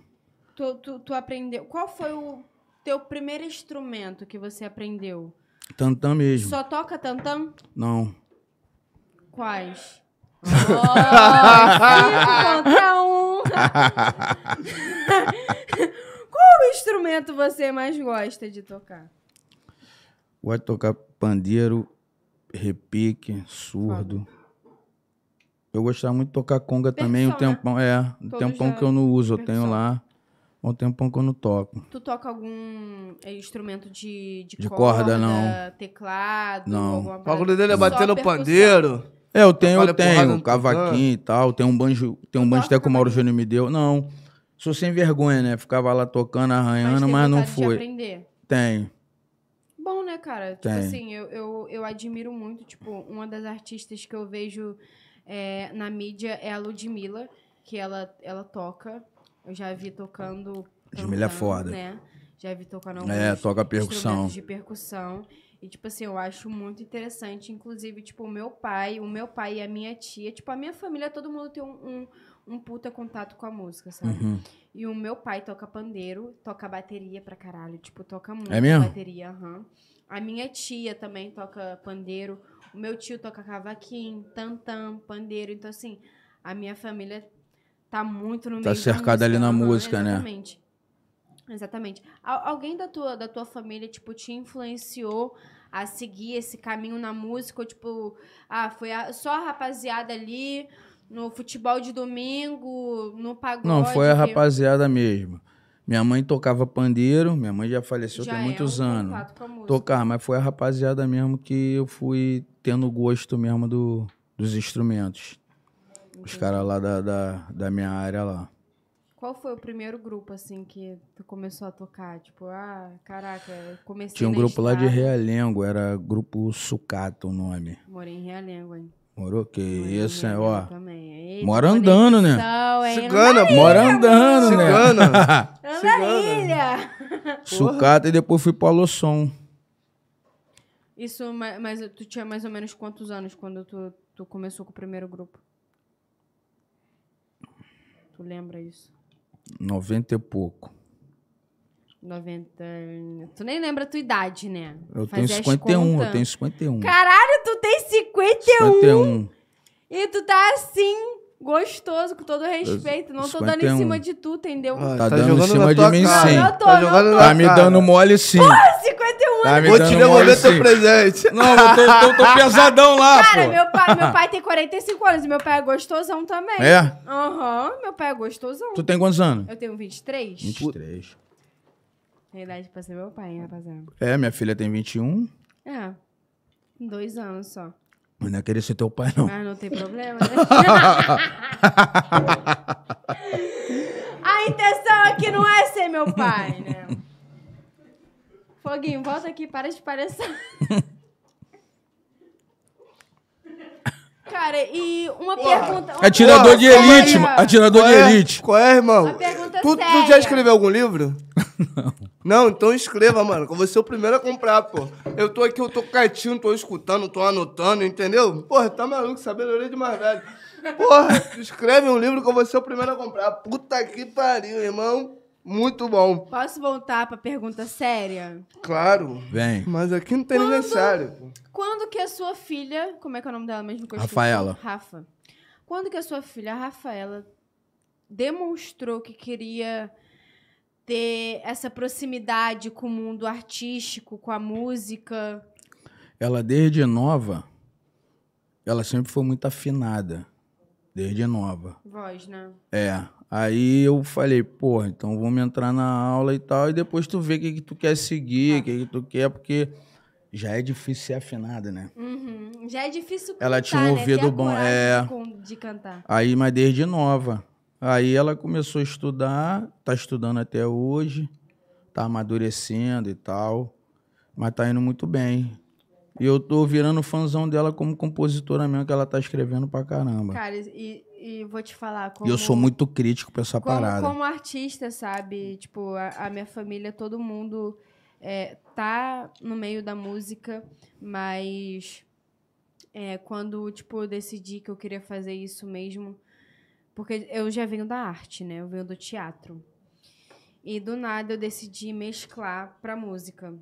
S2: Tu, tu, tu aprendeu. Qual foi o teu primeiro instrumento que você aprendeu?
S3: Tantã mesmo.
S2: Só toca tantão?
S3: Não.
S2: Quais? Oh, cinco contra um. Qual instrumento você mais gosta de tocar?
S3: Vai tocar pandeiro, repique, surdo. Eu gostava muito de tocar conga também, um
S2: Percussão, né?
S3: tempão. É, um
S2: Todos
S3: tempão
S2: já-
S3: que eu não uso, eu
S2: percussão.
S3: tenho lá. Um tempão que eu não toco.
S2: Tu toca algum eh, instrumento de, de,
S3: De corda, não.
S2: Teclado,
S3: Não.
S2: alguma
S1: O
S2: parada?
S1: bagulho dele é
S2: Só
S1: bater no
S2: percussão.
S1: pandeiro.
S3: É, eu tenho,
S1: Olha,
S3: eu
S1: porrada
S3: tenho.
S1: no
S3: Um cavaquinho e tal. Tem um banjo, tem um banjo
S2: toca
S3: até que o Mauro Júnior me deu. Não. Sou sem vergonha, né? Ficava lá tocando, arranhando,
S2: tem
S3: mas, não
S2: vontade de
S3: foi.
S2: aprender? um
S3: Tenho.
S2: Bom, né, cara? Tipo
S3: Tem.
S2: assim, eu, eu, eu admiro muito, tipo, uma das artistas que eu vejo é, na mídia é a Ludmilla, que ela, ela toca. Eu já vi tocando.
S3: Ludmilla é
S2: cantando,
S3: foda.
S2: Né? Já vi tocando alguns
S3: É, toca percussão.
S2: instrumentos de percussão. E, tipo assim, eu acho muito interessante. Inclusive, tipo, o meu pai, o meu pai e a minha tia, tipo, a minha família, todo mundo tem um, um, um puta contato com a música, sabe?
S3: Uhum.
S2: E o meu pai toca pandeiro, toca bateria pra caralho. Tipo, toca muito
S3: É mesmo?
S2: bateria, aham. A minha tia também toca pandeiro. O meu tio toca cavaquinho, tantam, pandeiro. Então, assim, a minha família tá muito no meio
S3: Tá cercada ali na música, né?
S2: Exatamente. Exatamente. Al- alguém da tua, da tua família, tipo, te influenciou a seguir esse caminho na música? Ou, tipo, ah, foi a- só a rapaziada ali... No futebol de domingo, no pagode.
S3: Não, foi a
S2: que-
S3: rapaziada mesmo. Minha mãe tocava pandeiro, minha mãe já faleceu
S2: Já
S3: tem
S2: é
S3: muitos
S2: um
S3: anos.
S2: contato com a música.
S3: Tocar, mas foi a rapaziada mesmo que eu fui tendo gosto mesmo do, dos instrumentos. Os caras lá da, da, da minha área lá.
S2: Qual foi o primeiro grupo, assim, que tu começou a tocar? Tipo, ah, caraca, eu comecei
S3: Tinha um
S2: na
S3: grupo lá de
S2: estrada,
S3: Realengo, era grupo Sucata o nome.
S2: Morei em Realengo, hein?
S3: Morou? Que
S2: Morei em
S3: isso, hein?
S2: Realengo
S3: é, Ó.
S2: também. Eita,
S3: Mora andando, né?
S2: conexão, hein?
S1: Cigana, pô.
S3: Mora andando, né?
S1: Cigana.
S2: Anda na ilha!
S3: Sucata e depois fui pro Alossom.
S2: Isso, ma- mas tu tinha mais ou menos quantos anos quando tu, tu começou com o primeiro grupo? Tu lembra isso?
S3: 90 e pouco.
S2: 90. e- Tu nem lembra a tua idade, né?
S3: Eu
S2: Fazer
S3: tenho
S2: as
S3: 51, eu
S2: contas.
S3: tenho 51.
S2: Caralho, tu tem 51
S3: 51.
S2: e tu tá assim, gostoso, com todo respeito. Não tô dando em
S3: 51.
S2: cima de tu, entendeu?
S11: Ah,
S3: Tá dando em
S11: jogando
S3: cima
S11: na
S3: de
S11: tua
S3: mim,
S11: cara.
S3: sim.
S2: Eu tô,
S11: Tá
S2: eu
S11: jogando
S2: tô.
S11: na
S3: Tá me
S11: cara.
S3: dando
S1: né?
S3: mole sim.
S2: 51
S3: Tá me
S11: Vou te
S3: dando mole
S11: devolver teu
S3: sim.
S11: presente.
S3: Não, eu tô, tô- tô pesadão lá,
S2: Cara,
S3: pô.
S2: meu pai, meu pai tem 45 anos e meu pai é gostosão também.
S3: É?
S2: Aham, meu pai é gostosão.
S3: Tu tem quantos anos?
S2: Eu tenho 23.
S3: 23.
S2: Tem idade pra ser meu pai, hein, rapaziada?
S3: É, minha filha tem 21.
S2: É. Dois anos só.
S3: Eu não queria ser teu pai, não.
S2: Mas não tem problema, né? A intenção aqui não é ser meu pai, né? Foguinho, volta aqui, para de parecer. Cara, e uma pergunta. uma pergunta
S3: Atirador É de elite,
S2: séria.
S3: mano. Atirador
S11: Qual
S3: de
S11: é?
S3: elite.
S11: Qual é, irmão?
S2: Uma pergunta é
S11: Tu, tu já
S2: séria.
S11: escreveu algum livro? Não. Não, então escreva, mano. Que eu vou ser o primeiro a comprar, pô. Eu tô aqui, eu tô quietinho, tô escutando, tô anotando, entendeu? Porra, tá maluco, sabedoria demais, velho. Porra, escreve um livro que eu vou ser o primeiro a comprar. Puta que pariu, irmão. Muito bom.
S2: Posso voltar pra pergunta séria?
S11: Claro.
S3: Vem.
S11: Mas aqui não tem aniversário, pô.
S2: Quando que a sua filha. Como é que é o nome dela mesmo? que eu esqueci?
S3: Rafaela.
S2: Rafa. Quando que a sua filha, a Rafaela, demonstrou que queria ter essa proximidade com o mundo artístico, com a música?
S3: Ela, desde nova, ela sempre foi muito afinada. Desde nova.
S2: Voz, né?
S3: É. Aí eu falei, porra, então vamos entrar na aula e tal. E depois tu vê o que, que tu quer seguir, o que, que tu quer, porque já é difícil ser afinada, né?
S2: Uhum. Já é difícil cantar,
S3: Ela tinha um
S2: né? Ter
S3: ouvido
S2: a
S3: bom,
S2: coragem
S3: é.
S2: de con- De cantar.
S3: Aí, mas desde nova. Aí ela começou a estudar, tá estudando até hoje, tá amadurecendo e tal, mas tá indo muito bem. E eu tô virando fãzão dela como compositora mesmo, que ela tá escrevendo pra caramba.
S2: Cara, e, e vou te falar como...
S3: E eu sou muito crítico pra essa
S2: como,
S3: parada.
S2: como artista, sabe? Tipo, a, a minha família, todo mundo é, tá no meio da música, mas é, quando, tipo, eu decidi que eu queria fazer isso mesmo, porque eu já venho da arte, né? Eu venho do teatro. E do nada eu decidi mesclar pra música.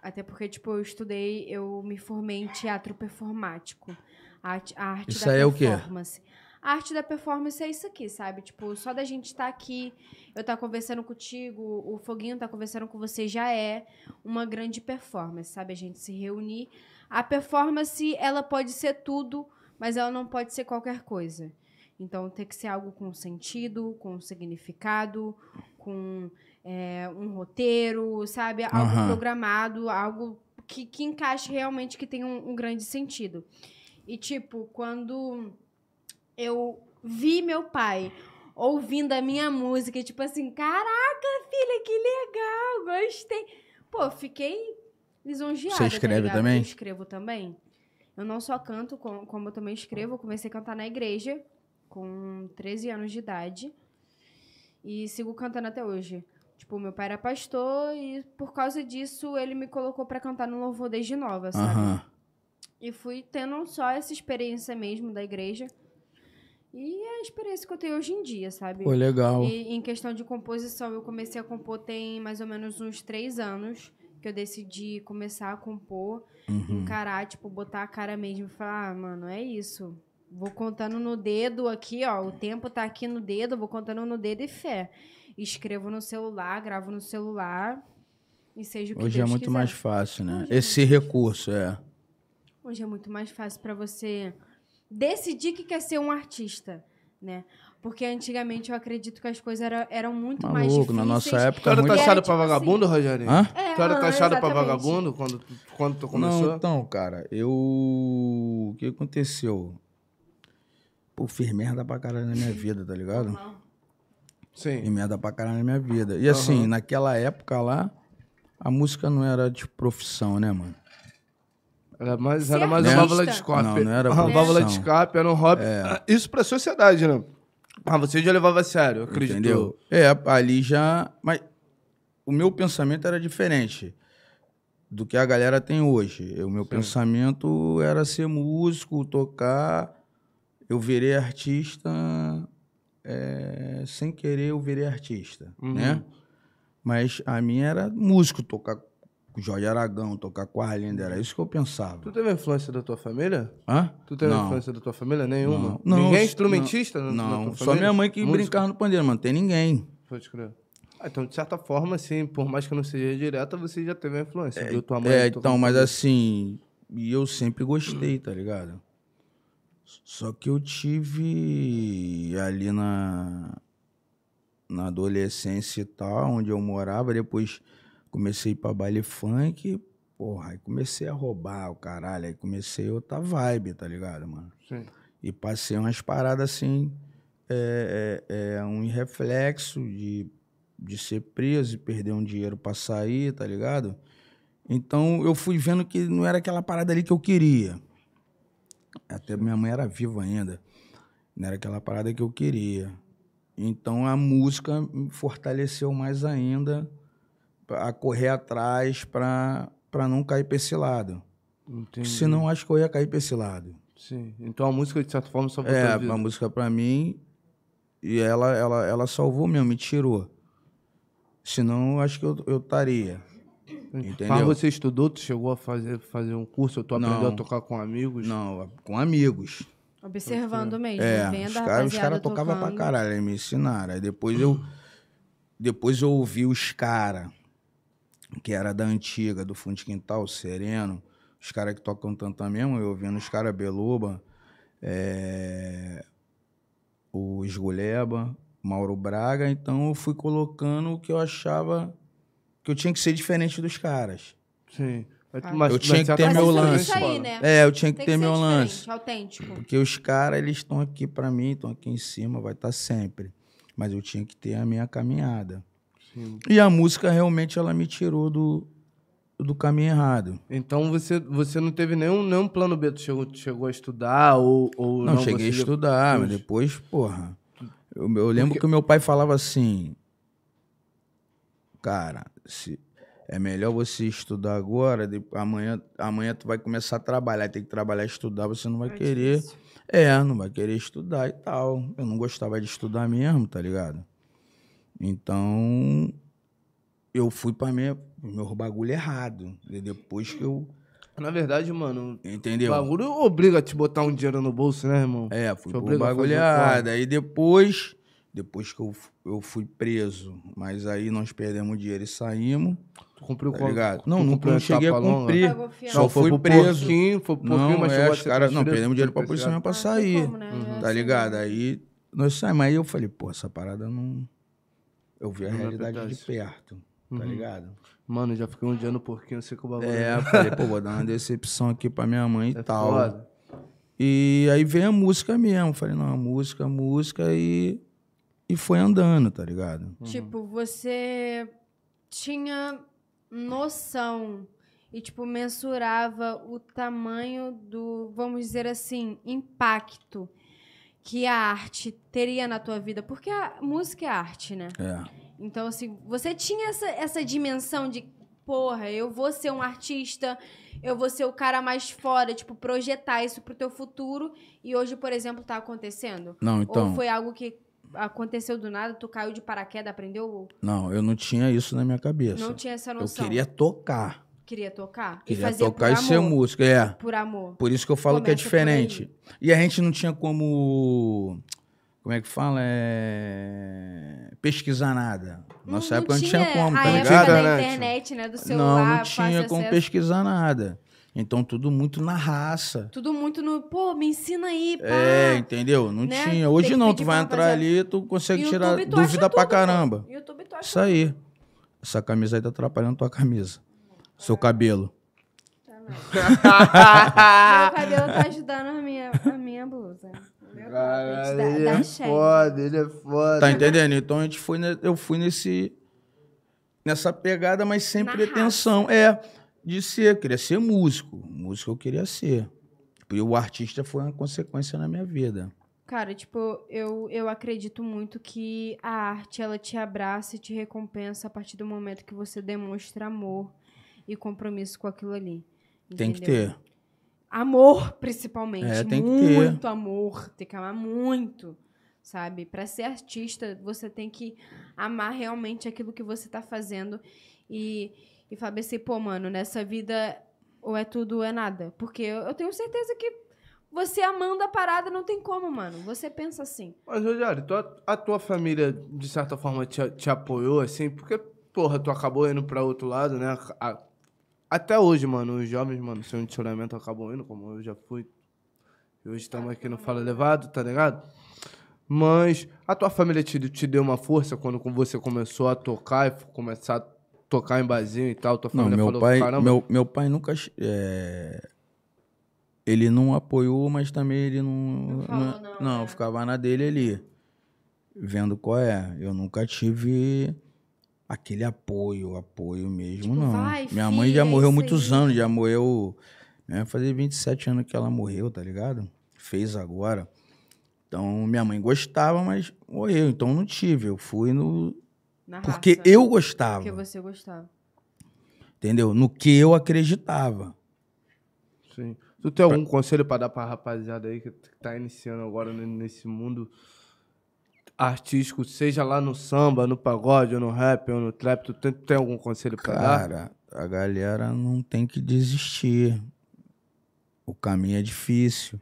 S2: Até porque, tipo, eu estudei, eu me formei em teatro performático. A arte, a arte
S3: Isso
S2: da
S3: aí é o quê?
S2: performance. A arte da performance é isso aqui, sabe? Tipo, só da gente estar aqui, eu estar conversando contigo, o Foguinho tá conversando com você, já é uma grande performance, sabe? A gente se reunir. A performance, ela pode ser tudo, mas ela não pode ser qualquer coisa. Então, tem que ser algo com sentido, com significado, com é, um roteiro, sabe? Algo
S3: Aham.
S2: programado, algo que, que encaixe realmente, que tenha um, um grande sentido. E, tipo, quando eu vi meu pai ouvindo a minha música, e, tipo assim, caraca, filha, que legal, gostei. Pô, eu fiquei lisonjeada.
S3: Você
S2: tá
S3: escreve
S2: ligado?
S3: também?
S2: Eu escrevo também. Eu não só canto, com- como eu também escrevo. Eu comecei a cantar na igreja com 13 anos de idade. E sigo cantando até hoje. Tipo, meu pai era pastor e por causa disso ele me colocou pra cantar no louvor desde nova, sabe?
S3: Aham.
S2: E fui tendo só essa experiência mesmo da igreja. E é a experiência que eu tenho hoje em dia, sabe?
S3: Pô, legal.
S2: E em questão de composição, eu comecei a compor tem mais ou menos uns três anos que eu decidi começar a compor,
S3: Uhum.
S2: encarar, tipo, botar a cara mesmo e falar, ah, mano, é isso. Vou contando no dedo aqui, ó. O tempo tá aqui no dedo, eu vou contando no dedo e fé. Escrevo no celular, gravo no celular e seja o que
S3: Hoje é
S2: Deus
S3: muito
S2: quiser.
S3: mais fácil, né?
S2: Hoje é
S3: Esse recurso, é.
S2: Hoje é muito mais fácil para você decidir que quer ser um artista, né? Porque antigamente eu acredito que as coisas era- eram muito mais
S3: Maluco,
S2: difíceis.
S3: na nossa
S11: Tu
S3: época.
S11: era
S2: muito-
S1: tá
S3: é Muito...
S11: taxado
S2: Era
S11: pra
S2: tipo assim.
S11: vagabundo, Rogério?
S3: Hã?
S2: É,
S11: Tu
S3: tá
S11: era
S2: aham,
S11: taxado pra
S2: exatamente.
S11: vagabundo quando tu, quando tu
S3: Não,
S11: começou?
S3: então, cara, eu. O que aconteceu? Pô, fiz merda pra caralho na minha vida, tá ligado?
S11: Sim.
S3: E merda pra caralho na minha vida. E assim, naquela época lá, a música não era de profissão, né, mano?
S11: Era mais,
S2: Ser
S11: era mais uma
S2: artista.
S11: válvula de escape.
S3: Não, não era É.
S11: uma
S3: profissão.
S11: válvula de escape, era um hobby. Isso pra sociedade, né? Ah, você já levava a sério, eu acredito.
S3: Entendeu? É, ali já. Mas o meu pensamento era diferente do que a galera tem hoje. O meu pensamento era ser músico, tocar. Eu virei artista é, sem querer, eu virei artista,
S1: Uhum.
S3: né? Mas a minha era músico, tocar com Jorge Aragão, tocar com Arlindo, era isso que eu
S1: Tu
S3: pensava.
S1: teve influência da tua família?
S3: Hã?
S1: Tu teve
S3: Não.
S1: influência da tua família? Nenhuma?
S3: Não. Não,
S1: Ninguém é
S3: s-
S1: instrumentista? na- na
S3: Não,
S1: tua
S3: só
S1: família?
S3: minha mãe que
S1: Músico?
S3: brincava no pandeiro, mano. Tem ninguém.
S1: Pode crer. Ah, então, de certa forma, assim, por mais que não seja direta, você já teve a influência. viu tua mãe,
S3: é,
S1: tua
S3: então, mas
S1: família.
S3: assim, e eu sempre gostei, tá ligado? Só que eu tive ali na, na adolescência e tal, onde eu morava, depois comecei pra baile funk, porra, aí comecei a roubar o caralho, aí comecei outra vibe, tá ligado, mano?
S1: Sim.
S3: E passei umas paradas assim, é, é, é, um reflexo de, de ser preso e perder um dinheiro pra sair, tá ligado? Então eu fui vendo que não era aquela parada ali que eu queria. Até minha mãe era viva ainda. Não era aquela parada que eu queria. Então a música me fortaleceu mais ainda a correr atrás pra pra não cair pra esse lado.
S1: Entendi.
S3: Senão acho que eu ia cair pra esse lado.
S1: Sim. Então a música, de certa forma, só
S3: É,
S1: tua vida.
S3: a música pra mim. E ela, ela, ela salvou mesmo, me tirou. Senão eu acho que eu eu estaria. entendeu?
S1: Então, Mas você estudou, tu chegou a fazer, fazer um curso, tu aprendeu
S3: Não.
S1: a tocar com amigos?
S3: Não, com amigos.
S2: Observando mesmo,
S3: É,
S2: vendo
S3: os
S2: a
S3: caras os
S2: rapaziada
S3: cara tocavam pra
S2: tocando.
S3: caralho, aí me ensinaram. Aí depois eu, depois eu ouvi os caras, que era da antiga, do Fundo de Quintal, Sereno, os caras que tocam tanta mesmo, eu ouvindo os caras Beluba, é, os Guleba, Mauro Braga, então eu fui colocando o que eu achava que eu tinha que ser diferente dos caras.
S1: Sim. Mas, tu-
S2: Ah.
S1: mas
S3: Eu
S1: tu-
S3: tinha
S1: mas
S3: que ter
S1: certa
S2: Mas
S3: meu
S2: isso-
S1: forma,
S3: lance.
S2: Isso aí, né?
S3: É, eu tinha que
S2: Tem
S3: ter
S2: ser
S3: meu
S2: diferente,
S3: lance.
S2: autêntico.
S3: Porque os caras, eles estão aqui pra mim, estão aqui em cima, vai estar sempre. Mas eu tinha que ter a minha caminhada.
S1: Sim.
S3: E a música realmente ela me tirou do, do caminho errado.
S1: Então você, você não teve nenhum, nenhum plano B, tu chegou, tu chegou a estudar ou, ou
S3: Não, cheguei a
S1: você-
S3: estudar, mas
S1: Pois.
S3: depois, porra. Eu, eu lembro que o meu pai falava assim: Cara, se, é melhor você estudar agora, de- amanhã, amanhã tu vai começar a trabalhar, tem que trabalhar e estudar, você não vai
S2: É
S3: querer.
S2: difícil.
S3: É, não vai querer estudar e tal. Eu não gostava de estudar mesmo, tá ligado? Então, eu fui pra minha, meus bagulho errado. E depois que eu.
S1: Na verdade, mano, o
S3: Entendeu?
S1: bagulho obriga a te botar um dinheiro no bolso, né, irmão?
S3: É, fui
S1: Te
S3: pro
S1: obriga a fazer
S3: bagulho
S1: o
S3: errado. Aí depois, depois que eu, f- eu fui preso, mas aí nós perdemos dinheiro e saímos.
S1: Tu cumpriu
S3: Tá
S1: qual-
S3: ligado?
S1: tu
S3: Não, não
S1: cumpriu uma
S3: cheguei a
S1: etapa longa?
S3: cumprir.
S4: Pagou fiado.
S3: Só
S1: Não,
S3: fui
S1: pro
S3: preso.
S1: Pouquinho, foi pro pouquinho,
S3: Não,
S1: mas
S3: é,
S1: chegou a
S3: os
S1: ser
S3: caras. Não,
S1: transferido,
S3: perdemos dinheiro pra
S1: tá
S3: polícia mesmo pra
S2: Ah, não tem
S3: sair.
S2: como, né? É
S3: Tá
S2: assim.
S3: ligado? Aí nós saímos. Aí eu falei, pô, essa parada não. Eu vi a
S1: Não é
S3: realidade de
S1: verdade.
S3: perto. Tá
S1: Uhum.
S3: ligado?
S1: Mano, já fiquei um dia no porquinho, eu sei que o bagulho
S3: É, eu falei, pô, vou dar uma decepção aqui pra minha mãe e
S1: é
S3: tal.
S1: foda.
S3: E aí veio a música mesmo. Falei, não, a música, a música e. E foi andando, tá ligado?
S2: Tipo, você tinha noção e, tipo, mensurava o tamanho do, vamos dizer assim, impacto que a arte teria na tua vida. Porque a música é arte, né?
S3: É.
S2: Então, assim, você tinha essa, essa dimensão de, porra, eu vou ser um artista, eu vou ser o cara mais fora, tipo, projetar isso pro teu futuro. E hoje, por exemplo, tá acontecendo?
S3: Não, então.
S2: Ou foi algo que aconteceu do nada, tu caiu de paraquedas, aprendeu?
S3: Não, eu não tinha isso na minha cabeça.
S2: Não tinha essa
S3: eu
S2: noção.
S3: queria tocar.
S2: Queria tocar? e
S3: Queria
S2: fazia
S3: tocar e
S2: por
S3: ser
S2: amor.
S3: músico. É.
S2: Por amor.
S3: Por isso que eu falo que é
S2: Começa por aí.
S3: diferente. E a gente não tinha como. Como é que fala? É... Pesquisar nada. Nossa época não tinha, como,
S2: a
S3: tá
S2: época
S3: ligado?
S2: da
S1: Internet.
S2: internet, né? Do celular,
S3: Não, não
S2: fácil
S3: tinha como
S2: acesso.
S3: pesquisar nada. Então tudo muito na raça.
S2: Tudo muito no, pô, me ensina aí, pá.
S3: É, entendeu? Não
S2: Ah, né?
S3: tinha.
S2: Tem
S3: Hoje
S2: que
S3: não,
S2: pedir
S3: tu vai
S2: pra
S3: entrar
S2: fazer-
S3: ali, tu consegue
S2: YouTube, tu
S3: tirar
S2: acha
S3: dúvida pra
S2: tudo, né? pô.
S3: caramba.
S4: YouTube tu acha
S3: Isso aí. Essa camisa aí tá atrapalhando tua camisa. Seu cabelo.
S2: Tá, Meu cabelo tá ajudando a minha, a minha blusa. Meu
S1: Caralho,
S2: dá-
S1: ele
S2: dá
S1: é
S2: shade.
S1: foda, ele é foda.
S3: Tá entendendo? Então a gente foi, ne- eu fui nesse nessa pegada, mas sem
S2: Na
S3: pretensão. É, de ser, eu queria ser músico. Músico eu queria ser. E o artista foi uma consequência na minha vida.
S2: Cara, tipo, eu, eu acredito muito que a arte, ela te abraça e te recompensa a partir do momento que você demonstra amor e compromisso com aquilo ali.
S3: Tem que
S2: entendeu?
S3: ter.
S2: Amor, principalmente.
S3: É, tem que ter.
S2: muito amor. Tem que amar muito. Sabe? Pra ser artista, você tem que amar realmente aquilo que você tá fazendo. E, e falar assim, pô, mano, nessa vida ou é tudo ou é nada. Porque eu, eu tenho certeza que você amando a parada não tem como, mano. Você pensa assim.
S1: Mas, Rogério, tua- a tua família, de certa forma, te, te apoiou, assim? Porque, porra, tu acabou indo pra outro lado, né? A- até hoje, mano, os jovens, mano, seu endicionamento acabou indo, como eu já fui. E hoje estamos aqui no Fala Levado, tá ligado? Mas a tua família te, te deu uma força quando com- você começou a tocar e f- começar a tocar em barzinho e tal? Tua
S3: Não,
S1: família
S3: meu
S1: falou,
S3: pai,
S1: caramba,
S3: meu, meu pai nunca. che- é, ele não apoiou, mas também ele não. Não,
S4: falou não, né?
S3: ficava na dele ali. Vendo qual é. Eu nunca tive aquele apoio, apoio
S2: Tipo,
S3: mesmo, não.
S2: vai,
S3: Minha mãe
S2: filha,
S3: já
S2: é
S3: morreu
S2: isso
S3: muitos
S2: aí.
S3: anos, já morreu. né, Vai fazer 27 anos que ela morreu, tá ligado? Fez agora. Então, minha mãe gostava, mas morreu. Então, não tive. Eu fui no.
S2: Na
S3: Porque
S2: raça.
S3: eu gostava
S2: né? Porque você gostava.
S3: entendeu? No que eu acreditava.
S1: Sim. Tu tem algum conselho pra dar pra rapaziada aí que t- tá iniciando agora ne- nesse mundo artístico, seja lá no samba, no pagode, ou no rap, ou no trap, tu tem, tem algum conselho pra dar?
S3: Cara, a galera não tem que desistir. O caminho é difícil.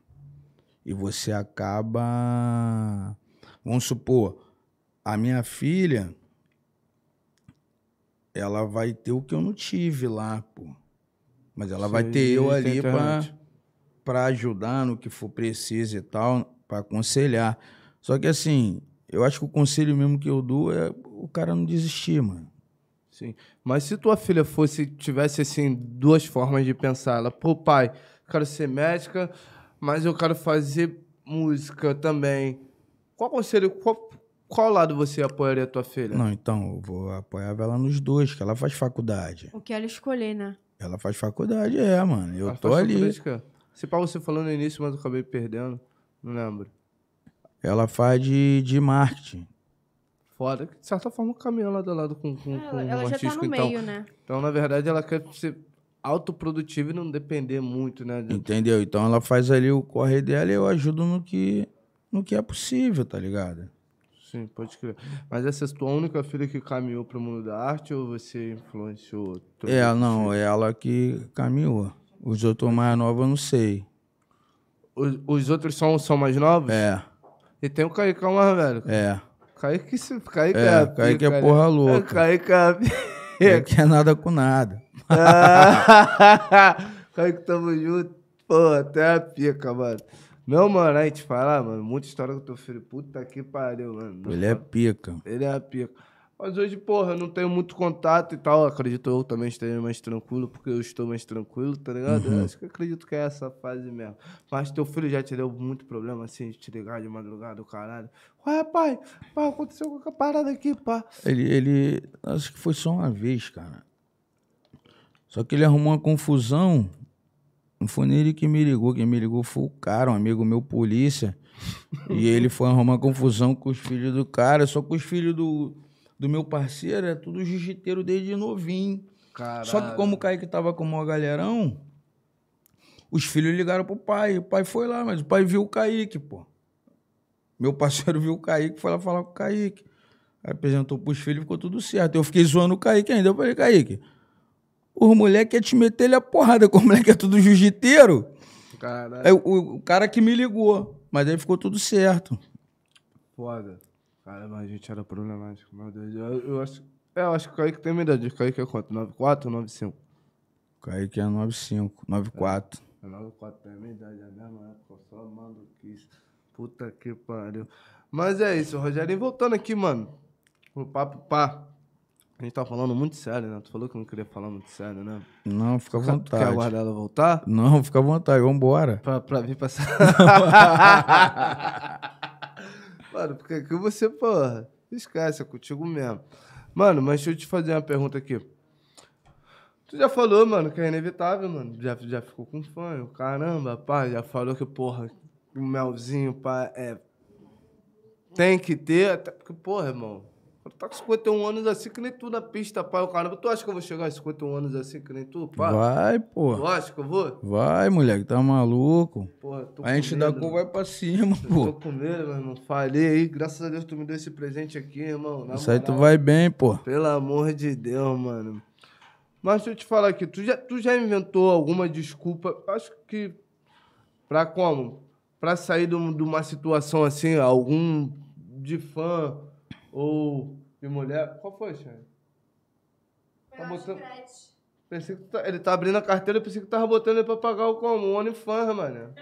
S3: E você acaba. Vamos supor, a minha filha. Ela vai ter o que eu não tive lá, pô. Mas ela vai
S1: Sim,
S3: ter eu
S1: tem
S3: ali pra,
S1: internet.
S3: pra ajudar no que for preciso e tal, pra aconselhar. Só que assim, eu acho que o conselho mesmo que eu dou é o cara não desistir, mano.
S1: Sim. Mas se tua filha fosse, tivesse assim, duas formas de pensar, ela, pô, pai, quero ser médica, mas eu quero fazer música também. Qual conselho, qual, qual lado você apoiaria a tua filha?
S3: Não, então, eu vou apoiar ela nos dois, que ela faz faculdade.
S2: O que ela escolher, né?
S3: Ela faz faculdade, é, mano. Eu
S1: Ela
S3: tô
S1: faz
S3: ali.
S1: política? Se pá, você falou no início, mas eu acabei perdendo. Não lembro.
S3: Ela faz de, de marketing.
S1: Foda. que, De certa forma, caminha lado a lado com, com, com o
S2: Ela, ela já tá
S1: Um, artístico,
S2: no
S1: então.
S2: meio, né?
S1: Então, na verdade, ela quer ser autoprodutiva e não depender muito, né? de-
S3: Entendeu? Então ela faz ali o corre dela e eu ajudo no que, no que é possível, tá ligado?
S1: Sim, pode crer. Mas essa é a tua única filha que caminhou pro mundo da arte ou você influenciou? outro?
S3: É, não, é ela que caminhou. Os outros mais novos eu não sei.
S1: Os, os outros são, são mais novos?
S3: É,
S1: E tem o Caicão mais velho.
S3: é.
S1: Kaique, se- Kaique
S3: É,
S1: pica,
S3: Kaique é
S1: né?
S3: porra louca.
S1: Kaique é...
S3: Não quer nada com nada.
S1: Ah. Kaique, é tamo junto. Pô, até a pica, mano. Não, mano, aí te falar, mano, muita história com teu filho. Puta que pariu, mano.
S3: Ele é pica.
S1: Ele é a pica. Mas hoje, porra, eu não tenho muito contato e tal. Acredito eu também esteja mais tranquilo, porque eu estou mais tranquilo, tá ligado?
S3: Uhum.
S1: Eu Acho que acredito que é essa fase mesmo. Mas teu filho já te deu muito problema, assim, de te ligar de madrugada, o caralho. Ué, pai, pá, aconteceu qualquer parada aqui, pá.
S3: Ele, ele. Acho que foi só uma vez, cara. Só que ele arrumou uma confusão. Não foi nem ele que me ligou. Quem me ligou foi o cara, um amigo meu, polícia. e ele foi arrumar confusão com os filhos do cara. Só que os filhos do, do meu parceiro é tudo jiu-jiteiro desde novinho.
S1: Caralho.
S3: Só que como o Kaique tava com o maior galerão, os filhos ligaram pro pai. O pai foi lá, mas o pai viu o Kaique, pô. Meu parceiro viu o Kaique, foi lá falar com o Kaique. Aí apresentou pros filhos, ficou tudo certo. Eu fiquei zoando o Kaique ainda. Eu falei, Kaique, os moleques iam te meter ele a porrada, com o moleque é tudo jiu-jiteiro.
S1: Caralho,
S3: Aí o, o cara que me ligou. Mas aí ficou tudo certo.
S1: foda. Cara, mas a gente era problemático, meu Deus. Eu, eu acho... É, eu acho que o Kaique tem minha idade. O Kaique é quanto? 94 ou 95?
S3: O Kaique é 95, 94.
S1: É 94 pra mim, idade é a mesma época, só maluquice. Puta que pariu. Mas é isso, Rogério. E voltando aqui, mano, pro papo pá. A gente tá falando muito sério, né? Tu falou que não queria falar muito sério, né?
S3: Não, fica à
S1: Tu quer
S3: vontade.
S1: aguardar ela voltar?
S3: Não, fica à vontade, vambora.
S1: Pra, pra vir passar. mano, porque aqui você, porra, esquece, é contigo mesmo. Mano, mas deixa eu te fazer uma pergunta aqui. Tu já falou, mano, que é inevitável, mano. Já, já ficou com fã, eu, caramba, pá, já falou que, porra, o melzinho, pá, é tem que ter, até porque, porra, irmão, quando tá com 51 anos assim, que nem tu na pista, pai, o caramba, tu acha que eu vou chegar aos 51 anos assim, que nem tu, pá?
S3: Vai,
S1: Tu
S3: pô.
S1: acha que eu vou?
S3: Vai, moleque, tá maluco.
S1: Porra, tô
S3: A gente da
S1: medo,
S3: cor vai pra cima,
S1: Tô
S3: pô.
S1: com medo, meu irmão. Falei aí, graças a Deus tu me deu esse presente aqui, irmão. na
S3: Isso aí tu
S1: moral.
S3: vai bem, pô.
S1: Pelo amor de Deus, mano. Mas deixa eu te falar aqui, tu já, tu já inventou alguma desculpa? Acho que. Pra como? Pra sair de um- de uma situação assim, algum de fã ou de mulher. Qual foi, Xane? Tá botando... Pensei que tu tá- Ele tá abrindo a carteira, eu pensei que tu tava botando ele pra pagar o como? O OnlyFans, mano.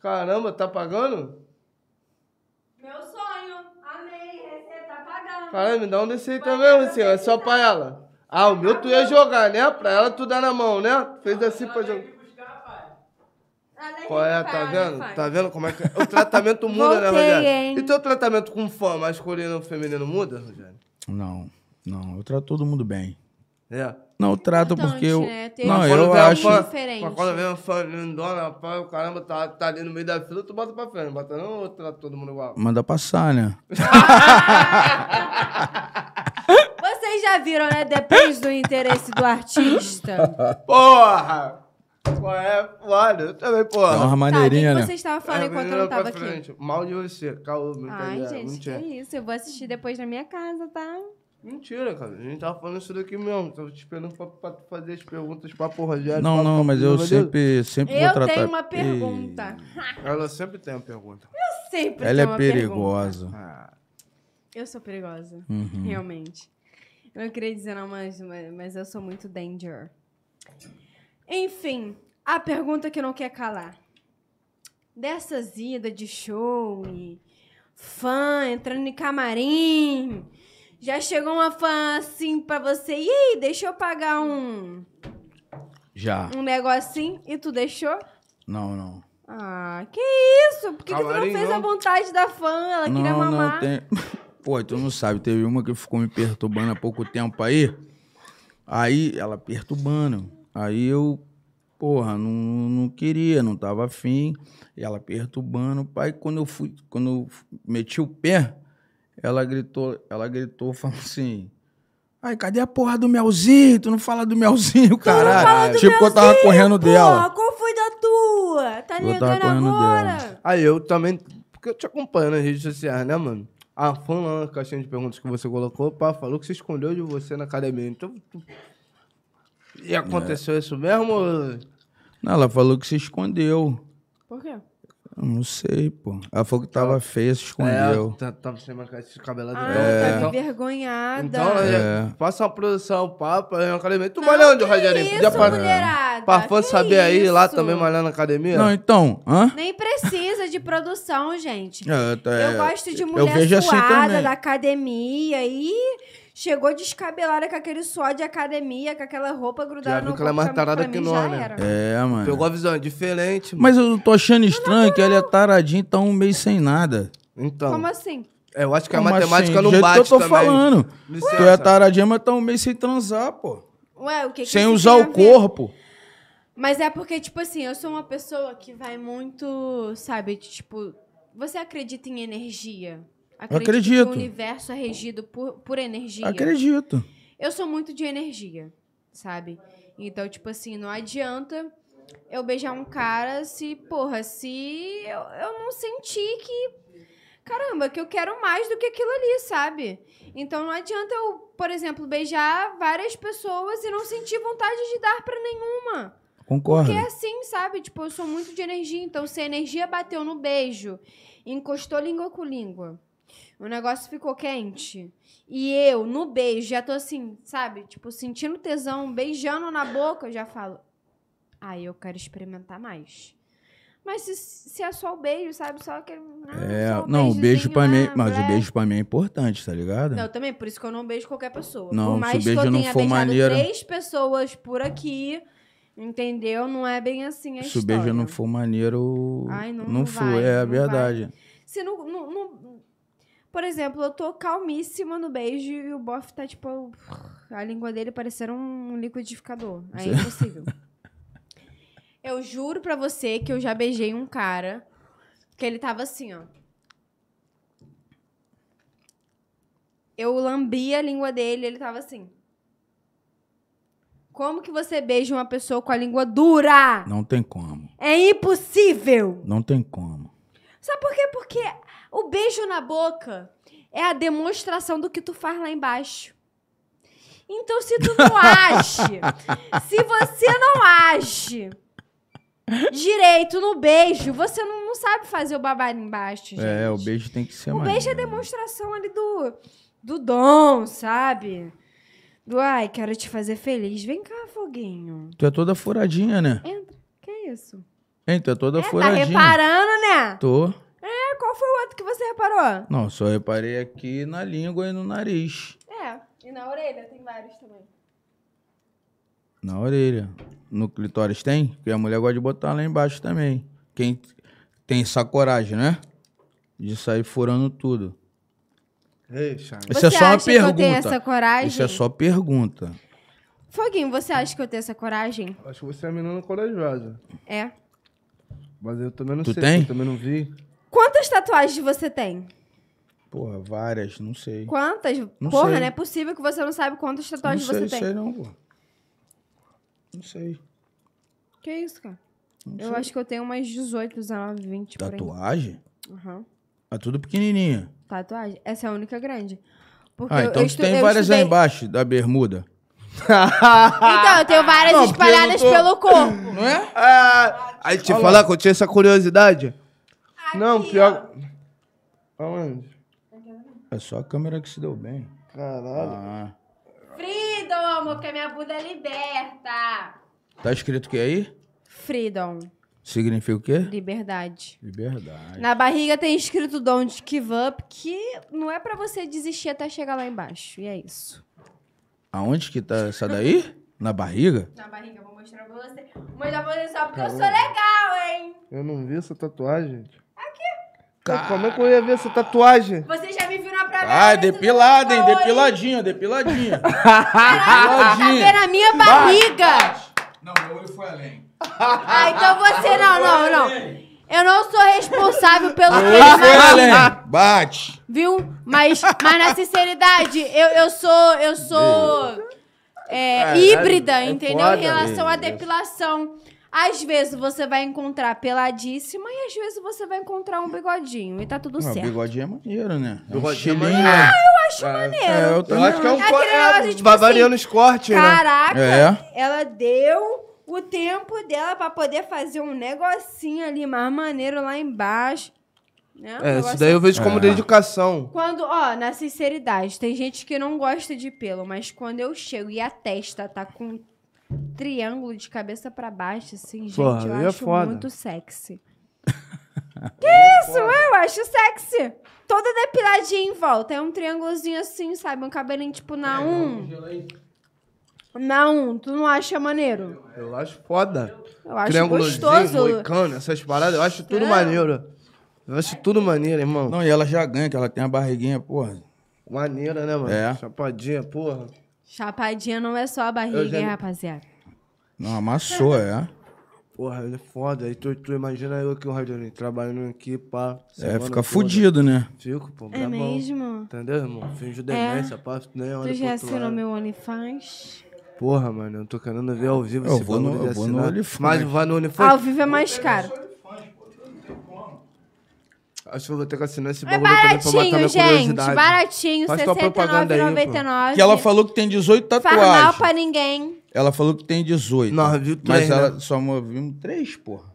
S1: Caramba, tá pagando?
S4: Meu sonho. Amei. Você tá pagando.
S1: Caralho, me dá um desse aí também, Luciano. É só pra ela. Ah, o meu tu ia jogar, né? Pra ela tu dá na mão, né? Fez assim pra jogar.
S4: Além
S1: Qual é,
S4: de né,
S1: tá
S4: pai,
S1: vendo?
S4: pai.
S1: Tá vendo como é que é? O tratamento muda, né,
S2: Voltei, hein?
S1: Rogério? E teu tratamento com fã masculino ou feminino muda, Rogério?
S3: Não, não. Eu trato todo mundo bem.
S1: É.
S3: Não, eu trato porque eu.
S2: né? Ter
S3: Não,
S2: um
S3: Ah, eu
S1: vem a
S3: acho.
S1: fã,
S2: diferente.
S1: mas quando vem uma fã lindona, pá, o caramba tá, tá ali no meio da fila, tu bota pra frente, não bota não ou trata todo mundo igual?
S3: Manda passar, né?
S2: Vocês já viram, né? Depende do interesse do artista.
S1: Porra! Qual é? Olha, eu também, porra.
S3: Dá
S2: tá,
S3: uma
S2: o que,
S3: maneirinha,
S2: que
S3: né?
S2: vocês estavam falando
S1: É,
S2: enquanto eu
S1: menina
S2: não tava
S1: pra
S2: aqui?
S1: frente. Mal de você, calma, não
S2: Ai,
S1: tem-
S2: gente,
S1: não
S2: que
S1: tinha.
S2: isso. Eu vou assistir depois na minha casa, tá?
S1: Mentira, cara. A gente tava falando isso daqui mesmo. Tava te esperando pra, pra tu fazer as perguntas pra porra Rogério.
S3: Não,
S1: papo,
S3: não,
S1: papo,
S3: mas eu
S1: papo,
S3: sempre, sempre vou
S2: Eu
S3: tratar.
S2: tenho uma
S3: Ih,
S2: pergunta.
S1: Ela sempre tem uma pergunta.
S2: Sempre
S3: Ela
S2: tenho
S3: é
S2: uma
S3: perigosa.
S1: Ah,
S2: Eu sou perigosa,
S3: Uhum.
S2: realmente. Eu não queria dizer não, mas, mas eu sou muito danger. Enfim, a pergunta que não quer calar. Dessas idas de show e fã entrando em camarim, já chegou uma fã assim pra você, e aí, deixa eu pagar um,
S3: Já.
S2: um negocinho, e tu deixou?
S3: Não, não.
S2: Ah, que isso? Por que, que tu não
S1: Camarim,
S2: fez
S1: não.
S2: a vontade da fã? Ela
S3: não,
S2: queria mamar.
S3: não tem. Pô, tu não sabe, teve uma que ficou me perturbando há pouco tempo aí. Aí ela perturbando. Aí eu, porra, não, não queria, não tava afim. E ela perturbando. Pai, quando eu fui, quando eu meti o pé, ela gritou, ela gritou, falou assim. Ai, cadê a porra do melzinho? Tu não fala do melzinho,
S2: fala
S3: caralho.
S2: do
S3: Tipo, que eu tava correndo dela.
S2: Pô, qual foi da tua? Tá
S3: Eu tava
S2: negando
S3: correndo
S2: agora?
S3: dela.
S1: Aí eu também. Porque eu te acompanho nas redes sociais, né, mano? Ah, fã lá na caixinha de perguntas que você colocou, pá, falou que se escondeu de você na academia. Então. tu- E
S3: É.
S1: aconteceu isso mesmo? ou-
S3: Não, ela falou que se escondeu.
S2: Por quê?
S3: Eu não sei, pô. Ela falou que tava feia, se escondeu.
S1: É, tá- tava sem marcar esse cabelo
S2: Ah, tá
S1: Então,
S2: envergonhada.
S1: então né,
S3: É.
S1: passa uma produção, papo, aí na academia. Tu
S2: Não,
S1: malhando, né? onde,
S2: que
S1: Rogerinho?
S2: isso,
S1: Podia pa-
S2: mulherada?
S1: pra fã
S2: Que
S1: saber aí lá
S2: isso?
S1: também malhando na academia?
S3: Não, então, hã?
S2: Nem precisa de produção, gente.
S3: É, tá, é,
S2: eu gosto de
S3: eu
S2: mulher
S3: vejo assim
S2: suada
S3: também.
S2: da academia e chegou descabelada com aquele suor de academia, com aquela roupa grudada
S1: Já viu
S2: no
S1: que ela é mais
S2: corpo, pra- pra
S1: tarada que
S2: mim
S1: nós,
S2: já
S1: né?
S2: era.
S3: É, mano.
S1: Pegou a visão, é diferente. mano.
S3: Mas eu tô achando estranho que ela é taradinha e tá um mês sem nada.
S1: Então,
S2: Como assim?
S1: é, eu acho que a
S3: Como
S1: matemática
S3: assim? Do
S1: não
S3: jeito
S1: bate
S3: que eu tô
S1: também.
S3: falando.
S1: Licença.
S3: Tu é taradinha, mas tá um mês sem transar, pô.
S2: Ué, o que que
S3: sem
S2: isso
S3: usar
S2: tem a
S3: o
S2: ver?
S3: corpo.
S2: Mas é porque, tipo assim, eu sou uma pessoa que vai muito, sabe, de, tipo, você acredita em energia?
S3: Acredito.
S2: Que o universo é regido por, por energia.
S3: Acredito.
S2: Eu sou muito de energia, sabe? Então, tipo assim, não adianta eu beijar um cara se, porra, se eu, eu não sentir que. Caramba, que eu quero mais do que aquilo ali, sabe? Então não adianta eu, por exemplo, beijar várias pessoas e não sentir vontade de dar pra nenhuma.
S3: Concordo.
S2: Porque é assim, sabe? Tipo, eu sou muito de energia, então se a energia bateu no beijo, encostou língua com língua, o negócio ficou quente. E eu, no beijo, já tô assim, sabe? Tipo, sentindo tesão, beijando na boca, eu já falo. Aí eu quero experimentar mais. Mas se, se é só o beijo, sabe? Só aquele. Ah,
S3: É,
S2: só
S3: não, o beijo
S2: beijozinho,
S3: pra mim.
S2: ah,
S3: Mas o
S2: blé.
S3: beijo pra mim é importante, tá ligado?
S2: Não, também, por isso que eu não beijo qualquer pessoa.
S3: Não, se
S2: por
S3: o
S2: mais
S3: beijo
S2: que eu
S3: não
S2: tenha
S3: for
S2: beijado
S3: maneiro-
S2: três pessoas por aqui, entendeu? Não é bem assim a
S3: Se o
S2: história.
S3: beijo não for maneiro,
S2: Ai, não-
S3: não,
S2: não
S3: foi.
S2: vai,
S3: é
S2: não
S3: verdade.
S2: Se não, não- não- Por exemplo, eu tô calmíssima no beijo e o bofe tá, tipo... A língua dele parecendo um liquidificador. Aí é impossível. eu juro pra você que eu já beijei um cara Que ele tava assim, ó. Eu lambi a língua dele, ele tava assim. Como que você beija uma pessoa com a língua dura?
S3: Não tem como.
S2: É impossível!
S3: Não tem como.
S2: Sabe por quê? Porque o beijo na boca é a demonstração do que tu faz lá embaixo. Então, se tu não age, se você não age direito no beijo, você não, não sabe fazer o babado embaixo, gente.
S3: É, o beijo tem que ser
S2: O
S3: mais.
S2: beijo é
S3: grande.
S2: demonstração ali do, do dom, sabe? Do, ai, quero te fazer feliz. Vem cá, foguinho.
S3: Tu é toda furadinha, né?
S2: Entra. Que isso?
S3: Hein, tu é toda
S2: É, tá
S3: furadinha.
S2: reparando, né?
S3: Tô.
S2: É, qual foi o outro que você reparou?
S3: Não, só reparei aqui na língua e no nariz.
S2: É, e na orelha tem vários também.
S3: Na orelha. No clitóris tem? Porque a mulher gosta de botar lá embaixo também. Quem tem essa coragem, né? De sair furando tudo.
S1: Ei, Charles.
S3: Isso é
S2: Você
S3: só uma
S2: acha que eu tenho
S3: pergunta.
S2: essa coragem?
S3: Isso é só pergunta.
S2: Foguinho, você acha que eu tenho essa coragem?
S1: Acho que você é uma menina corajosa.
S2: É.
S1: Mas eu também não
S3: Tu
S1: sei,
S3: tem?
S1: eu também não vi.
S2: Quantas tatuagens você tem?
S3: Porra, várias, não sei.
S2: Quantas?
S3: Não
S2: Porra,
S3: sei.
S2: não é possível que você não saiba quantas
S3: Não
S2: tatuagens
S3: sei,
S2: você tem.
S3: sei não, pô. Não sei.
S2: Que isso, cara?
S3: Não
S2: Eu
S3: sei.
S2: acho que eu tenho umas 18, 19, 20 por
S3: Tatuagem?
S2: aí. Aham.
S3: É tudo pequenininha.
S2: Tatuagem. Essa é a única grande. Porque
S3: Ah,
S2: eu-
S3: então
S2: eu
S3: tu
S2: estu-
S3: tem
S2: eu
S3: várias
S2: estudei...
S3: aí embaixo da bermuda.
S2: Então, eu tenho várias
S1: Não, porque eu não
S2: espalhadas
S1: tô-
S2: pelo corpo.
S3: Não é?
S1: Ah, aí te falar que eu tinha essa curiosidade. não, pior. Aonde?
S3: É só a câmera que se deu bem.
S1: Caralho.
S3: Ah,
S4: Freedom, amor, porque minha bunda é liberta.
S3: tá escrito o que aí?
S2: Freedom.
S3: Significa o quê?
S2: Liberdade.
S3: Liberdade.
S2: Na barriga tem escrito Don't Give Up, que não é pra você desistir até chegar lá embaixo. E é isso.
S3: Aonde que tá essa daí? Na barriga?
S4: Na barriga, eu vou mostrar pra você. Vou mostrar pra você só porque
S3: Tá
S4: eu sou legal, hein?
S1: Eu não vi essa tatuagem. Aqui. Como é que eu ia ver essa tatuagem?
S4: Você já me viu na praia.
S3: Ah, depilada, hein? Depiladinha, depiladinha. depiladinha.
S2: Tá na minha barriga!
S3: Não, meu olho foi além.
S2: Ah, então você não, não, não. Eu não sou responsável pelo que
S3: Olho
S2: ele
S3: foi além. Bate.
S2: viu? Mas, mas na sinceridade, eu, eu sou. Eu sou. é,
S1: Caralho,
S2: híbrida,
S1: é
S2: entendeu?
S1: foda,
S2: em relação à
S1: velho.
S2: depilação. Às vezes você vai encontrar peladíssima e às vezes você vai encontrar um bigodinho. E tá tudo
S3: Ah,
S2: certo.
S3: bigodinho é maneiro, né? É um
S1: Bigodinho é
S3: estilinho,
S1: maneiro.
S3: né?
S2: Acho maneiro.
S3: É, eu
S1: Eu
S3: também
S1: acho que é um
S2: Aquele
S1: corte.
S2: negócio,
S1: É,
S2: tipo
S1: vai
S2: assim,
S1: variando os cortes, né?
S2: Caraca,
S3: É.
S2: ela deu o tempo dela pra poder fazer um negocinho ali mais maneiro lá embaixo. Né?
S1: É,
S2: Um
S1: isso
S2: negócio
S1: daí eu vejo como
S3: É.
S1: dedicação.
S2: Quando, ó, na sinceridade, tem gente que não gosta de pelo, mas quando eu chego e a testa tá com um triângulo de cabeça pra baixo, assim, gente,
S1: Porra,
S2: eu
S1: aí é
S2: acho
S1: foda.
S2: muito sexy. que isso? Eu acho sexy. Toda depiladinha em volta. É um triângulozinho assim, sabe? Um cabelinho tipo na um. Na um. Tu não acha maneiro?
S1: Eu acho foda.
S2: Eu acho
S1: Triângulozinho,
S2: gostoso. É.
S1: moicano, essas paradas. Eu acho tudo maneiro. Eu acho tudo maneiro, irmão.
S3: Não, e ela já ganha, que ela tem a barriguinha, porra.
S1: Maneira, né, mano?
S3: É.
S1: Chapadinha, porra.
S2: Chapadinha não é só a
S1: Eu
S2: barriga,
S1: já- Tá
S2: hein, rapaziada.
S3: Não, amassou, é.
S1: Porra, ele é foda. Aí tu, tu imagina eu aqui, o Rogerinho, trabalhando aqui, pá.
S3: É,
S1: semana
S3: fica
S1: toda.
S3: fudido, né?
S1: Fico, pô,
S2: É mesmo? É.
S1: Entendeu, irmão? Finjo demência, pá, nem olha
S2: Tu
S1: pro
S2: já
S1: outro
S2: assinou
S1: lado.
S2: meu OnlyFans?
S1: Porra, mano, eu tô querendo ver ao vivo
S3: Eu
S1: esse
S3: vou no-
S1: bagulho de
S3: eu vou no
S1: assinar.
S3: OnlyFans.
S1: Mas vai no
S2: Ao
S1: OnlyFans.
S2: vivo é mais caro.
S1: Acho que eu vou ter que assinar esse
S2: É
S1: bagulho também pra matar
S2: baratinho,
S1: minha
S2: gente.
S1: curiosidade.
S2: Baratinho, R$
S1: Faz tua propaganda aí, pô.
S2: 69,99.
S3: Que ela falou que tem 18
S2: Faz mal
S3: tatuagens.
S2: pra ninguém.
S3: Ela falou que tem 18.
S1: Nós viu
S3: Mas
S1: três, né?
S3: ela só mo- vimos três, porra.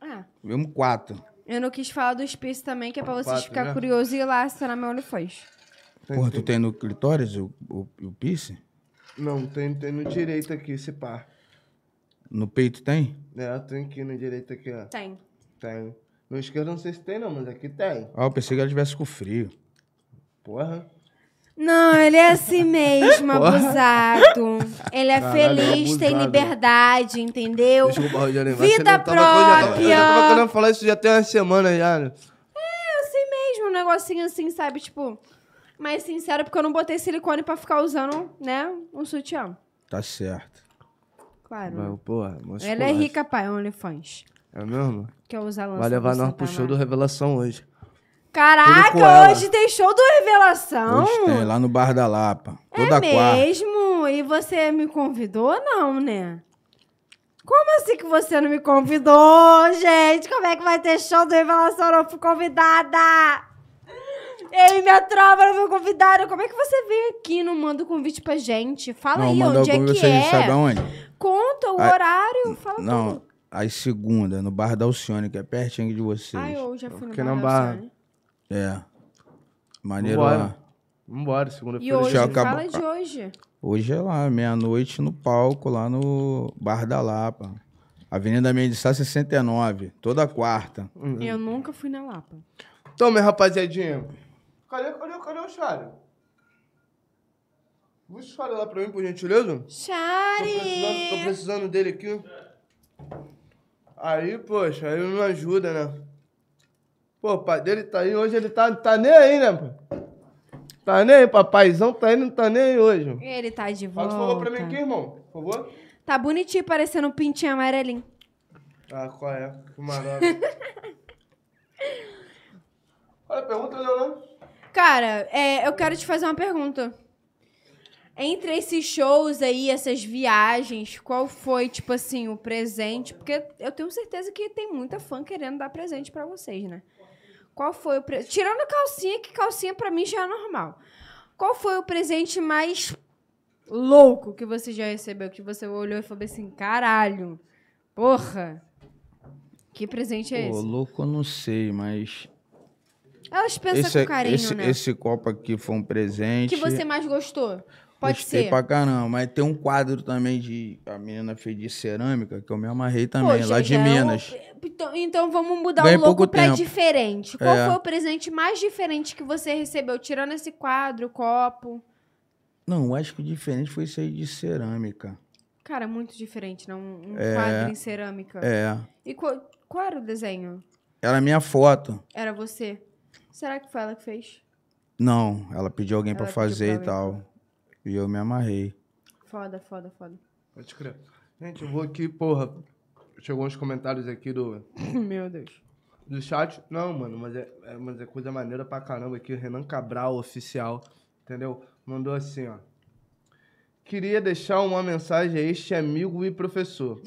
S2: Ah,
S3: Vimos quatro.
S2: eu não quis falar dos piercing também, que é pra vocês
S1: Quatro,
S2: ficarem
S1: né?
S2: curiosos e ir lá assinar meu OnlyFans.
S3: Porra, tu tem no clitóris o, o, o piercing?
S1: Não, tem, tem no direito aqui esse par.
S3: No peito tem?
S1: É, tem aqui no direito aqui, ó.
S2: Tem.
S1: Tem. No esquerdo eu não sei se tem não, mas aqui tem.
S3: Ah, eu pensei que ela tivesse com frio.
S1: Porra.
S2: Não, ele é assim mesmo, abusado. Ele é
S1: Caralho,
S2: feliz, tem
S1: abusado.
S2: liberdade, entendeu?
S1: Desculpa, Rogério, mas
S2: Vida
S1: você não tava- eu já tava- Eu já
S2: própria.
S1: tava querendo falar isso já tem uma semana já, né?
S2: assim mesmo, um negocinho assim, sabe? Tipo, mais sincero, porque eu não botei silicone pra ficar usando, né? Um sutiã.
S3: Tá certo.
S2: Claro.
S1: Mas, porra, mas,
S2: Ela é
S1: porra,
S2: rica, pai, um OnlyFans.
S12: É mesmo?
S13: Quer usar lança
S12: Vai levar
S13: pra
S2: tá
S12: nós pro
S13: sentar
S12: show
S13: na-
S12: do Revelação hoje. Tudo com
S2: Caraca,
S12: ela.
S2: hoje tem show do Revelação.
S3: Hoje tem, lá no Bar da Lapa. Toda
S2: é
S3: quarta.
S2: mesmo? E você me convidou, não, né? Como assim que você não me convidou, gente? Como é que vai ter show do Revelação? Eu não fui convidada! Eu e minha trova não fui convidada. Como é que você veio aqui e não manda o convite pra gente? Fala
S3: Não,
S2: aí,
S3: mandar
S2: onde é
S3: convite,
S2: que
S3: vocês
S2: é?
S3: sabem aonde?
S2: Conta o
S3: Ah,
S2: horário, fala
S3: Não,
S2: tudo.
S3: às segunda, no bar da Alcione, que é pertinho de vocês.
S2: Ai, é eu já fui no
S1: Fiquei
S2: Bar
S1: na
S2: da
S1: barra.
S2: Alcione.
S3: É. Maneiro
S1: Vambora.
S3: lá.
S1: Vambora,
S2: E
S1: segunda-feira.
S2: hoje?
S3: Já
S1: já-
S3: acabou.
S2: Fala de hoje.
S3: Hoje é lá, meia-noite, no palco, lá no Bar da Lapa. Avenida Mendes de Sá, 69, toda quarta.
S13: Eu nunca fui na Lapa.
S1: Então, minha rapaziadinha. Cadê, cadê, cadê o Chário? Puxa o Chário lá pra mim, por gentileza. Tô precisando, tô
S2: Shari!
S1: precisando dele aqui. Aí, poxa, aí não ajuda, né? Pô, o pai dele tá aí hoje, ele tá, tá nem aí, né, pô? Tá nem aí, papaizão tá aí, não tá nem aí hoje.
S2: Ele tá de volta.
S1: Faz um favor pra mim aqui, irmão, por favor.
S2: Tá bonitinho, parecendo um pintinho amarelinho.
S1: Ah, qual é? Que maravilha. Olha, pergunta, Leonardo.
S2: Cara, é, eu quero te fazer uma pergunta. Entre esses shows aí, essas viagens, qual foi, tipo assim, o presente? Porque eu tenho certeza que tem muita fã querendo dar presente pra vocês, né? Qual foi o presente? Tirando calcinha, que calcinha pra mim já é normal. Qual foi o presente mais louco que você já recebeu? Que você olhou e falou assim, caralho, porra, que presente é
S3: Pô,
S2: esse?
S3: louco, eu não sei, mas.
S2: Elas pensam
S3: Esse, é,
S2: com carinho,
S3: esse,
S2: né?
S3: esse copo aqui foi um presente.
S2: que você mais gostou? Pode
S3: Gostei
S2: ser.
S3: pra caramba. Mas tem um quadro também de. A menina fez de cerâmica, que eu me amarrei também,
S2: Poxa,
S3: lá de
S2: então-
S3: Minas.
S2: Então, então vamos mudar
S3: Bem
S2: o louco
S3: pouco
S2: pra
S3: tempo.
S2: diferente. Qual
S3: É.
S2: foi o presente mais diferente que você recebeu? Tirando esse quadro, copo.
S3: Não, eu acho que o diferente foi isso aí de cerâmica.
S2: Cara, muito diferente, né? Um, um quadro em cerâmica.
S3: É.
S2: E qual, qual era o desenho?
S3: Era a minha foto.
S2: Era você? Será que foi ela que fez?
S3: Não, ela pediu alguém pra
S2: Ela pediu
S3: fazer
S2: pra
S3: e tal. E eu me amarrei.
S2: Foda, foda, foda.
S1: Pode crer. Gente, eu vou aqui, porra. Chegou uns comentários aqui do,
S2: Meu Deus.
S1: do chat. Não, mano, mas é, é- mas é coisa maneira pra caramba aqui. Renan Cabral, oficial, entendeu? Mandou assim, ó. Queria deixar uma mensagem a este amigo e professor.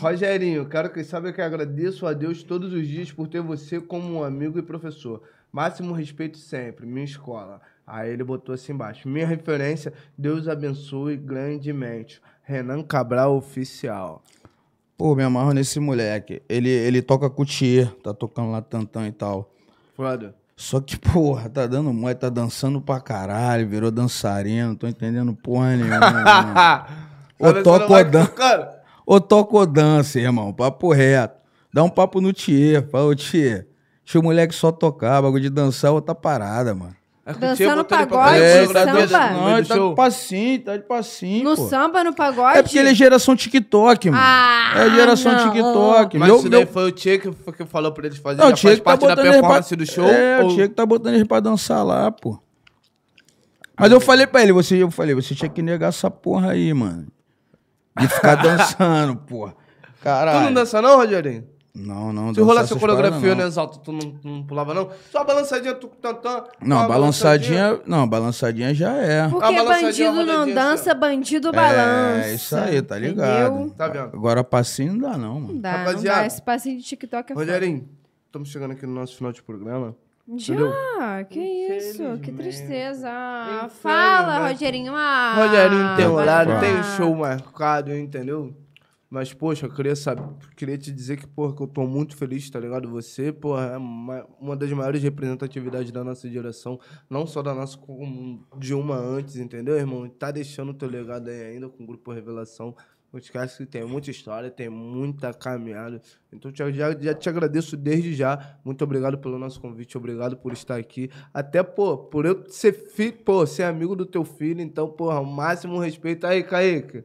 S1: Rogerinho, quero que saiba que agradeço a Deus todos os dias por ter você como um amigo e professor. Máximo respeito sempre, minha escola. Aí ele botou assim embaixo. Minha referência, Deus abençoe grandemente. Renan Cabral Oficial.
S3: Pô, me amarro nesse moleque. Ele, ele toca cutier, tá tocando lá tantão e tal.
S1: Foda.
S3: Só que, porra, tá dando mole, tá dançando pra caralho, virou dançarino, tô entendendo porra nenhuma. mano. Ô,
S1: Sabe quando
S3: toco
S1: vai
S3: a dan-
S1: tocando?
S3: Ou toca ou dança, irmão, papo reto. Dá um papo no Tier, fala, ô Tier, deixa o moleque só tocar, bagulho de dançar, é outra parada, mano.
S1: É que
S2: Dançando
S1: o Tia botou ele pra
S2: pagode,
S1: fazer
S2: É,
S1: a coreografia
S2: samba.
S1: do-
S3: Não,
S1: do
S3: ele tá
S1: show.
S3: de passinho, tá de passinho,
S2: No
S3: pô.
S2: samba, no pagode?
S3: É porque ele é geração TikTok, mano.
S2: Ah,
S3: é geração
S2: não.
S3: TikTok.
S1: Mas
S3: meu,
S1: isso daí
S3: meu...
S1: foi o Tia que, foi- que falou pra eles fazerem.
S3: Não,
S1: Não,
S3: o
S1: faz
S3: Tier que tá
S1: parte da
S3: botando ele pra...
S1: performance do show.
S3: É, o
S1: ou-
S3: Tier que tá botando ele pra dançar lá, pô. Mas eu falei pra ele, você, eu falei, você tinha que negar essa porra aí, mano. De ficar dançando, porra.
S1: Tu
S3: Caralho.
S1: não dança não, Rogerinho?
S3: Não, não,
S1: Se rolasse
S3: dançar essas
S1: coreografia né?
S3: paradas,
S1: no
S3: não.
S1: exalto, tu não, não pulava não? Só a balançadinha, tu tantã.
S3: Não, balançadinha, é não, balançadinha já é.
S1: Dá
S2: Porque
S1: uma balançadinha,
S2: bandido não
S1: rodadinha,
S2: dança, bandido balança.
S3: É isso aí, tá
S2: Entendeu?
S3: ligado?
S1: Tá vendo?
S3: Agora passinho não dá não, mano.
S2: Não dá,
S1: Rapaziada.
S2: não dá. Esse passinho de TikTok é foda.
S1: Rogerinho, estamos chegando aqui no nosso final de programa. Entendeu?
S2: Já, Ah, que isso, que
S1: Infelizmente.
S2: tristeza. Ah,
S1: Infelizmente.
S2: Fala, Rogerinho. Ah,
S1: Rogerinho tem
S3: vai
S1: horário,
S3: lá.
S1: tem um show marcado, entendeu? Mas, poxa, eu queria, saber, queria te dizer que, porra, que eu tô muito feliz, tá ligado? Você, porra, é uma, uma das maiores representatividades da nossa geração, não só da nossa, como de uma antes, entendeu, irmão? E Tá deixando o teu legado aí ainda com o Grupo Revelação. Não esquece que tem muita história, tem muita caminhada. Então, te- já, já te agradeço desde já. Muito obrigado pelo nosso convite, obrigado por estar aqui. Até, pô, por eu ser filho, pô, ser amigo do teu filho, então, porra, o máximo respeito aí, Kaique.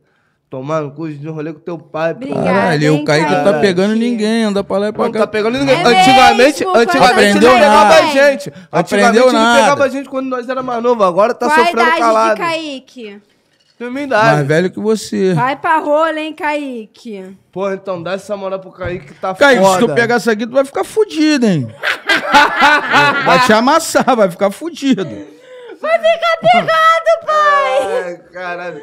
S1: Tomar no cu de um rolê com teu pai, pô.
S2: Obrigada,
S3: Caralho,
S2: hein,
S3: o Kaique
S1: Kaique.
S3: tá pegando ninguém, anda pra lá e pra
S1: Não
S3: cá.
S1: tá pegando ninguém.
S2: É
S1: antigamente,
S2: mesmo,
S1: antigamente
S3: Aprendeu
S1: ele pegava
S3: nada.
S1: a gente.
S3: Aprendeu
S1: Antigamente ele
S3: nada.
S1: pegava a gente quando nós era mais novo, agora tá
S2: Qual a
S1: sofrendo
S2: idade
S1: calado.
S2: de Kaique?
S1: Tem minha idade.
S3: Mais velho que você.
S2: Vai pra rola, hein, Kaique?
S1: Porra, então dá essa moral pro Kaique que tá
S3: Kaique,
S1: foda.
S3: se tu pegar isso aqui, tu vai ficar fudido, hein? vai te amassar, vai ficar fudido.
S1: Ai, caralho.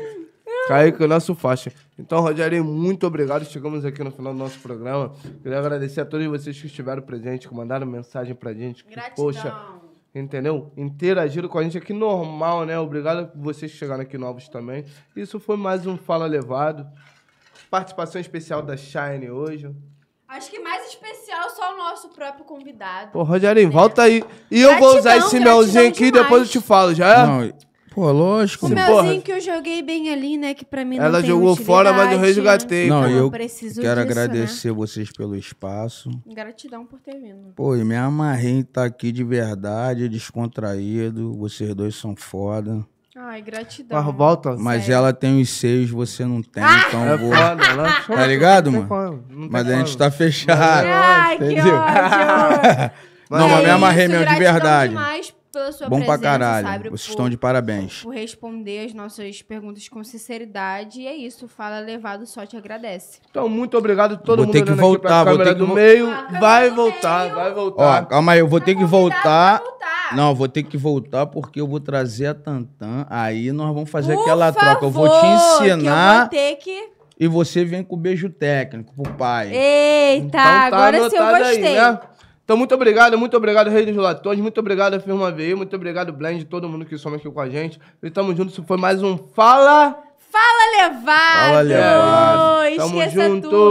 S1: Kaique, o nosso faixa. Então, Rogério, muito obrigado. Chegamos aqui no final do nosso programa. Queria agradecer a todos vocês que estiveram presentes, que mandaram mensagem pra gente. Que,
S4: Gratidão.
S1: poxa, entendeu? Interagiram com a gente aqui normal, né? Obrigado por vocês que chegaram aqui novos também. Isso foi mais um Fala Levado. Participação especial da Shine hoje.
S4: Acho que mais especial só o nosso próprio convidado.
S1: Pô, Rogerinho, volta aí. E eu vou usar
S4: Gratidão,
S1: esse melzinho
S4: gratidão
S1: aqui e
S4: demais.
S1: depois eu te falo, já é?
S3: Não, pô, lógico.
S2: O
S1: Sim,
S3: mano.
S1: porra.
S2: meuzinho que eu joguei bem ali, né? Que pra mim não
S1: Ela
S2: tem
S1: jogou fora, mas eu
S2: utilidade.
S1: resgatei.
S3: Não,
S2: Então,
S3: eu
S2: preciso
S3: Quero
S2: disso,
S3: agradecer vocês pelo espaço.
S2: Né? Gratidão por ter vindo.
S3: Pô, e me amarrei em estar aqui de verdade, descontraído. Vocês dois são foda.
S2: Ai, gratidão.
S1: Mas volta.
S3: Mas ela tem os seios, você não tem,
S2: Ah!
S3: então
S1: É
S3: eu vou.
S1: foda, né?
S3: Tá ligado, mano?
S1: Não tem
S3: Mas a
S1: como.
S3: gente
S4: é
S3: tá fechado.
S2: Ai, que
S3: Entendeu?
S2: ódio!
S3: Não,
S4: É
S3: mas me
S4: isso,
S3: amarrei mesmo, de
S4: gratidão
S3: verdade.
S4: demais pela sua
S3: Bom pra
S4: presença,
S3: caralho.
S4: sabe,
S3: Vocês
S4: por-
S3: estão de parabéns.
S2: por responder as nossas perguntas com sinceridade. E é isso, fala levado, só te agradece.
S1: Então, muito obrigado a todo
S3: Vou
S1: mundo
S3: ter que
S1: olhando aqui
S3: voltar,
S1: pra
S3: vou
S1: câmera
S3: ter que
S1: do
S3: vo-
S1: meio.
S4: Ah, câmera
S1: Vai
S4: do
S1: voltar,
S4: meio.
S1: vai
S3: Ó,
S4: tá
S1: voltar.
S3: calma aí, eu vou ter que
S4: convidado pra
S3: voltar.
S4: voltar.
S3: Não, vou ter que voltar porque eu vou trazer a Tantan. Aí nós vamos fazer
S2: Por
S3: é aquela troca. Eu vou
S2: favor,
S3: te
S2: que eu
S3: ensinar
S2: vou ter que-
S3: e você vem com o beijo técnico pro pai.
S2: Eita,
S1: Então tá
S2: agora sim eu
S1: anotado aí,
S2: gostei.
S1: né? Então, muito obrigado, muito obrigado, Rei dos Latões, muito obrigado, Firma VI, muito obrigado, Blend, todo mundo que soma aqui com a gente. E tamo junto, isso foi mais um Fala!
S2: Fala levado!
S3: Fala levado.
S1: Tamo
S2: Esqueça
S1: junto.
S2: tudo.